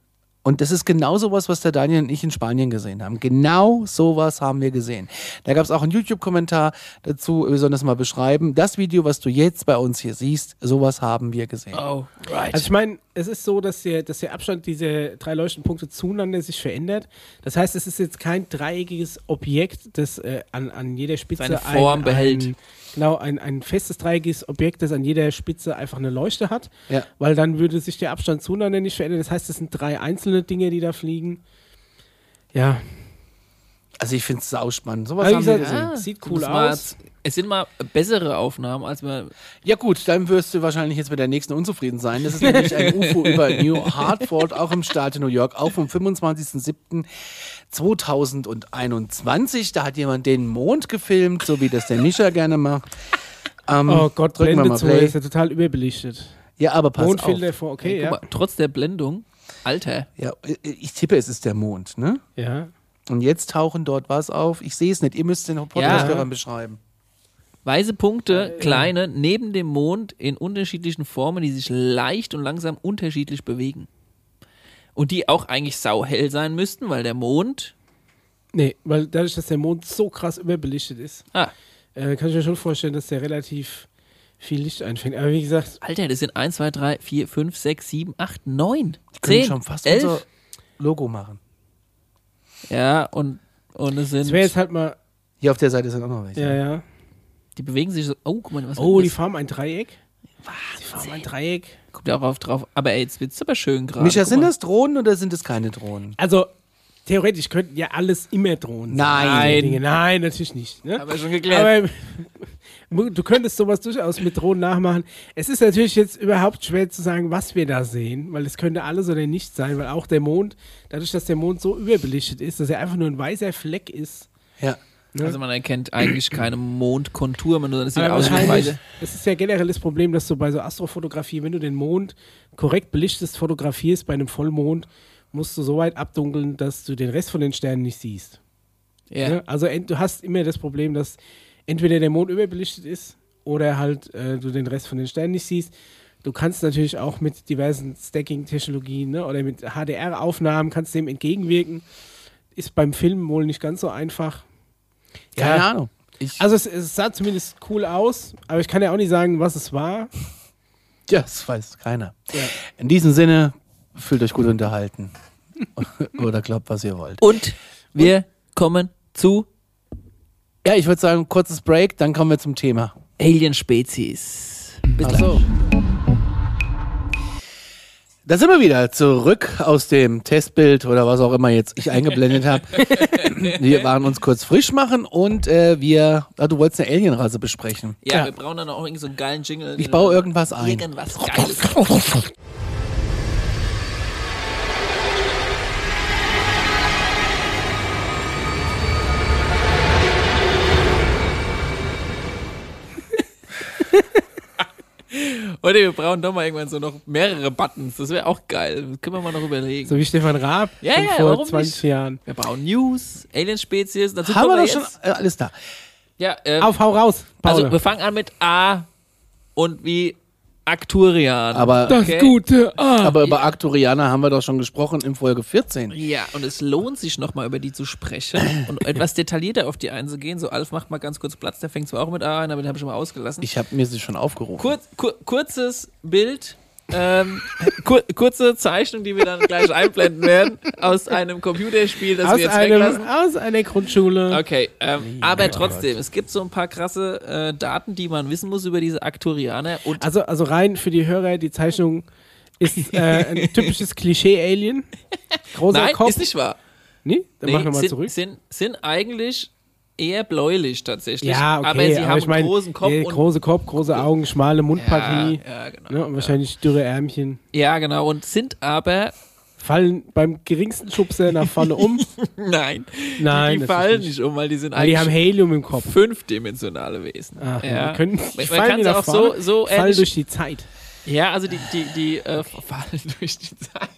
Speaker 4: Und das ist genau sowas, was der Daniel und ich in Spanien gesehen haben. Genau sowas haben wir gesehen. Da gab es auch einen YouTube-Kommentar dazu. Wir sollen das mal beschreiben. Das Video, was du jetzt bei uns hier siehst, sowas haben wir gesehen.
Speaker 5: Oh, right.
Speaker 3: Also ich meine, es ist so, dass der, dass der Abstand dieser drei Leuchtenpunkte zueinander sich verändert. Das heißt, es ist jetzt kein dreieckiges Objekt, das äh, an, an jeder Spitze
Speaker 5: Seine Form
Speaker 3: ein,
Speaker 5: behält.
Speaker 3: Ein, genau, ein, ein festes dreieckiges Objekt, das an jeder Spitze einfach eine Leuchte hat.
Speaker 4: Ja.
Speaker 3: Weil dann würde sich der Abstand zueinander nicht verändern. Das heißt, es sind drei einzelne Dinge, die da fliegen. Ja,
Speaker 4: Also ich finde es sauspannend. Sowas
Speaker 3: also wie
Speaker 4: haben wir
Speaker 3: gesagt,
Speaker 4: gesehen.
Speaker 3: sieht
Speaker 5: Das
Speaker 3: cool
Speaker 5: war-
Speaker 3: aus.
Speaker 5: Es sind mal bessere Aufnahmen, als man.
Speaker 4: Ja gut, dann wirst du wahrscheinlich jetzt mit der nächsten unzufrieden sein. Das ist nämlich
Speaker 3: <laughs>
Speaker 4: ein UFO über New Hartford, auch im Staate New York, auch vom 25.07.2021. Da hat jemand den Mond gefilmt, so wie das der Mischa gerne macht. Ähm,
Speaker 3: Oh Gott,
Speaker 4: drücken wir
Speaker 3: Blende
Speaker 4: mal
Speaker 3: zu, er
Speaker 4: Play.
Speaker 3: ist ja total überbelichtet.
Speaker 4: Ja, aber pass
Speaker 3: Mondfilter
Speaker 4: auf.
Speaker 3: vor, okay,
Speaker 5: Guck
Speaker 3: ja.
Speaker 5: mal, trotz der Blendung, Alter.
Speaker 4: Ja, ich tippe, es ist der Mond, ne?
Speaker 3: ja.
Speaker 4: Und jetzt tauchen dort was auf. Ich sehe es nicht. Ihr müsst den Podcast-Hörern
Speaker 5: Ja.
Speaker 4: beschreiben.
Speaker 5: Weiße
Speaker 4: Äh,
Speaker 5: Punkte, kleine, neben dem Mond in unterschiedlichen Formen, die sich leicht und langsam unterschiedlich bewegen. und die auch eigentlich sauhell sein müssten, weil der Mond.
Speaker 3: Nee, weil dadurch, dass der Mond so krass überbelichtet ist,
Speaker 5: Ah,
Speaker 3: äh, kann ich mir schon vorstellen, dass der relativ viel Licht einfängt. Aber wie gesagt,
Speaker 5: Alter, das sind 1, 2, 3, 4, 5, 6, 7, 8, 9,
Speaker 4: Können
Speaker 5: 10,
Speaker 4: schon fast
Speaker 5: 11.
Speaker 4: unser Logo machen.
Speaker 5: Ja, und, und es
Speaker 3: es wäre
Speaker 5: sind.
Speaker 3: jetzt halt mal.
Speaker 4: Hier auf der Seite sind auch noch welche.
Speaker 3: Ja, ja.
Speaker 5: Die bewegen sich so. Oh, guck mal, was
Speaker 3: Oh, die
Speaker 5: das?
Speaker 3: Farm ein Dreieck? Die Farm ein Dreieck?
Speaker 5: Guckt auch auf drauf. Aber ey, jetzt wird's aber schön gerade.
Speaker 3: Ah,
Speaker 4: Micha,
Speaker 5: Guck
Speaker 4: sind
Speaker 5: mal.
Speaker 4: das Drohnen oder sind es keine Drohnen?
Speaker 3: Also, theoretisch könnten ja alles immer drohen.
Speaker 4: Nein.
Speaker 3: Nein, Dinge. Nein natürlich nicht. Ne?
Speaker 5: Haben wir schon
Speaker 3: Aber
Speaker 5: geklärt.
Speaker 3: mu- <laughs> du könntest sowas durchaus mit Drohnen nachmachen. Es ist natürlich jetzt überhaupt schwer zu sagen, was wir da sehen, weil es könnte alles oder nichts sein, weil auch der Mond, dadurch, dass der Mond so überbelichtet ist, dass er einfach nur ein weißer Fleck ist.
Speaker 4: Ja.
Speaker 5: also man erkennt eigentlich keine Mondkontur, man nur das sieht
Speaker 3: Aber
Speaker 5: aus wie eine
Speaker 3: wahrscheinlich,
Speaker 5: Weide.
Speaker 3: es ist ja generell das Problem, dass du bei so Astrofotografie, wenn du den Mond korrekt belichtest, fotografierst bei einem Vollmond, musst du so weit abdunkeln, dass du den Rest von den Sternen nicht siehst.
Speaker 5: Ja.
Speaker 3: Ne? Also ent- du hast immer das Problem, dass entweder der Mond überbelichtet ist oder halt äh, du den Rest von den Sternen nicht siehst. Du kannst natürlich auch mit diversen Stacking-Technologien ne, oder mit HDR-Aufnahmen kannst dem entgegenwirken. Ist beim Film wohl nicht ganz so einfach.
Speaker 4: Keine
Speaker 3: Ja.
Speaker 4: Ahnung.
Speaker 5: Ich,
Speaker 3: Also es, es sah zumindest cool aus, aber ich kann ja auch nicht sagen, was es war.
Speaker 4: Ja, das weiß keiner.
Speaker 3: Ja.
Speaker 4: In diesem Sinne, fühlt euch gut
Speaker 5: <laughs>
Speaker 4: unterhalten. oder glaubt, was ihr wollt.
Speaker 5: und wir kommen zu
Speaker 4: Ja, ich würde sagen, kurzes Break, dann kommen wir zum Thema.
Speaker 5: Alien-Spezies. Bis gleich.
Speaker 4: so. Da sind wir wieder zurück aus dem Testbild oder was auch immer jetzt ich eingeblendet habe.
Speaker 5: <laughs>
Speaker 4: wir waren uns kurz frisch machen und äh, wir. Ah, du wolltest eine Alienrasse besprechen.
Speaker 5: Ja, wir brauchen dann auch irgend so einen geilen Jingle. Äh,
Speaker 4: Ich baue irgendwas ein.
Speaker 5: Irgendwas Geiles. <laughs> Oder wir brauchen doch mal irgendwann so noch mehrere Buttons. Das wäre auch geil. Können wir mal noch überlegen.
Speaker 3: So wie Stefan Raab
Speaker 5: Ja,
Speaker 3: schon
Speaker 5: ja,
Speaker 3: vor
Speaker 5: warum
Speaker 3: 20
Speaker 5: nicht?
Speaker 3: Jahren.
Speaker 5: Wir brauchen News, Alien-Spezies. Dazu
Speaker 4: Haben wir
Speaker 5: kommen
Speaker 4: doch
Speaker 5: wir
Speaker 4: schon
Speaker 5: jetzt-
Speaker 4: äh, alles da.
Speaker 5: Ja, ähm,
Speaker 3: Auf, hau raus, Paul.
Speaker 5: also wir fangen an mit A und wie Arcturian.
Speaker 4: Aber,
Speaker 3: das
Speaker 5: okay.
Speaker 3: Gute. Ah.
Speaker 4: aber über Arcturianer haben wir doch schon gesprochen in Folge 14.
Speaker 5: Ja, und es lohnt sich nochmal über die zu sprechen
Speaker 4: <clears throat>
Speaker 5: und etwas detaillierter auf die einzugehen. So, Alf macht mal ganz kurz Platz, der fängt zwar auch mit A ein, aber den habe ich schon mal ausgelassen.
Speaker 4: Ich habe mir sie schon aufgerufen.
Speaker 5: Kurz, kur, kurzes Bild, ähm, <laughs> kur, kurze Zeichnung, die wir dann gleich einblenden werden, aus einem Computerspiel, das
Speaker 3: Aus,
Speaker 5: wir jetzt
Speaker 3: einem,
Speaker 5: weglassen.
Speaker 3: aus einer Grundschule.
Speaker 5: Okay, ähm, aber trotzdem, es gibt so ein paar krasse äh, Daten, die man wissen muss über diese Arcturianer und
Speaker 3: Also, also rein für die Hörer, die Zeichnung
Speaker 5: <laughs>
Speaker 3: ist äh, ein typisches Klischee-Alien. Großer
Speaker 5: Nein,
Speaker 3: Kopf.
Speaker 5: ist nicht wahr.
Speaker 3: nee, dann mach nochmal
Speaker 5: sind,
Speaker 3: zurück.
Speaker 5: Sind, sind eigentlich eher bläulich tatsächlich.
Speaker 3: ja, okay,
Speaker 5: aber sie haben
Speaker 3: ich mein,
Speaker 5: einen großen Kopf
Speaker 3: der
Speaker 5: und
Speaker 3: große Kopf, große Augen, schmale Mundpartie
Speaker 5: Ja, ja, genau.
Speaker 3: ne, und wahrscheinlich dürre Ärmchen.
Speaker 5: Ja, genau. Und sind aber. <laughs>
Speaker 3: Fallen beim geringsten Schubser nach vorne um.
Speaker 5: Nein.
Speaker 3: Nein,
Speaker 5: Die
Speaker 3: das
Speaker 5: fallen
Speaker 3: ist
Speaker 5: nicht um, weil die sind
Speaker 3: Weil die
Speaker 5: eigentlich
Speaker 3: haben Helium im Kopf.
Speaker 5: fünfdimensionale Wesen.
Speaker 3: Ach,
Speaker 5: ja.
Speaker 3: ja. Können, die
Speaker 5: man
Speaker 3: fallen
Speaker 5: kann
Speaker 3: wieder
Speaker 5: auch
Speaker 3: nach vorne,
Speaker 5: so, so
Speaker 3: fallen
Speaker 5: ähnlich.
Speaker 3: durch die Zeit.
Speaker 5: ja, also die, die, die äh, <laughs> fallen durch die Zeit.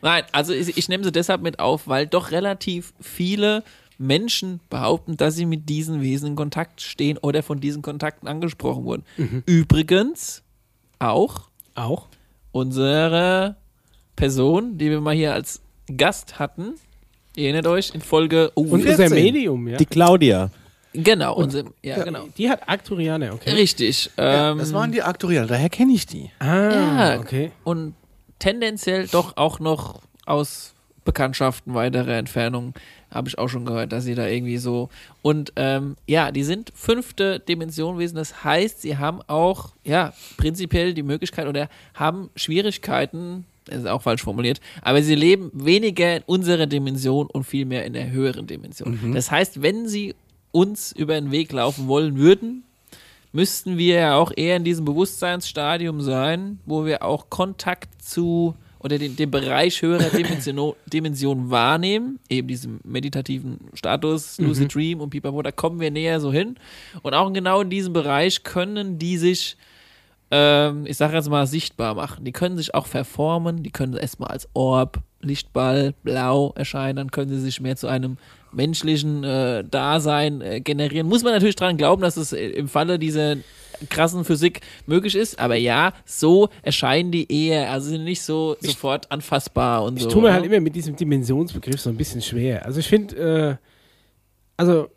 Speaker 5: Nein, also ich, ich nehme sie deshalb mit auf, weil doch relativ viele Menschen behaupten, dass sie mit diesen Wesen in Kontakt stehen oder von diesen Kontakten angesprochen wurden.
Speaker 3: Mhm.
Speaker 5: Übrigens auch
Speaker 3: Auch?
Speaker 5: unsere Person, die wir mal hier als Gast hatten. Ihr erinnert euch in Folge. Oh,
Speaker 3: Und
Speaker 4: 14.
Speaker 3: unser Medium, ja.
Speaker 6: Die Claudia.
Speaker 5: genau, unsere, ja, genau.
Speaker 3: Die hat Arcturianer, okay.
Speaker 5: Richtig. Ähm,
Speaker 4: Das waren die Arcturianer, daher kenne ich die.
Speaker 3: Ah,
Speaker 5: ja,
Speaker 3: okay.
Speaker 5: Und tendenziell doch auch noch aus Bekanntschaften weiterer Entfernung habe ich auch schon gehört, dass sie da irgendwie so. Und ähm, ja, die sind fünfte Dimension Wesen. Das heißt, sie haben auch, ja, prinzipiell die Möglichkeit oder haben Schwierigkeiten, das ist auch falsch formuliert, aber sie leben weniger in unserer Dimension und viel mehr in der höheren Dimension.
Speaker 3: Mhm.
Speaker 5: Das heißt, wenn sie uns über den Weg laufen wollen würden, müssten wir ja auch eher in diesem Bewusstseinsstadium sein, wo wir auch Kontakt zu oder den, den Bereich höherer Dimension, Dimension wahrnehmen, eben diesem meditativen Status, Lucid Dream und Pipapo, da kommen wir näher so hin. Und auch genau in diesem Bereich können die sich, ähm, ich sage jetzt mal, sichtbar machen. Die können sich auch verformen, die können erstmal als Orb, Lichtball, Blau erscheinen, dann können sie sich mehr zu einem menschlichen äh, Dasein äh, generieren. Muss man natürlich daran glauben, dass es äh, im Falle dieser krassen Physik möglich ist. Aber ja, so erscheinen die eher. Also sind nicht so sofort anfassbar und
Speaker 3: Ich
Speaker 5: so.
Speaker 3: tue mir
Speaker 5: ne?
Speaker 3: halt immer mit diesem Dimensionsbegriff so ein bisschen schwer. Also ich finde, äh, also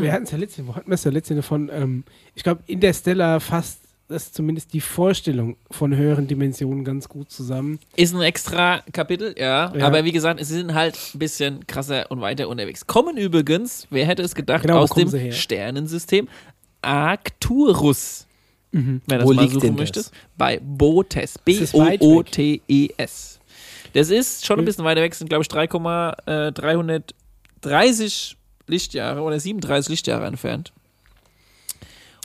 Speaker 3: wir hatten es ja letzte, wo hatten wir es ja letzte davon? Ähm, ich glaube, Interstellar fasst das zumindest die Vorstellung von höheren Dimensionen ganz gut zusammen.
Speaker 5: Ist ein extra Kapitel, ja.
Speaker 3: Ja.
Speaker 5: Aber wie gesagt, sie sind halt ein bisschen krasser und weiter unterwegs. Kommen übrigens, wer hätte es gedacht,
Speaker 3: Genau, wo
Speaker 5: aus
Speaker 3: kommen
Speaker 5: dem
Speaker 3: sie her?
Speaker 5: Sternensystem Arcturus. Wenn du
Speaker 4: Wo
Speaker 5: das mal
Speaker 4: liegt denn
Speaker 5: suchen
Speaker 4: das?
Speaker 5: möchtest. Bei Botes.
Speaker 3: Mhm. ist weit weg. Hm.
Speaker 5: B-O-O-T-E-S. E Das ist schon ein bisschen weiter weg, sind glaube ich 3,330 Lichtjahre oder 37 Lichtjahre entfernt.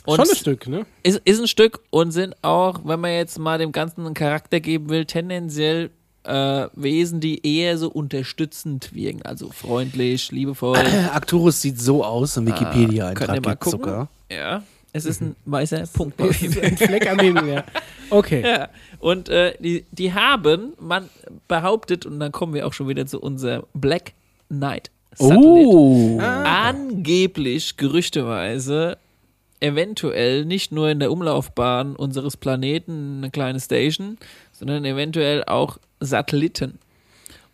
Speaker 5: Und
Speaker 3: Schon ein Stück, ne?
Speaker 5: ist, ist ein Stück und sind auch, wenn man jetzt mal dem Ganzen einen Charakter geben will, tendenziell äh, Wesen, die eher so unterstützend wirken, also freundlich,
Speaker 4: <coughs>
Speaker 5: liebevoll.
Speaker 4: Äh, Arcturus sieht so aus im
Speaker 5: Könnt ihr
Speaker 4: Wikipedia-Eintrag
Speaker 5: Ah, mal
Speaker 4: gibt's
Speaker 5: gucken.
Speaker 4: sogar.
Speaker 5: Ja, es ist ein weißer Punkt. bei
Speaker 3: Das
Speaker 5: ihm.
Speaker 3: ist <laughs> ein Fleck am Himmel, ja. Okay.
Speaker 5: Ja, und äh, die, die haben, man behauptet, und dann kommen wir auch schon wieder zu unserem Black Knight Satellit.
Speaker 4: Oh,
Speaker 5: Angeblich, gerüchteweise, eventuell nicht nur in der Umlaufbahn unseres Planeten eine kleine Station, sondern eventuell auch Satelliten.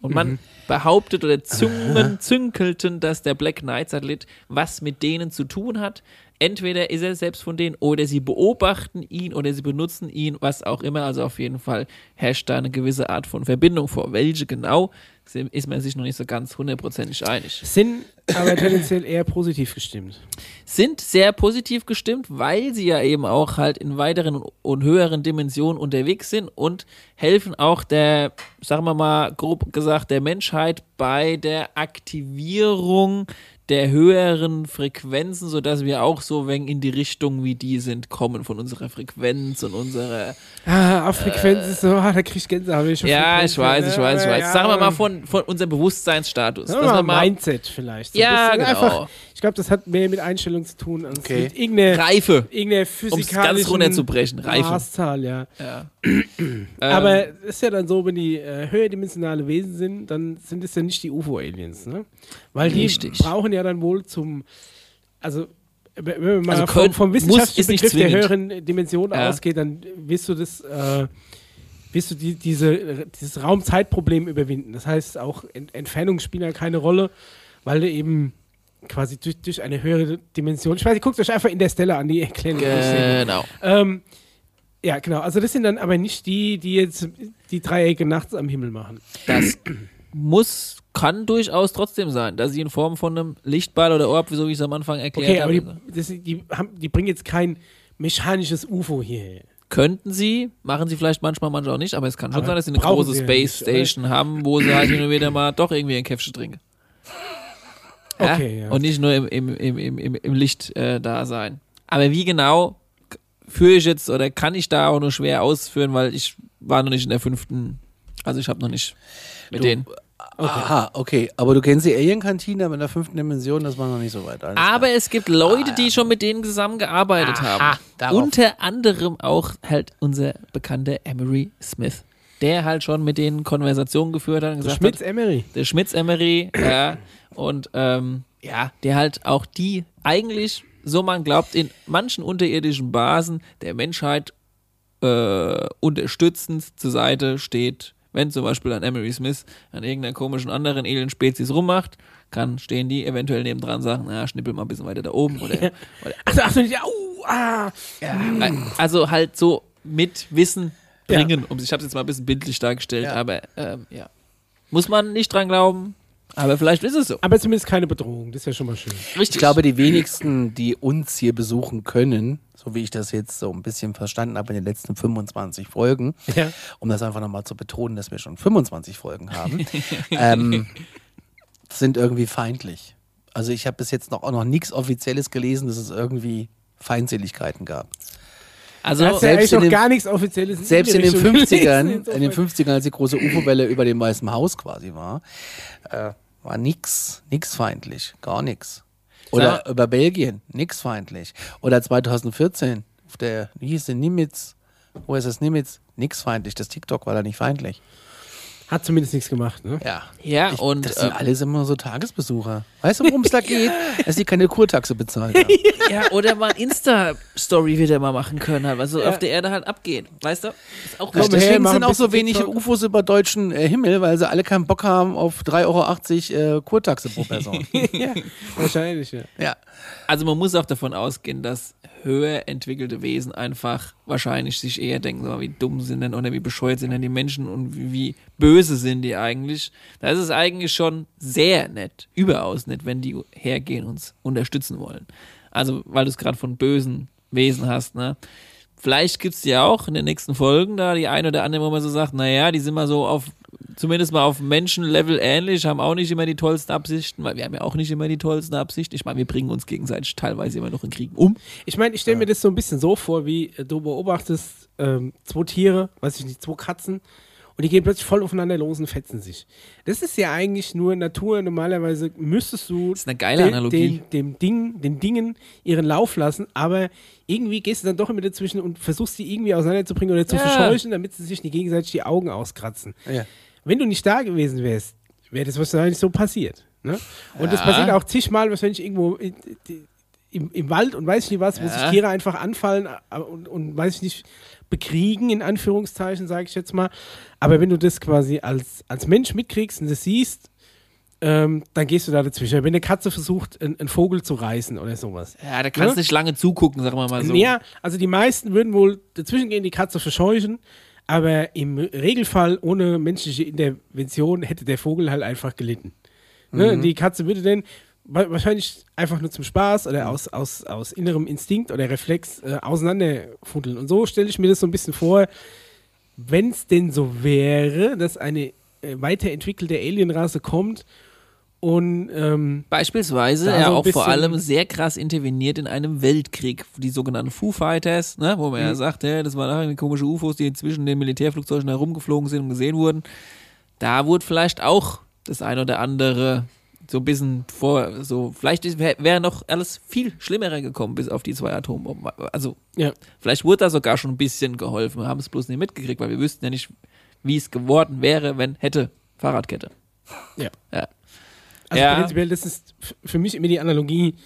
Speaker 5: Und man behauptet oder zungen, zünkelten, dass der Black Knight-Satellit was mit denen zu tun hat. Entweder ist er selbst von denen oder sie beobachten ihn oder sie benutzen ihn, was auch immer. Also auf jeden Fall herrscht da eine gewisse Art von Verbindung vor. Welche genau, ist man sich noch nicht so ganz hundertprozentig einig
Speaker 3: Sind aber tendenziell eher positiv gestimmt.
Speaker 5: sind sehr positiv gestimmt, weil sie ja eben auch halt in weiteren und höheren Dimensionen unterwegs sind und helfen auch der, sagen wir mal grob gesagt, der Menschheit bei der Aktivierung der höheren Frequenzen, sodass wir auch so wenn in die Richtung, wie die sind, kommen von unserer Frequenz und unserer.
Speaker 3: Ah, auf Frequenz ist so, <laughs> ah, da krieg ich Gänsehaut. wenn auf
Speaker 5: Ja,
Speaker 3: Frequenz
Speaker 5: ich weiß, ich
Speaker 3: bin.
Speaker 5: weiß, ich
Speaker 3: Ja,
Speaker 5: weiß.
Speaker 3: ja,
Speaker 5: Sagen wir mal
Speaker 3: aber-
Speaker 5: von, von unserem Bewusstseinsstatus.
Speaker 3: Sagen
Speaker 5: dass
Speaker 3: wir
Speaker 5: wir
Speaker 3: mal
Speaker 5: mal
Speaker 3: Mindset vielleicht. so ein
Speaker 5: Ja,
Speaker 3: bisschen.
Speaker 5: genau.
Speaker 3: ich glaube, das hat mehr mit Einstellung zu tun als
Speaker 4: Okay.
Speaker 3: mit irgendeiner
Speaker 5: Reife,
Speaker 3: irgendeine
Speaker 5: um es
Speaker 3: physikalischen
Speaker 5: ganz runterzubrechen. Reife.
Speaker 3: Maßzahl, ja.
Speaker 5: Ähm,
Speaker 3: Aber es ist ja dann so, wenn die äh, höherdimensionale Wesen sind, dann sind es ja nicht die UFO-Aliens, ne? Weil die
Speaker 5: Richtig.
Speaker 3: brauchen ja dann wohl zum, also wenn man mal
Speaker 5: Also
Speaker 3: vom,
Speaker 5: können-
Speaker 3: vom
Speaker 5: muss,
Speaker 3: wissenschaftlichen
Speaker 5: ist nicht
Speaker 3: Begriff der
Speaker 5: zwingend.
Speaker 3: höheren Dimension
Speaker 5: Ja.
Speaker 3: ausgeht, dann wirst du das, äh, wirst du die, diese, dieses Raum-Zeit-Problem überwinden. Das heißt, auch Ent Entfernungen spielen ja keine Rolle, weil du eben quasi durch, durch eine höhere Dimension, ich weiß nicht, guckt euch einfach in der Stelle an, die erklären das.
Speaker 5: genau.
Speaker 3: Ähm, ja, genau. Also das sind dann aber nicht die, die jetzt die Dreiecke nachts am Himmel machen.
Speaker 5: Das muss, kann durchaus trotzdem sein, dass sie in Form von einem Lichtball oder Orb, so wie ich es am Anfang erklärt
Speaker 3: Okay, aber
Speaker 5: habe,
Speaker 3: die, das, die, haben, die bringen jetzt kein mechanisches UFO hierher.
Speaker 5: könnten sie, machen sie vielleicht manchmal, manchmal auch nicht, aber es kann schon
Speaker 3: Aber
Speaker 5: sein, dass sie eine
Speaker 3: brauchen
Speaker 5: große
Speaker 3: sie ja
Speaker 5: Space
Speaker 3: nicht, oder?
Speaker 5: Station haben, wo sie halt hin und wieder mal doch irgendwie ein Käffchen trinken.
Speaker 3: Okay, ja.
Speaker 5: Und nicht nur im, im, im, im, im, im Licht äh, da sein. Aber wie genau k- führe ich jetzt oder kann ich da auch nur schwer ausführen, weil ich war noch nicht in der fünften, also ich habe noch nicht mit
Speaker 4: Du-
Speaker 5: denen.
Speaker 4: aha, okay. Aber du kennst die Alien-Kantine, aber in der fünften Dimension, das war noch nicht so weit. Alles Ah,
Speaker 5: Aber es gibt Leute, die schon mit denen zusammengearbeitet haben.
Speaker 4: darauf.
Speaker 5: Unter anderem auch halt unser bekannter Emery Smith, der halt schon mit denen Konversationen geführt hat und gesagt
Speaker 3: Schmitz
Speaker 5: hat,
Speaker 3: Emery.
Speaker 5: der Schmitz Emery, ja, und ähm, ja, der halt auch die eigentlich, so man glaubt, in manchen unterirdischen Basen der Menschheit äh, unterstützend zur Seite steht. Wenn zum Beispiel ein Emery Smith an irgendeiner komischen anderen Alien-Spezies rummacht, kann stehen die eventuell nebendran und sagen, na, schnippel mal ein bisschen weiter da oben. Oder, oder,
Speaker 3: Also, ach so, ja, au, ah.
Speaker 4: Hm.
Speaker 5: also halt so mit Wissen
Speaker 3: Ja.
Speaker 5: bringen. Um, ich habe es jetzt mal ein bisschen bildlich dargestellt,
Speaker 4: Ja.
Speaker 5: aber ähm, ja. Muss man nicht dran glauben, aber vielleicht ist es so.
Speaker 3: Aber zumindest keine Bedrohung. Das ist ja schon mal schön.
Speaker 5: Richtig.
Speaker 4: Ich glaube, die wenigsten, die uns hier besuchen können, so wie ich das jetzt so ein bisschen verstanden habe in den letzten 25 Folgen,
Speaker 3: Ja.
Speaker 4: um das einfach nochmal zu betonen, dass wir schon 25 Folgen haben, <laughs> ähm, sind irgendwie feindlich. Also ich habe bis jetzt noch, auch noch nichts Offizielles gelesen, dass es irgendwie Feindseligkeiten gab.
Speaker 5: also,
Speaker 3: das ist ja
Speaker 4: selbst
Speaker 3: eigentlich
Speaker 4: in
Speaker 3: noch
Speaker 4: dem-
Speaker 3: gar nichts Offizielles.
Speaker 4: Selbst in den
Speaker 3: Richtung gelesen,
Speaker 4: 50ern, in
Speaker 3: insofern.
Speaker 4: den 50ern, als die große UFO-Welle über dem Weißen Haus quasi war, äh, war nix, nix feindlich, gar nix. Oder
Speaker 5: Ja.
Speaker 4: über Belgien, nix feindlich. Oder 2014, auf der, wie hieß der Nimitz, USS Nimitz, nix feindlich, das TikTok war da nicht feindlich.
Speaker 3: Hat zumindest nichts gemacht, ne?
Speaker 4: Ja.
Speaker 5: Ja,
Speaker 4: Ich,
Speaker 5: und
Speaker 4: das
Speaker 5: äh,
Speaker 4: sind alles immer so Tagesbesucher. Weißt du, worum
Speaker 3: <laughs>
Speaker 4: es da geht? Dass die keine Kurtaxe bezahlen. haben.
Speaker 5: ja, oder mal Insta-Story wieder mal machen können, halt, also auf der Erde halt abgehen. Weißt du? Ist auch
Speaker 3: Komm,
Speaker 5: wichtig.
Speaker 3: her,
Speaker 4: Deswegen
Speaker 3: mach ein
Speaker 4: sind auch so
Speaker 3: bisschen
Speaker 4: wenige
Speaker 3: TikTok.
Speaker 4: UFOs über deutschen äh, Himmel, weil sie alle keinen Bock haben auf 3,80 Euro äh, Kurtaxe pro Person.
Speaker 3: Wahrscheinlich, ja.
Speaker 4: ja.
Speaker 5: Also man muss auch davon ausgehen, dass höher entwickelte Wesen einfach wahrscheinlich sich eher denken, so, wie dumm sind denn oder wie bescheuert sind denn die Menschen und wie, wie böse sind die eigentlich. Da ist es eigentlich schon sehr nett, überaus nett, wenn die hergehen und uns unterstützen wollen. Also, weil du es gerade von bösen Wesen hast, ne? Vielleicht gibt es ja auch in den nächsten Folgen da die eine oder andere, wo man so sagt, naja, die sind mal so auf, zumindest mal auf Menschenlevel ähnlich, haben auch nicht immer die tollsten Absichten, weil wir haben ja auch nicht immer die tollsten Absichten. Ich meine, wir bringen uns gegenseitig teilweise immer noch in Kriegen um.
Speaker 3: Ich meine, ich stelle mir das so ein bisschen so vor, wie äh, du beobachtest ähm, zwei Tiere, weiß ich nicht, zwei Katzen und die gehen plötzlich voll aufeinander los und fetzen sich. Das ist ja eigentlich nur Natur. Normalerweise müsstest du
Speaker 5: Das ist eine geile Analogie.
Speaker 3: Den, dem Ding, den Dingen ihren Lauf lassen, aber irgendwie gehst du dann doch immer dazwischen und versuchst die irgendwie auseinanderzubringen oder zu
Speaker 5: Ja.
Speaker 3: verscheuchen, damit sie sich nicht gegenseitig die Augen auskratzen.
Speaker 4: Ja.
Speaker 3: Wenn du nicht da gewesen wärst, wäre das wahrscheinlich so passiert. Ne? Und das
Speaker 5: Ja.
Speaker 3: passiert auch zigmal wahrscheinlich irgendwo äh, in, im, im Wald und weiß ich nicht was, wo
Speaker 5: Ja.
Speaker 3: sich Tiere einfach anfallen äh, und, und weiß ich nicht, bekriegen, in Anführungszeichen, sage ich jetzt mal. Aber wenn du das quasi als, als Mensch mitkriegst und das siehst, ähm, dann gehst du da dazwischen. Wenn eine Katze versucht, einen, einen Vogel zu reißen oder sowas.
Speaker 5: Ja, da kannst du
Speaker 3: Ne?
Speaker 5: nicht lange zugucken, sagen wir mal so.
Speaker 3: Ja, also die meisten würden wohl dazwischen gehen, die Katze verscheuchen. Aber im Regelfall ohne menschliche Intervention hätte der Vogel halt einfach gelitten. Ne? Die Katze würde dann wa- wahrscheinlich einfach nur zum Spaß oder aus, aus, aus innerem Instinkt oder Reflex äh, auseinanderfuddeln. Und so stelle ich mir das so ein bisschen vor, wenn es denn so wäre, dass eine äh, weiterentwickelte Alienrasse kommt und ähm,
Speaker 5: Beispielsweise
Speaker 3: Da
Speaker 5: ja
Speaker 3: so ein
Speaker 5: auch vor
Speaker 3: bisschen-
Speaker 5: allem sehr krass interveniert in einem Weltkrieg, die sogenannten Foo Fighters, ne, wo man
Speaker 3: Mhm.
Speaker 5: ja sagt, ja, das waren irgendwie komische UFOs, die zwischen den Militärflugzeugen herumgeflogen sind und gesehen wurden. Da wurde vielleicht auch das ein oder andere so ein bisschen vor, so vielleicht ist- wär- wäre noch alles viel schlimmer gekommen, bis auf die zwei Atombomben. Also
Speaker 3: Ja.
Speaker 5: vielleicht wurde da sogar schon ein bisschen geholfen, wir haben es bloß nicht mitgekriegt, weil wir wüssten ja nicht, wie es geworden wäre, wenn hätte Fahrradkette.
Speaker 3: Ja.
Speaker 5: ja.
Speaker 3: Also
Speaker 5: Ja.
Speaker 3: prinzipiell, das ist f- für mich immer die Analogie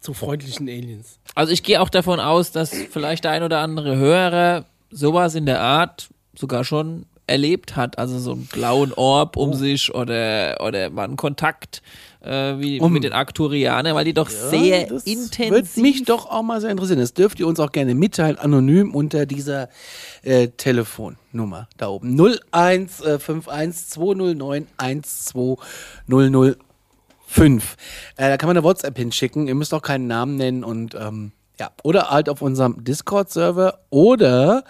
Speaker 3: zu freundlichen Aliens.
Speaker 5: Also ich gehe auch davon aus, dass vielleicht der ein oder andere Hörer sowas in der Art sogar schon erlebt hat, also so einen blauen Orb
Speaker 3: Oh.
Speaker 5: um sich oder, oder mal einen Kontakt äh, wie
Speaker 4: Um.
Speaker 5: mit den Arcturianern, weil die doch sehr
Speaker 4: das Würde
Speaker 5: intensiv
Speaker 4: mich doch auch mal sehr interessieren. Das dürft ihr uns auch gerne mitteilen, anonym unter dieser äh, Telefonnummer da oben. äh, 0151 209 12005. Äh, da kann man eine WhatsApp hinschicken. Ihr müsst auch keinen Namen nennen und ähm, ja. Oder halt auf unserem Discord-Server oder,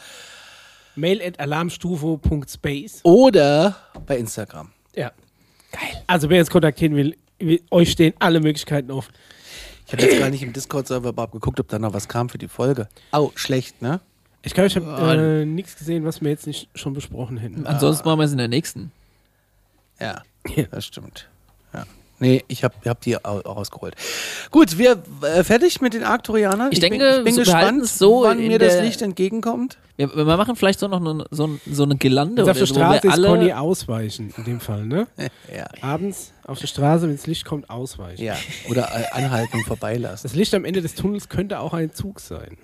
Speaker 3: Mail at alarmstufe.space.
Speaker 4: oder bei Instagram.
Speaker 3: Ja. Geil. Also wer jetzt kontaktieren will, wir- euch stehen alle Möglichkeiten offen.
Speaker 4: Ich habe jetzt gar nicht im Discord-Server überhaupt geguckt, ob da noch was kam für die Folge. Au, schlecht, ne?
Speaker 3: Ich glaube,
Speaker 5: Oh,
Speaker 3: ich habe äh, nichts gesehen, was wir jetzt nicht schon besprochen hätten.
Speaker 5: Ansonsten machen wir es in der nächsten.
Speaker 4: Ja,
Speaker 3: Ja.
Speaker 4: das stimmt. Ja. Nee, ich habe hab die au- auch rausgeholt. Gut, wir äh, fertig mit den Arcturianern.
Speaker 5: Ich denke,
Speaker 4: bin, ich bin
Speaker 5: so behalten
Speaker 4: gespannt,
Speaker 5: es so
Speaker 4: wann
Speaker 5: in
Speaker 4: mir das
Speaker 5: der-
Speaker 4: Licht entgegenkommt. <laughs>
Speaker 5: Wir, wir machen vielleicht so noch ne, so, ein- so eine Gelande
Speaker 3: Jetzt
Speaker 5: oder
Speaker 3: auf der
Speaker 5: so,
Speaker 3: Straße
Speaker 5: wo wir
Speaker 3: ist Conny
Speaker 5: alle
Speaker 3: ausweichen, in dem Fall, ne?
Speaker 4: Ja,
Speaker 3: Abends auf der Straße, wenn das Licht kommt, ausweichen.
Speaker 4: ja. Oder äh, anhalten
Speaker 5: <laughs>
Speaker 4: und vorbeilassen.
Speaker 3: Das Licht am Ende des Tunnels könnte auch ein Zug sein.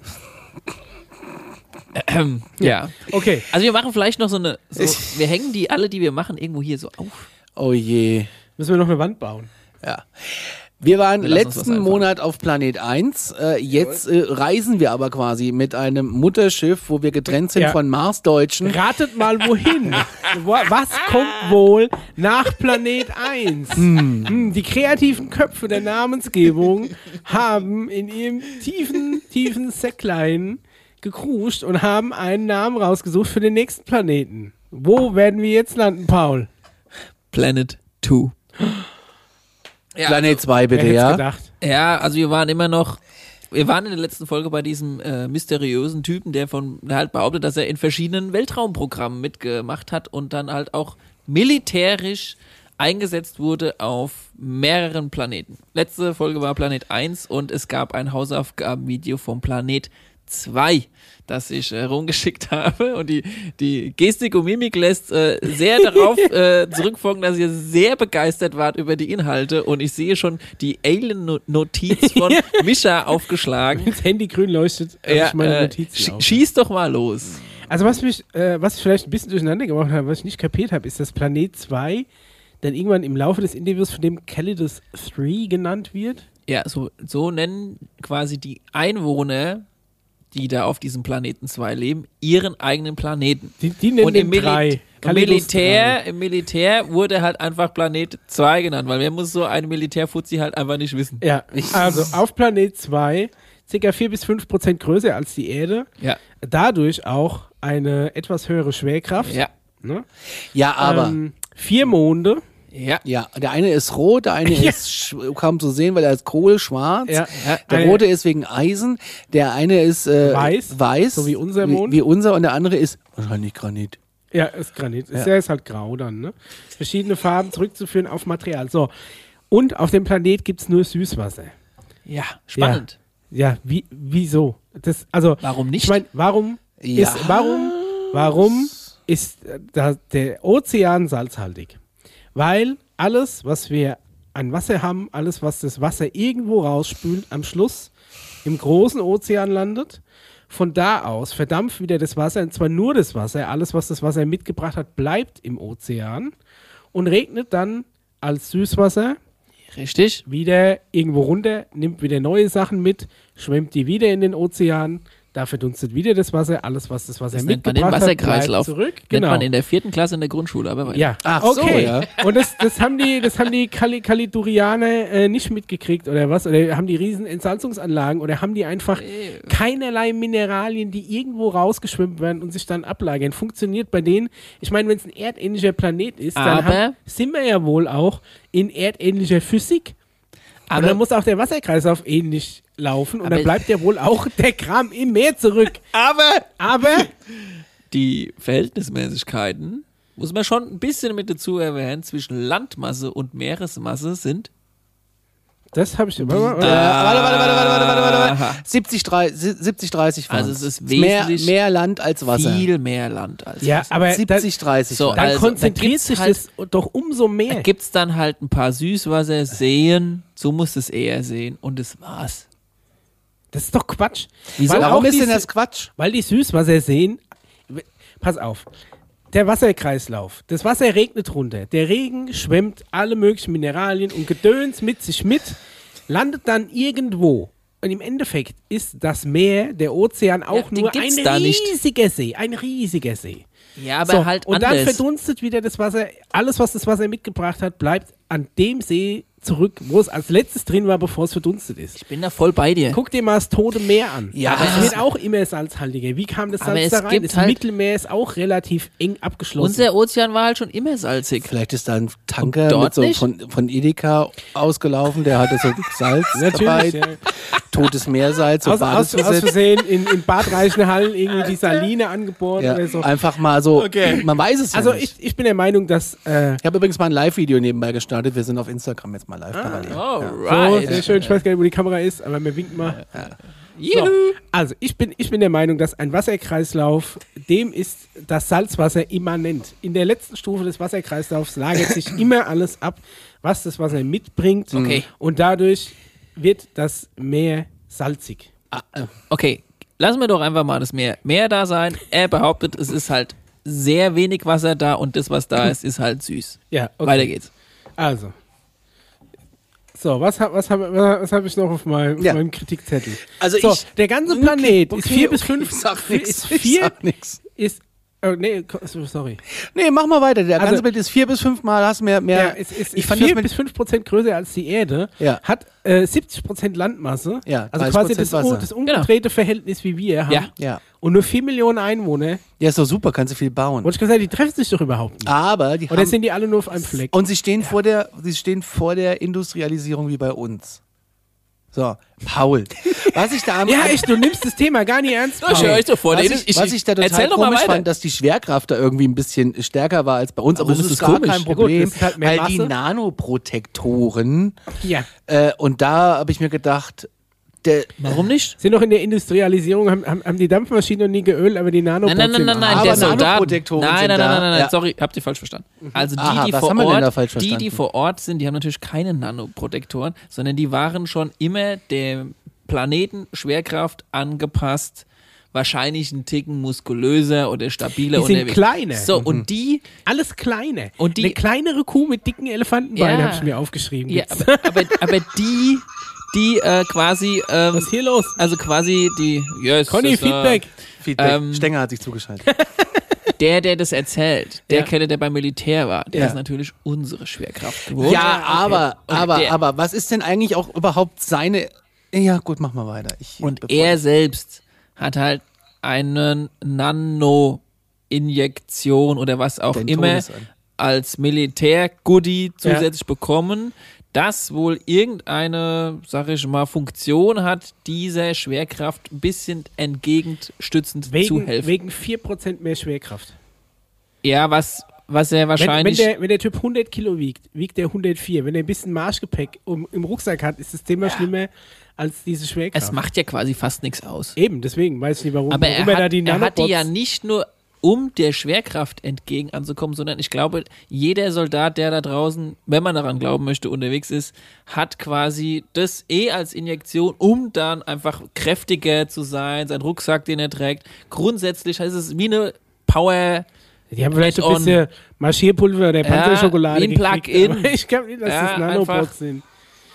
Speaker 5: ja.
Speaker 3: Okay.
Speaker 5: Also wir machen vielleicht noch so eine
Speaker 3: <laughs>
Speaker 5: so, wir hängen die alle, die wir machen, irgendwo hier so auf.
Speaker 4: Oh je.
Speaker 3: Müssen wir noch eine Wand bauen.
Speaker 4: Ja. Wir waren
Speaker 5: Wir lassen uns was
Speaker 4: letzten
Speaker 5: einfallen.
Speaker 4: Monat auf Planet 1. Äh, jetzt äh, reisen wir aber quasi mit einem Mutterschiff, wo wir getrennt sind
Speaker 3: Ja.
Speaker 4: von Marsdeutschen.
Speaker 3: Ratet mal wohin. Wo- Was kommt wohl nach Planet 1? Hm, Die kreativen Köpfe der Namensgebung haben in ihrem tiefen, tiefen Säcklein gekruscht und haben einen Namen rausgesucht für den nächsten Planeten. Wo werden wir jetzt landen, Paul?
Speaker 5: Planet 2. Ja,
Speaker 4: Planet 2
Speaker 3: Wer
Speaker 4: bitte,
Speaker 3: hätte
Speaker 4: ja.
Speaker 3: gedacht?
Speaker 5: Ja, also wir waren immer noch. Wir waren in der letzten Folge bei diesem äh, mysteriösen Typen, der von der halt behauptet, dass er in verschiedenen Weltraumprogrammen mitgemacht hat und dann halt auch militärisch eingesetzt wurde auf mehreren Planeten. Letzte Folge war Planet 1 und es gab ein Hausaufgabenvideo vom Planet 2, das ich äh, rumgeschickt <laughs> habe. Und die, die Gestik und Mimik lässt äh, sehr
Speaker 3: <laughs>
Speaker 5: darauf äh, zurückfolgen, dass ihr sehr begeistert wart über die Inhalte. Und ich sehe schon die
Speaker 3: <laughs>
Speaker 5: Alien-Notiz von Mischa aufgeschlagen.
Speaker 3: Wenn das Handy grün leuchtet, habe ich meine
Speaker 5: äh,
Speaker 3: Notizen
Speaker 5: sch
Speaker 3: auf.
Speaker 5: schieß doch mal los.
Speaker 3: Also was mich, äh, was ich vielleicht ein bisschen durcheinander gemacht habe, was ich nicht kapiert habe, ist, dass Planet 2 dann irgendwann im Laufe des Interviews von dem Calidus 3 genannt wird.
Speaker 5: Ja, so, so nennen quasi die Einwohner, die da auf diesem Planeten 2 leben, ihren eigenen Planeten.
Speaker 3: Die, die nennen
Speaker 5: Und
Speaker 3: den
Speaker 5: im, Mili
Speaker 3: 3.
Speaker 5: im, Militär, im Militär wurde halt einfach Planet 2 genannt, weil wer muss so einen Militärfuzzi halt einfach nicht wissen. <laughs>
Speaker 3: Ja, also auf Planet 2 ca. 4 bis 5 Prozent größer als die Erde,
Speaker 5: Ja.
Speaker 3: dadurch auch eine etwas höhere Schwerkraft.
Speaker 5: Ja.
Speaker 3: Ne?
Speaker 4: Ja, aber.
Speaker 3: Ähm, vier Monde.
Speaker 5: Ja.
Speaker 4: Ja, der eine ist rot, der eine ist sch- kaum zu sehen, weil er ist kohlschwarz.
Speaker 3: Ja.
Speaker 4: Der
Speaker 3: Eine-
Speaker 4: rote ist wegen Eisen, der eine ist äh,
Speaker 3: Weiß,
Speaker 4: weiß,
Speaker 3: so wie unser Mond.
Speaker 4: Wie, wie unser und der andere ist wahrscheinlich Granit.
Speaker 3: Ja, ist Granit. Ist, Der ist halt grau dann, ne? Verschiedene Farben zurückzuführen auf Material. So. Und auf dem Planet gibt es nur Süßwasser.
Speaker 5: Ja. Spannend.
Speaker 3: Ja, wie, wieso? Das, also,
Speaker 5: Warum nicht?
Speaker 3: Ich meine, warum
Speaker 4: Ja.
Speaker 3: ist, warum, warum ist äh, da der Ozean salzhaltig? Weil alles, was wir an Wasser haben, alles, was das Wasser irgendwo rausspült, am Schluss im großen Ozean landet. Von da aus verdampft wieder das Wasser, und zwar nur das Wasser. Alles, was das Wasser mitgebracht hat, bleibt im Ozean und regnet dann als Süßwasser
Speaker 5: Richtig.
Speaker 3: wieder irgendwo runter, nimmt wieder neue Sachen mit, schwemmt die wieder in den Ozean, da verdunstet wieder das Wasser, alles was das Wasser
Speaker 5: Das nennt man den
Speaker 3: mitgebracht hat, bleibt
Speaker 5: Wasserkreislauf.
Speaker 3: zurück.
Speaker 5: Nennt
Speaker 3: Genau.
Speaker 5: man in der vierten Klasse in der Grundschule, aber weiter.
Speaker 3: ja,
Speaker 4: Ach so,
Speaker 3: okay.
Speaker 4: ja.
Speaker 3: Und das, das haben die, das haben die Kali Kalidurianer äh, nicht mitgekriegt oder was? Oder haben die riesen Entsalzungsanlagen oder haben die einfach keinerlei Mineralien, die irgendwo rausgeschwemmt werden und sich dann ablagern? Funktioniert bei denen? Ich meine, wenn es ein erdähnlicher Planet ist, dann
Speaker 5: Aber-
Speaker 3: haben, sind wir ja wohl auch in erdähnlicher Physik. Aber
Speaker 5: Aber-
Speaker 3: dann muss auch der Wasserkreislauf ähnlich laufen und
Speaker 5: Aber-
Speaker 3: dann bleibt ja wohl auch der Kram im Meer zurück.
Speaker 5: Aber
Speaker 3: Aber
Speaker 5: die Verhältnismäßigkeiten, muss man schon ein bisschen mit dazu erwähnen, zwischen Landmasse und Meeresmasse sind
Speaker 3: das habe ich immer.
Speaker 4: Äh, warte, warte, warte, warte, warte, warte, warte. 70, 30, 70, 30 waren
Speaker 5: Also es ist
Speaker 4: mehr,
Speaker 5: wesentlich
Speaker 4: mehr Land als Wasser.
Speaker 5: viel mehr Land als
Speaker 3: ja,
Speaker 5: Wasser.
Speaker 3: aber das-
Speaker 4: 70, 30.
Speaker 5: So,
Speaker 4: waren.
Speaker 3: Dann
Speaker 5: Also, da
Speaker 3: konzentriert
Speaker 5: gibt's
Speaker 3: sich
Speaker 5: halt-
Speaker 3: das doch umso
Speaker 5: Da
Speaker 3: mehr.
Speaker 5: gibt es dann halt ein paar Süßwasserseen, so muss es eher sehen und das war's.
Speaker 3: Das ist doch Quatsch.
Speaker 4: Wieso?
Speaker 3: Weil auch
Speaker 4: Warum ist denn
Speaker 3: diese-
Speaker 4: das Quatsch?
Speaker 3: Weil die Süßwasserseen. Pass auf. Der Wasserkreislauf. Das Wasser regnet runter. Der Regen schwemmt alle möglichen Mineralien und Gedöns mit sich mit, landet dann irgendwo. Und im Endeffekt ist das Meer, der Ozean auch
Speaker 5: den
Speaker 3: nur ein
Speaker 5: gibt's da nicht.
Speaker 3: riesiger See. Ein riesiger See.
Speaker 5: Ja, aber
Speaker 3: So,
Speaker 5: halt
Speaker 3: und dann
Speaker 5: anders.
Speaker 3: verdunstet wieder das Wasser. Alles, was das Wasser mitgebracht hat, bleibt an dem See zurück, wo es als letztes drin war, bevor es verdunstet ist.
Speaker 5: Ich bin da voll bei dir.
Speaker 3: Guck dir mal das Tote Meer an.
Speaker 4: Ja, aber
Speaker 3: das
Speaker 4: es-
Speaker 3: wird auch immer salzhaltiger. Wie kam das
Speaker 5: Aber
Speaker 3: Salz
Speaker 5: es
Speaker 3: da rein?
Speaker 5: gibt
Speaker 3: Das
Speaker 5: halt-
Speaker 3: Mittelmeer ist auch relativ eng abgeschlossen.
Speaker 5: Unser Ozean war halt schon immer salzig.
Speaker 4: Vielleicht ist da ein Tanker
Speaker 5: dort
Speaker 4: mit so
Speaker 5: nicht?
Speaker 4: von, von Edeka ausgelaufen, der hatte so Salz dabei,
Speaker 3: Natürlich, ja.
Speaker 4: totes Meersalz, so
Speaker 3: aus, aus, aus
Speaker 4: Badesalz.
Speaker 3: Versehen in, in Bad Reichenhall irgendwie die Saline angebohrt
Speaker 4: Ja,
Speaker 3: oder so.
Speaker 4: einfach mal so, man weiß es ja
Speaker 3: Also
Speaker 4: nicht.
Speaker 3: ich, ich bin der Meinung, dass äh,
Speaker 4: Ich habe übrigens mal ein Live-Video nebenbei gestartet. Wir sind auf Instagram jetzt mal live parallel.
Speaker 3: so,
Speaker 5: Alright.
Speaker 3: sehr schön, ich weiß gar nicht, wo die Kamera ist, aber wir winken mal. So.
Speaker 5: Juhu.
Speaker 3: Also ich bin, ich bin der Meinung, dass ein Wasserkreislauf, dem ist das Salzwasser immanent. In der letzten Stufe des Wasserkreislaufs lagert
Speaker 4: <laughs>
Speaker 3: sich immer alles ab, was das Wasser mitbringt.
Speaker 5: Okay.
Speaker 3: Und dadurch wird das Meer salzig.
Speaker 5: Okay, lassen wir doch einfach mal das Meer, Meer da sein. Er behauptet, es ist halt sehr wenig Wasser da und das,
Speaker 3: <laughs>
Speaker 5: was da ist, ist halt süß.
Speaker 3: Ja, okay.
Speaker 5: Weiter geht's.
Speaker 3: Also. So, was, hab- was habe was hab ich noch auf, meinem- auf
Speaker 4: Ja.
Speaker 3: meinem Kritikzettel?
Speaker 4: Also
Speaker 3: so,
Speaker 4: ich-
Speaker 3: der ganze Planet ist
Speaker 4: okay,
Speaker 3: 4 bis
Speaker 4: okay,
Speaker 3: 5.
Speaker 4: ich sag
Speaker 3: Ist
Speaker 4: nichts. Ich
Speaker 3: 4
Speaker 4: sag nichts.
Speaker 3: ist. Oh, nee, ko- sorry.
Speaker 4: Nee, mach mal weiter. Der
Speaker 3: Also-
Speaker 4: ganze Bild ist vier bis fünfmal, hast mehr, mehr.
Speaker 3: Ja, es ist
Speaker 4: ich fand das
Speaker 3: 4
Speaker 4: mit,
Speaker 3: bis 5 Prozent größer als die Erde,
Speaker 4: Ja.
Speaker 3: hat äh, 70 Prozent Landmasse,
Speaker 4: Ja,
Speaker 3: also
Speaker 4: 30%
Speaker 3: quasi das,
Speaker 4: Wasser.
Speaker 3: un- das umgedrehte Verhältnis, wie wir haben.
Speaker 5: Ja.
Speaker 4: ja.
Speaker 3: Und nur 4 Millionen Einwohner.
Speaker 4: ja, ist doch super, kannst du viel bauen.
Speaker 3: Wollte ich gesagt, die treffen sich doch überhaupt nicht.
Speaker 4: Aber die
Speaker 3: Oder
Speaker 4: haben,
Speaker 3: sind die alle nur auf einem Fleck?
Speaker 4: und sie stehen vor der, sie stehen vor der Industrialisierung wie bei uns. So, Paul. Was ich da
Speaker 3: <laughs>
Speaker 4: am
Speaker 3: ja,
Speaker 4: <laughs>
Speaker 3: echt, du nimmst das Thema gar nicht ernst.
Speaker 5: Ich höre
Speaker 3: Paul.
Speaker 5: euch doch vor.
Speaker 4: was,
Speaker 5: den-
Speaker 4: ich, was ich da total
Speaker 5: erzähl doch mal
Speaker 4: komisch
Speaker 5: weiter.
Speaker 4: fand, dass die Schwerkraft da irgendwie ein bisschen stärker war als bei uns, aber
Speaker 5: Warum
Speaker 4: das ist,
Speaker 5: ist das
Speaker 4: gar
Speaker 5: komisch?
Speaker 4: kein
Speaker 5: Ja
Speaker 3: gut,
Speaker 4: Problem,
Speaker 3: das ist halt mehr
Speaker 4: weil die
Speaker 3: Masse.
Speaker 4: Nanoprotektoren
Speaker 3: Ja.
Speaker 4: äh, und da habe ich mir gedacht, der,
Speaker 5: Warum nicht?
Speaker 3: Sind noch in der Industrialisierung, haben, haben, haben die Dampfmaschine noch nie geölt, aber die Nano
Speaker 5: Nein, nein, nein, nein, nein,
Speaker 4: Aber
Speaker 5: der Soldat. Nein,
Speaker 4: Nanoprotektoren
Speaker 5: nein,
Speaker 4: sind
Speaker 5: nein, nein,
Speaker 4: da.
Speaker 5: nein,
Speaker 4: Ja. Mhm.
Speaker 5: sorry, habt ihr falsch verstanden. Also die,
Speaker 4: Aha,
Speaker 5: die,
Speaker 4: was
Speaker 5: vor
Speaker 4: haben wir denn da falsch
Speaker 5: Ort, die, die
Speaker 4: verstanden?
Speaker 5: vor Ort sind, die haben natürlich keine Nanoprotektoren, sondern die waren schon immer dem Planeten Schwerkraft angepasst, wahrscheinlich einen Ticken muskulöser oder stabiler
Speaker 3: Die sind
Speaker 5: unterwegs.
Speaker 3: kleiner.
Speaker 5: So,
Speaker 4: Mhm.
Speaker 5: und die,
Speaker 3: Alles kleine.
Speaker 5: Und die-
Speaker 3: Eine kleinere Kuh mit dicken Elefantenbeinen
Speaker 5: Ja.
Speaker 3: habe ich mir aufgeschrieben.
Speaker 5: ja,
Speaker 3: jetzt.
Speaker 5: aber, aber, aber die, die äh, quasi, ähm,
Speaker 3: Was ist hier los?
Speaker 5: also quasi die, yes,
Speaker 3: Conny,
Speaker 5: das, äh,
Speaker 3: Feedback.
Speaker 4: Feedback.
Speaker 5: Ähm,
Speaker 4: Stenger hat sich zugeschaltet.
Speaker 5: Der, der das erzählt, der
Speaker 3: Ja.
Speaker 5: Kerl, der beim Militär war, der
Speaker 4: Ja.
Speaker 5: ist natürlich unsere Schwerkraft gewohnt.
Speaker 4: ja, aber,
Speaker 5: Und
Speaker 4: aber,
Speaker 5: der-
Speaker 4: aber, was ist denn eigentlich auch überhaupt seine. Ja, gut, mach mal weiter. Ich,
Speaker 5: Und
Speaker 4: bevor-
Speaker 5: er selbst hat halt einen Nano-Injektion oder was auch
Speaker 4: Den
Speaker 5: immer
Speaker 4: Todesan.
Speaker 5: als Militär-Goodie zusätzlich bekommen, das wohl irgendeine, sag ich mal, Funktion hat, dieser Schwerkraft ein bisschen entgegenstützend zu
Speaker 3: Wegen,
Speaker 5: helfen.
Speaker 3: wegen 4% mehr Schwerkraft.
Speaker 5: ja, was, was er
Speaker 3: Wenn, wenn,
Speaker 5: wahrscheinlich.
Speaker 3: der, wenn der Typ 100 Kilo wiegt, wiegt er 104. Wenn er ein bisschen Marschgepäck um, im Rucksack hat, ist das Thema schlimmer als diese Schwerkraft.
Speaker 5: es macht ja quasi fast nichts aus.
Speaker 3: Eben, deswegen weiß ich nicht, warum,
Speaker 5: Aber er
Speaker 3: warum
Speaker 5: hat,
Speaker 3: da Um die
Speaker 5: er hat die
Speaker 3: Nanobots-
Speaker 5: ja nicht nur um der Schwerkraft entgegen anzukommen, sondern ich glaube, jeder Soldat, der da draußen, wenn man daran glauben möchte, unterwegs ist, hat quasi das eh als Injektion, um dann einfach kräftiger zu sein, sein Rucksack, den er trägt. Grundsätzlich heißt es wie eine Power.
Speaker 3: Die haben vielleicht ein
Speaker 5: Add-on.
Speaker 3: bisschen Marschierpulver oder Panzerschokolade.
Speaker 5: wie ein
Speaker 3: gekriegt,
Speaker 5: Plug-in.
Speaker 3: aber Ich glaube nicht, dass
Speaker 5: Ja,
Speaker 3: das Nanobots
Speaker 5: einfach.
Speaker 3: sind.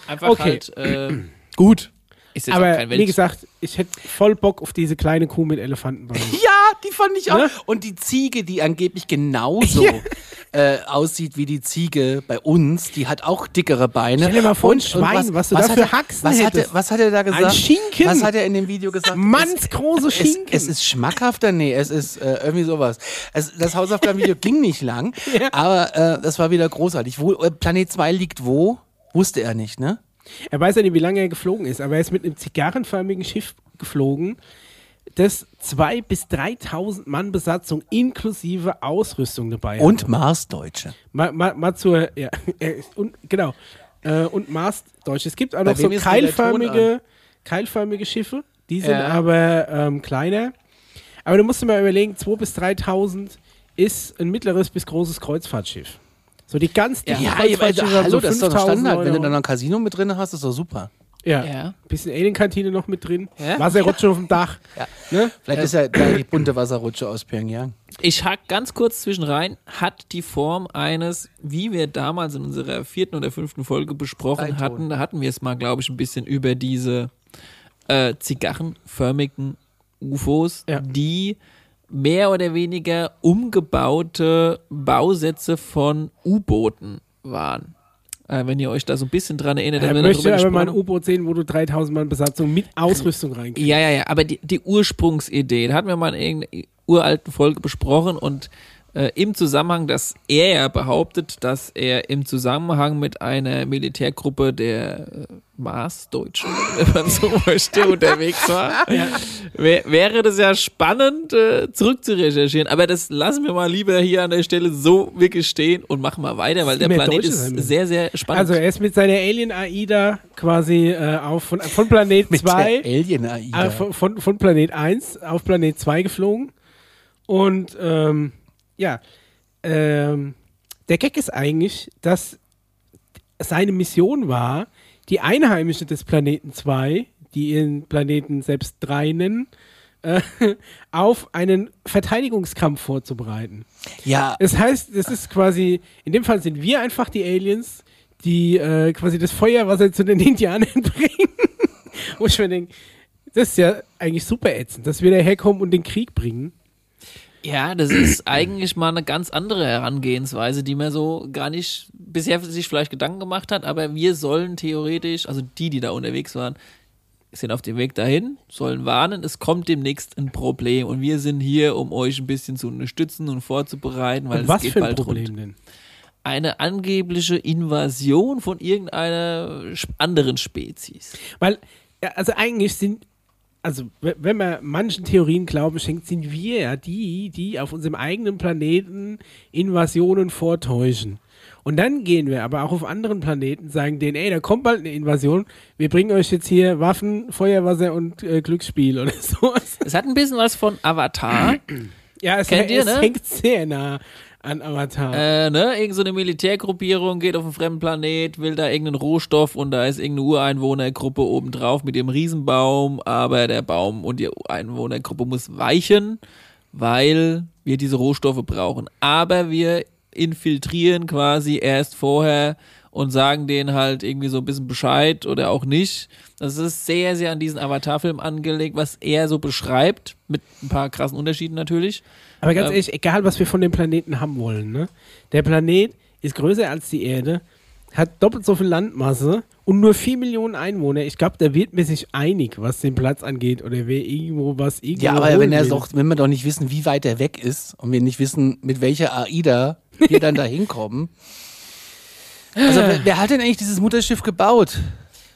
Speaker 5: Einfach
Speaker 3: Okay.
Speaker 5: halt. Äh,
Speaker 4: Gut.
Speaker 5: ist jetzt auch
Speaker 3: Aber
Speaker 5: kein
Speaker 3: wie
Speaker 5: Welt.
Speaker 3: gesagt, ich hätte voll Bock auf diese kleine Kuh mit
Speaker 5: <laughs>
Speaker 3: Elefantenbeinen.
Speaker 4: Ja, die fand ich auch.
Speaker 3: Ne?
Speaker 4: Und die Ziege, die
Speaker 3: <laughs>
Speaker 4: angeblich genauso äh, aussieht wie die Ziege bei uns, die hat auch dickere Beine.
Speaker 3: Stell dir mal vor, ein
Speaker 4: Und- und
Speaker 3: Schwein, was du da
Speaker 4: hat
Speaker 3: für
Speaker 4: er-
Speaker 3: Haxen
Speaker 4: was hat, er,
Speaker 3: hättest.
Speaker 4: was hat er da gesagt?
Speaker 3: Schinken.
Speaker 4: Was hat er in dem Video gesagt?
Speaker 3: Mannsgroße
Speaker 4: es, es,
Speaker 3: Schinken.
Speaker 4: es ist schmackhafter, nee, es ist äh, irgendwie sowas. Es, das <laughs> Hausaufgabenvideo ging nicht lang, aber äh, das war wieder großartig. Wo, äh, Planet 2 liegt wo? Wusste er nicht, ne?
Speaker 3: er weiß ja nicht, wie lange er geflogen ist, aber er ist mit einem zigarrenförmigen Schiff geflogen, das 2.000 bis 3.000 Mann Besatzung inklusive Ausrüstung dabei hat.
Speaker 4: Und Marsdeutsche.
Speaker 3: Mal, mal, mal zur, ja, <laughs> äh, und, genau. Äh, und Marsdeutsch. Es gibt auch
Speaker 4: Bei
Speaker 3: noch so
Speaker 4: wem ist denn der Ton
Speaker 3: keilförmige, keilförmige Schiffe, die sind
Speaker 4: Ja.
Speaker 3: aber ähm, kleiner. Aber du musst dir mal überlegen, 2.000 bis 3.000 ist ein mittleres bis großes Kreuzfahrtschiff. So die ganz dicken
Speaker 4: Ja, also,
Speaker 3: Kreuzfahrtschiffe haben
Speaker 4: hallo,
Speaker 3: so
Speaker 4: das ist doch ein
Speaker 3: 5.000
Speaker 4: Standard. Wenn du
Speaker 3: Leute
Speaker 4: dann
Speaker 3: hoch.
Speaker 4: noch ein Casino mit drin hast, ist doch super.
Speaker 3: ja.
Speaker 5: Ja.
Speaker 3: bisschen Alien-Kantine noch mit drin.
Speaker 5: Ja.
Speaker 3: Wasserrutsche auf dem Dach. Ne?
Speaker 4: Vielleicht ist ja da die bunte Wasserrutsche aus Pyongyang.
Speaker 5: Ich hack ganz kurz zwischen rein, hat die Form eines, wie wir damals in unserer vierten oder fünften Folge besprochen
Speaker 4: Dreiton.
Speaker 5: hatten, da hatten wir es mal, glaube ich, ein bisschen über diese äh, zigarrenförmigen UFOs,
Speaker 3: Ja.
Speaker 5: die mehr oder weniger umgebaute Bausätze von U-Booten waren. Äh, wenn ihr euch da so ein bisschen dran erinnert,
Speaker 3: Er
Speaker 5: haben wir
Speaker 3: Äh, möchte
Speaker 5: darüber
Speaker 3: aber mal ein
Speaker 5: gesprochen.
Speaker 3: U-Boot sehen, wo du 3.000 Mann Besatzung mit Ausrüstung reinkriegst.
Speaker 5: Ja, ja, ja, aber die, die Ursprungsidee, da hatten wir mal in irgendeiner uralten Folge besprochen und äh, im Zusammenhang, dass er ja behauptet, dass er im Zusammenhang mit einer Militärgruppe der äh, Marsdeutschen, <laughs> wenn man so möchte,
Speaker 3: <laughs>
Speaker 5: unterwegs war, wär, wäre das ja spannend, äh, zurückzurecherchieren. Aber das lassen wir mal lieber hier an der Stelle so wirklich stehen und machen mal weiter, weil
Speaker 3: Ist
Speaker 5: der
Speaker 3: mehr
Speaker 5: Planet
Speaker 3: Deutsche
Speaker 5: ist
Speaker 3: sein müssen.
Speaker 5: sehr, sehr spannend.
Speaker 3: Also er ist mit seiner Alien-AI da quasi äh, auf, von, von
Speaker 5: <laughs>
Speaker 3: Planet
Speaker 4: Mit
Speaker 3: 2
Speaker 4: der Alien-AIDA.
Speaker 3: äh, von, von, von Planet 1 auf Planet 2 geflogen. Und ähm, ja, ähm, der Gag ist eigentlich, dass seine Mission war, die Einheimischen des Planeten 2, die ihren Planeten selbst 3 nennen, äh, <laughs> auf einen Verteidigungskampf vorzubereiten.
Speaker 4: ja,
Speaker 3: Das heißt, das ist quasi, in dem Fall sind wir einfach die Aliens, die äh, quasi das Feuerwasser zu den Indianern <laughs> bringen. Wo ich mir denke, das ist ja eigentlich super ätzend, dass wir da herkommen und den Krieg bringen.
Speaker 5: Ja, das ist <clears throat> eigentlich mal eine ganz andere Herangehensweise, die man so gar nicht bisher sich vielleicht Gedanken gemacht hat, aber wir sollen theoretisch, also die, die da unterwegs waren, sind auf dem Weg dahin, sollen warnen, es kommt demnächst ein Problem und wir sind hier, um euch ein bisschen zu unterstützen und vorzubereiten, weil
Speaker 3: und
Speaker 5: es
Speaker 3: was
Speaker 5: geht
Speaker 3: für ein
Speaker 5: bald
Speaker 3: Problem
Speaker 5: rund.
Speaker 3: denn?
Speaker 5: Eine angebliche Invasion von irgendeiner sp- anderen Spezies.
Speaker 3: Weil, ja, also eigentlich sind, also w- wenn man manchen Theorien Glauben schenkt, sind wir ja die, die auf unserem eigenen Planeten Invasionen vortäuschen. Und dann gehen wir aber auch auf anderen Planeten, sagen denen, ey, da kommt bald eine Invasion, wir bringen euch jetzt hier Waffen, Feuerwasser und äh, Glücksspiel oder <laughs> sowas.
Speaker 5: Es hat ein bisschen was von Avatar.
Speaker 3: Ja, es,
Speaker 5: Kennt ihr,
Speaker 3: es
Speaker 5: ne?
Speaker 3: hängt sehr nah an Avatar.
Speaker 5: äh, ne? Irgend so eine Militärgruppierung geht auf einen fremden Planet, will da irgendeinen Rohstoff und da ist irgendeine Ureinwohnergruppe obendrauf mit dem Riesenbaum, aber der Baum und die Ureinwohnergruppe muss weichen, weil wir diese Rohstoffe brauchen. Aber wir infiltrieren quasi erst vorher und sagen denen halt irgendwie so ein bisschen Bescheid oder auch nicht. Das ist sehr, sehr an diesen Avatar-Film angelegt, was er so beschreibt, mit ein paar krassen Unterschieden natürlich.
Speaker 3: Aber ganz
Speaker 5: Ähm,
Speaker 3: ehrlich, egal was wir von dem Planeten haben wollen, ne? Der Planet ist größer als die Erde, hat doppelt so viel Landmasse und nur 4 Millionen Einwohner. Ich glaube, da wird man sich einig, was den Platz angeht oder wer irgendwo was irgendwo
Speaker 4: Ja, aber
Speaker 3: holen
Speaker 4: wenn, er
Speaker 3: will.
Speaker 4: doch, wenn wir doch nicht wissen, wie weit er weg ist und wir nicht wissen, mit welcher AIDA wir
Speaker 5: <laughs>
Speaker 4: dann da hinkommen. Also, wer, wer hat denn eigentlich dieses Mutterschiff gebaut?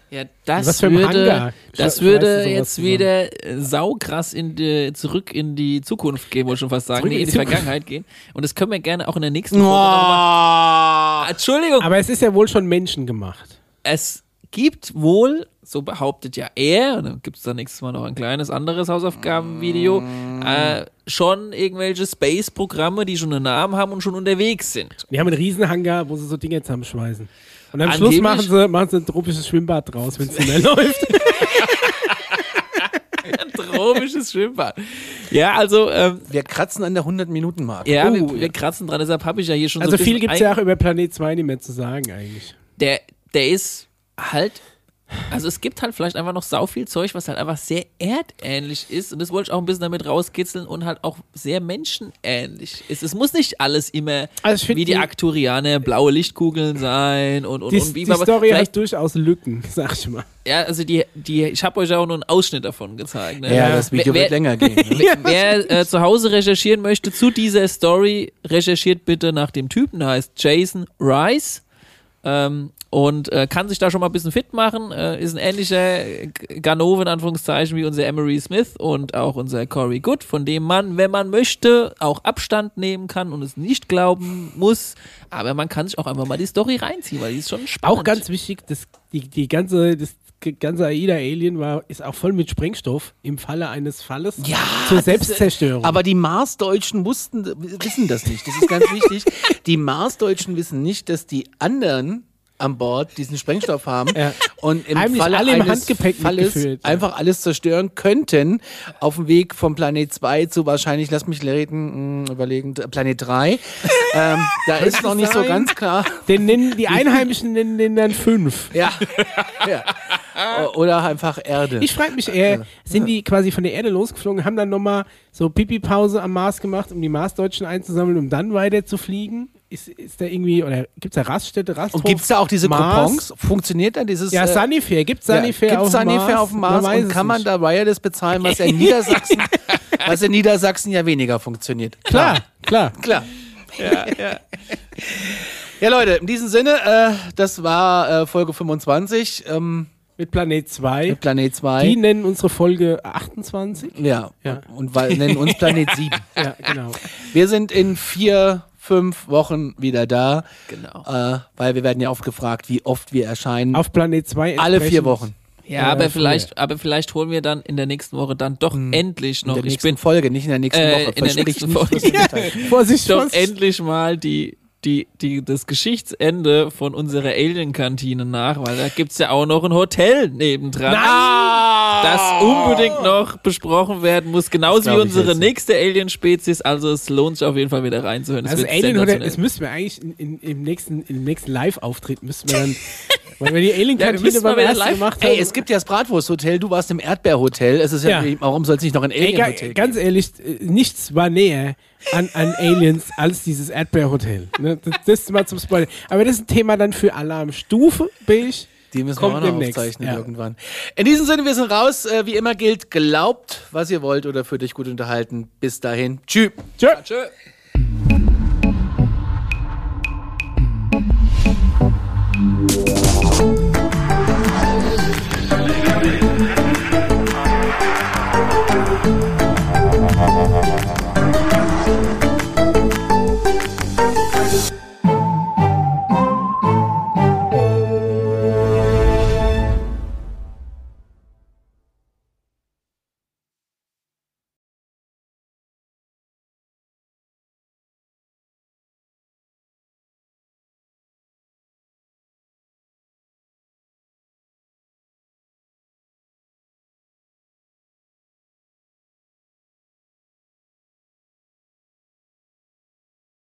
Speaker 5: Ja,
Speaker 3: Was
Speaker 5: das
Speaker 3: für ein
Speaker 5: würde,
Speaker 3: Hangar. Schwe- schweißt
Speaker 5: das
Speaker 3: du
Speaker 5: würde
Speaker 3: sowas
Speaker 5: jetzt
Speaker 3: zusammen?
Speaker 5: wieder äh, saukrass in die, zurück in die Zukunft gehen, wollte ich schon fast sagen,
Speaker 3: Zurück
Speaker 5: nee, in
Speaker 3: in die
Speaker 5: die
Speaker 3: Zukunft.
Speaker 5: Vergangenheit gehen. Und das können wir gerne auch in der nächsten Folge nochmal.
Speaker 4: Oh.
Speaker 5: Ah, Entschuldigung,
Speaker 3: aber es ist ja wohl schon Menschen gemacht.
Speaker 5: es gibt wohl, so behauptet ja er, und dann gibt es dann nächstes Mal noch ein kleines anderes Hausaufgabenvideo, äh, schon irgendwelche Space-Programme, die schon einen Namen haben und schon unterwegs sind. <laughs>
Speaker 3: Die haben einen Riesenhangar, wo sie so Dinge zusammenschweißen. Und am
Speaker 5: Angeblich-
Speaker 3: Schluss machen sie, machen sie ein tropisches Schwimmbad draus, wenn es zu mehr läuft.
Speaker 5: Ein tropisches Schwimmbad. Ja, also, ähm,
Speaker 4: Wir kratzen an der 100-Minuten-Marke.
Speaker 5: ja,
Speaker 3: Oh,
Speaker 5: wir,
Speaker 3: ja.
Speaker 5: wir kratzen dran, deshalb habe ich ja hier schon so
Speaker 3: Also
Speaker 5: ein
Speaker 3: viel
Speaker 5: bisschen
Speaker 3: gibt es
Speaker 5: ein-
Speaker 3: ja auch über Planet 2 nicht mehr zu sagen eigentlich.
Speaker 5: der, der ist halt. Also es gibt halt vielleicht einfach noch sau viel Zeug, was halt einfach sehr erdähnlich ist. Und das wollte ich auch ein bisschen damit rauskitzeln und halt auch sehr menschenähnlich ist. Es muss nicht alles immer
Speaker 3: Also ich find
Speaker 5: wie die,
Speaker 3: die-
Speaker 5: Arcturianer blaue Lichtkugeln sein und und
Speaker 3: Die,
Speaker 5: und wie
Speaker 3: die
Speaker 5: aber
Speaker 3: Story hat
Speaker 5: vielleicht,
Speaker 3: durchaus Lücken, <laughs> sag ich mal.
Speaker 5: ja, also die, die, ich habe euch ja auch nur einen Ausschnitt davon gezeigt. Ne?
Speaker 4: Ja, das Video
Speaker 5: wer,
Speaker 4: wird
Speaker 5: wer,
Speaker 4: länger gehen. ne?
Speaker 5: Wer äh, zu Hause recherchieren möchte zu dieser Story, recherchiert bitte nach dem Typen, der heißt Jason Rice. Ähm, und äh, kann sich da schon mal ein bisschen fit machen. Äh, ist ein ähnlicher G- Ganove in Anführungszeichen wie unser Emery Smith und auch unser Corey Good, von dem man, wenn man möchte, auch Abstand nehmen kann und es nicht glauben muss. Aber man kann sich auch einfach mal die Story reinziehen, weil die ist schon spannend.
Speaker 3: Auch ganz wichtig, das, die, die ganze, das g- ganze AIDA-Alien war, ist auch voll mit Sprengstoff im Falle eines Falles
Speaker 4: Ja,
Speaker 3: zur
Speaker 4: das-
Speaker 3: Selbstzerstörung.
Speaker 4: Aber die Marsdeutschen wussten, wissen das nicht. Das ist ganz
Speaker 3: <laughs>
Speaker 4: wichtig. Die Marsdeutschen wissen nicht, dass die anderen an Bord diesen Sprengstoff haben
Speaker 3: Ja.
Speaker 4: und im
Speaker 3: Heimlich
Speaker 4: Falle
Speaker 3: alle im
Speaker 4: eines
Speaker 3: Handgepäck
Speaker 4: Falles
Speaker 3: mitgeführt, ja.
Speaker 4: einfach alles zerstören könnten auf dem Weg vom Planet 2 zu wahrscheinlich, lass mich reden, mh, überlegen, Planet
Speaker 3: <laughs>
Speaker 4: 3. ähm, da ist noch nicht so
Speaker 3: sein?
Speaker 4: ganz klar.
Speaker 3: den nennen,
Speaker 4: <laughs>
Speaker 3: die Einheimischen nennen den dann fünf.
Speaker 4: Ja.
Speaker 3: <laughs>
Speaker 4: ja. O- Oder einfach Erde.
Speaker 3: Ich frage mich eher, sind die quasi von der Erde losgeflogen, haben dann nochmal so Pipi-Pause am Mars gemacht, um die Marsdeutschen einzusammeln, um dann weiter zu fliegen? Ist, ist da irgendwie, oder gibt es da Raststätte, Rasthof?
Speaker 4: und gibt es da auch diese
Speaker 3: Mars?
Speaker 4: Coupons? Funktioniert da dieses
Speaker 3: Ja,
Speaker 4: äh,
Speaker 3: Sunnyfair. Gibt es
Speaker 4: Ja,
Speaker 3: Sunnyfair
Speaker 4: gibt's
Speaker 3: auf dem Mars?
Speaker 4: Sunnyfair auf dem Mars
Speaker 3: weiß
Speaker 4: und
Speaker 3: es
Speaker 4: kann man
Speaker 3: nicht.
Speaker 4: da Wireless bezahlen, was ja in <laughs> Niedersachsen, was in Niedersachsen ja weniger funktioniert.
Speaker 3: Klar, klar.
Speaker 4: klar. Ja, ja. Leute, in diesem Sinne, äh, das war äh, Folge 25 ähm,
Speaker 3: Mit Planet 2.
Speaker 4: mit Planet 2.
Speaker 3: Die nennen unsere Folge 28.
Speaker 4: ja,
Speaker 3: Ja.
Speaker 4: und, und weil, nennen uns <laughs> Planet 7.
Speaker 3: Ja, genau.
Speaker 4: Wir sind in vier, fünf Wochen wieder da,
Speaker 5: genau.
Speaker 4: äh, weil wir werden ja oft gefragt, wie oft wir
Speaker 3: <laughs>
Speaker 4: erscheinen.
Speaker 3: Auf Planet 2.
Speaker 4: Alle vier
Speaker 3: entsprechend.
Speaker 4: Wochen.
Speaker 5: Ja,
Speaker 3: Äh,
Speaker 5: aber
Speaker 3: früher.
Speaker 5: vielleicht, aber vielleicht holen wir dann in der nächsten Woche dann doch endlich
Speaker 4: In
Speaker 5: noch.
Speaker 4: der
Speaker 5: Ich
Speaker 4: nächsten
Speaker 5: bin
Speaker 4: Folge, nicht in der nächsten
Speaker 5: Äh,
Speaker 4: Woche.
Speaker 5: in der
Speaker 4: Versprich
Speaker 5: nächsten
Speaker 4: nicht,
Speaker 5: Folge.
Speaker 4: dass wir nicht <laughs> teilnehmen.
Speaker 3: Vorsicht,
Speaker 5: doch
Speaker 3: Vorsicht.
Speaker 5: endlich mal die, die, die, das Geschichtsende von unserer Alien-Kantine nach, weil da gibt's ja auch noch ein Hotel nebendran. Das unbedingt noch besprochen werden muss, genauso
Speaker 4: glaub
Speaker 5: wie
Speaker 4: ich
Speaker 5: unsere
Speaker 4: jetzt, ja.
Speaker 5: nächste Alien-Spezies. Also es lohnt sich auf jeden Fall wieder reinzuhören. Es
Speaker 3: Also
Speaker 5: wird
Speaker 3: Alien Hotel,
Speaker 5: sensationell.
Speaker 3: das müssen wir eigentlich in, in, im nächsten, im nächsten Live-Auftritt müssen wir dann, <laughs> weil wir die
Speaker 5: Ja, wir
Speaker 3: Alien-Kantine
Speaker 5: müssen mal
Speaker 3: beim
Speaker 5: wieder
Speaker 3: ersten
Speaker 5: live-
Speaker 3: gemacht haben.
Speaker 4: Ey, es gibt ja das Bratwursthotel, du warst im Erdbeerhotel. Es ist ja,
Speaker 3: Ja.
Speaker 4: warum soll es nicht noch ein
Speaker 3: Ey, ga-
Speaker 4: Alien-Hotel geben?
Speaker 3: ganz ehrlich, äh, nichts war näher an, an Aliens als dieses Erdbeerhotel. Ne? Das, das mal zum Spoiler. Aber das ist ein Thema dann für Alarmstufe, bin ich.
Speaker 4: Die müssen
Speaker 3: kommt
Speaker 4: wir auch noch
Speaker 3: demnächst,
Speaker 4: aufzeichnen
Speaker 3: ja.
Speaker 4: irgendwann. In diesem Sinne, wir sind raus. Äh, Wie immer gilt, glaubt, was ihr wollt oder fühlt euch gut unterhalten. Bis dahin. Tschüss.
Speaker 3: Tschö.
Speaker 5: Tschö.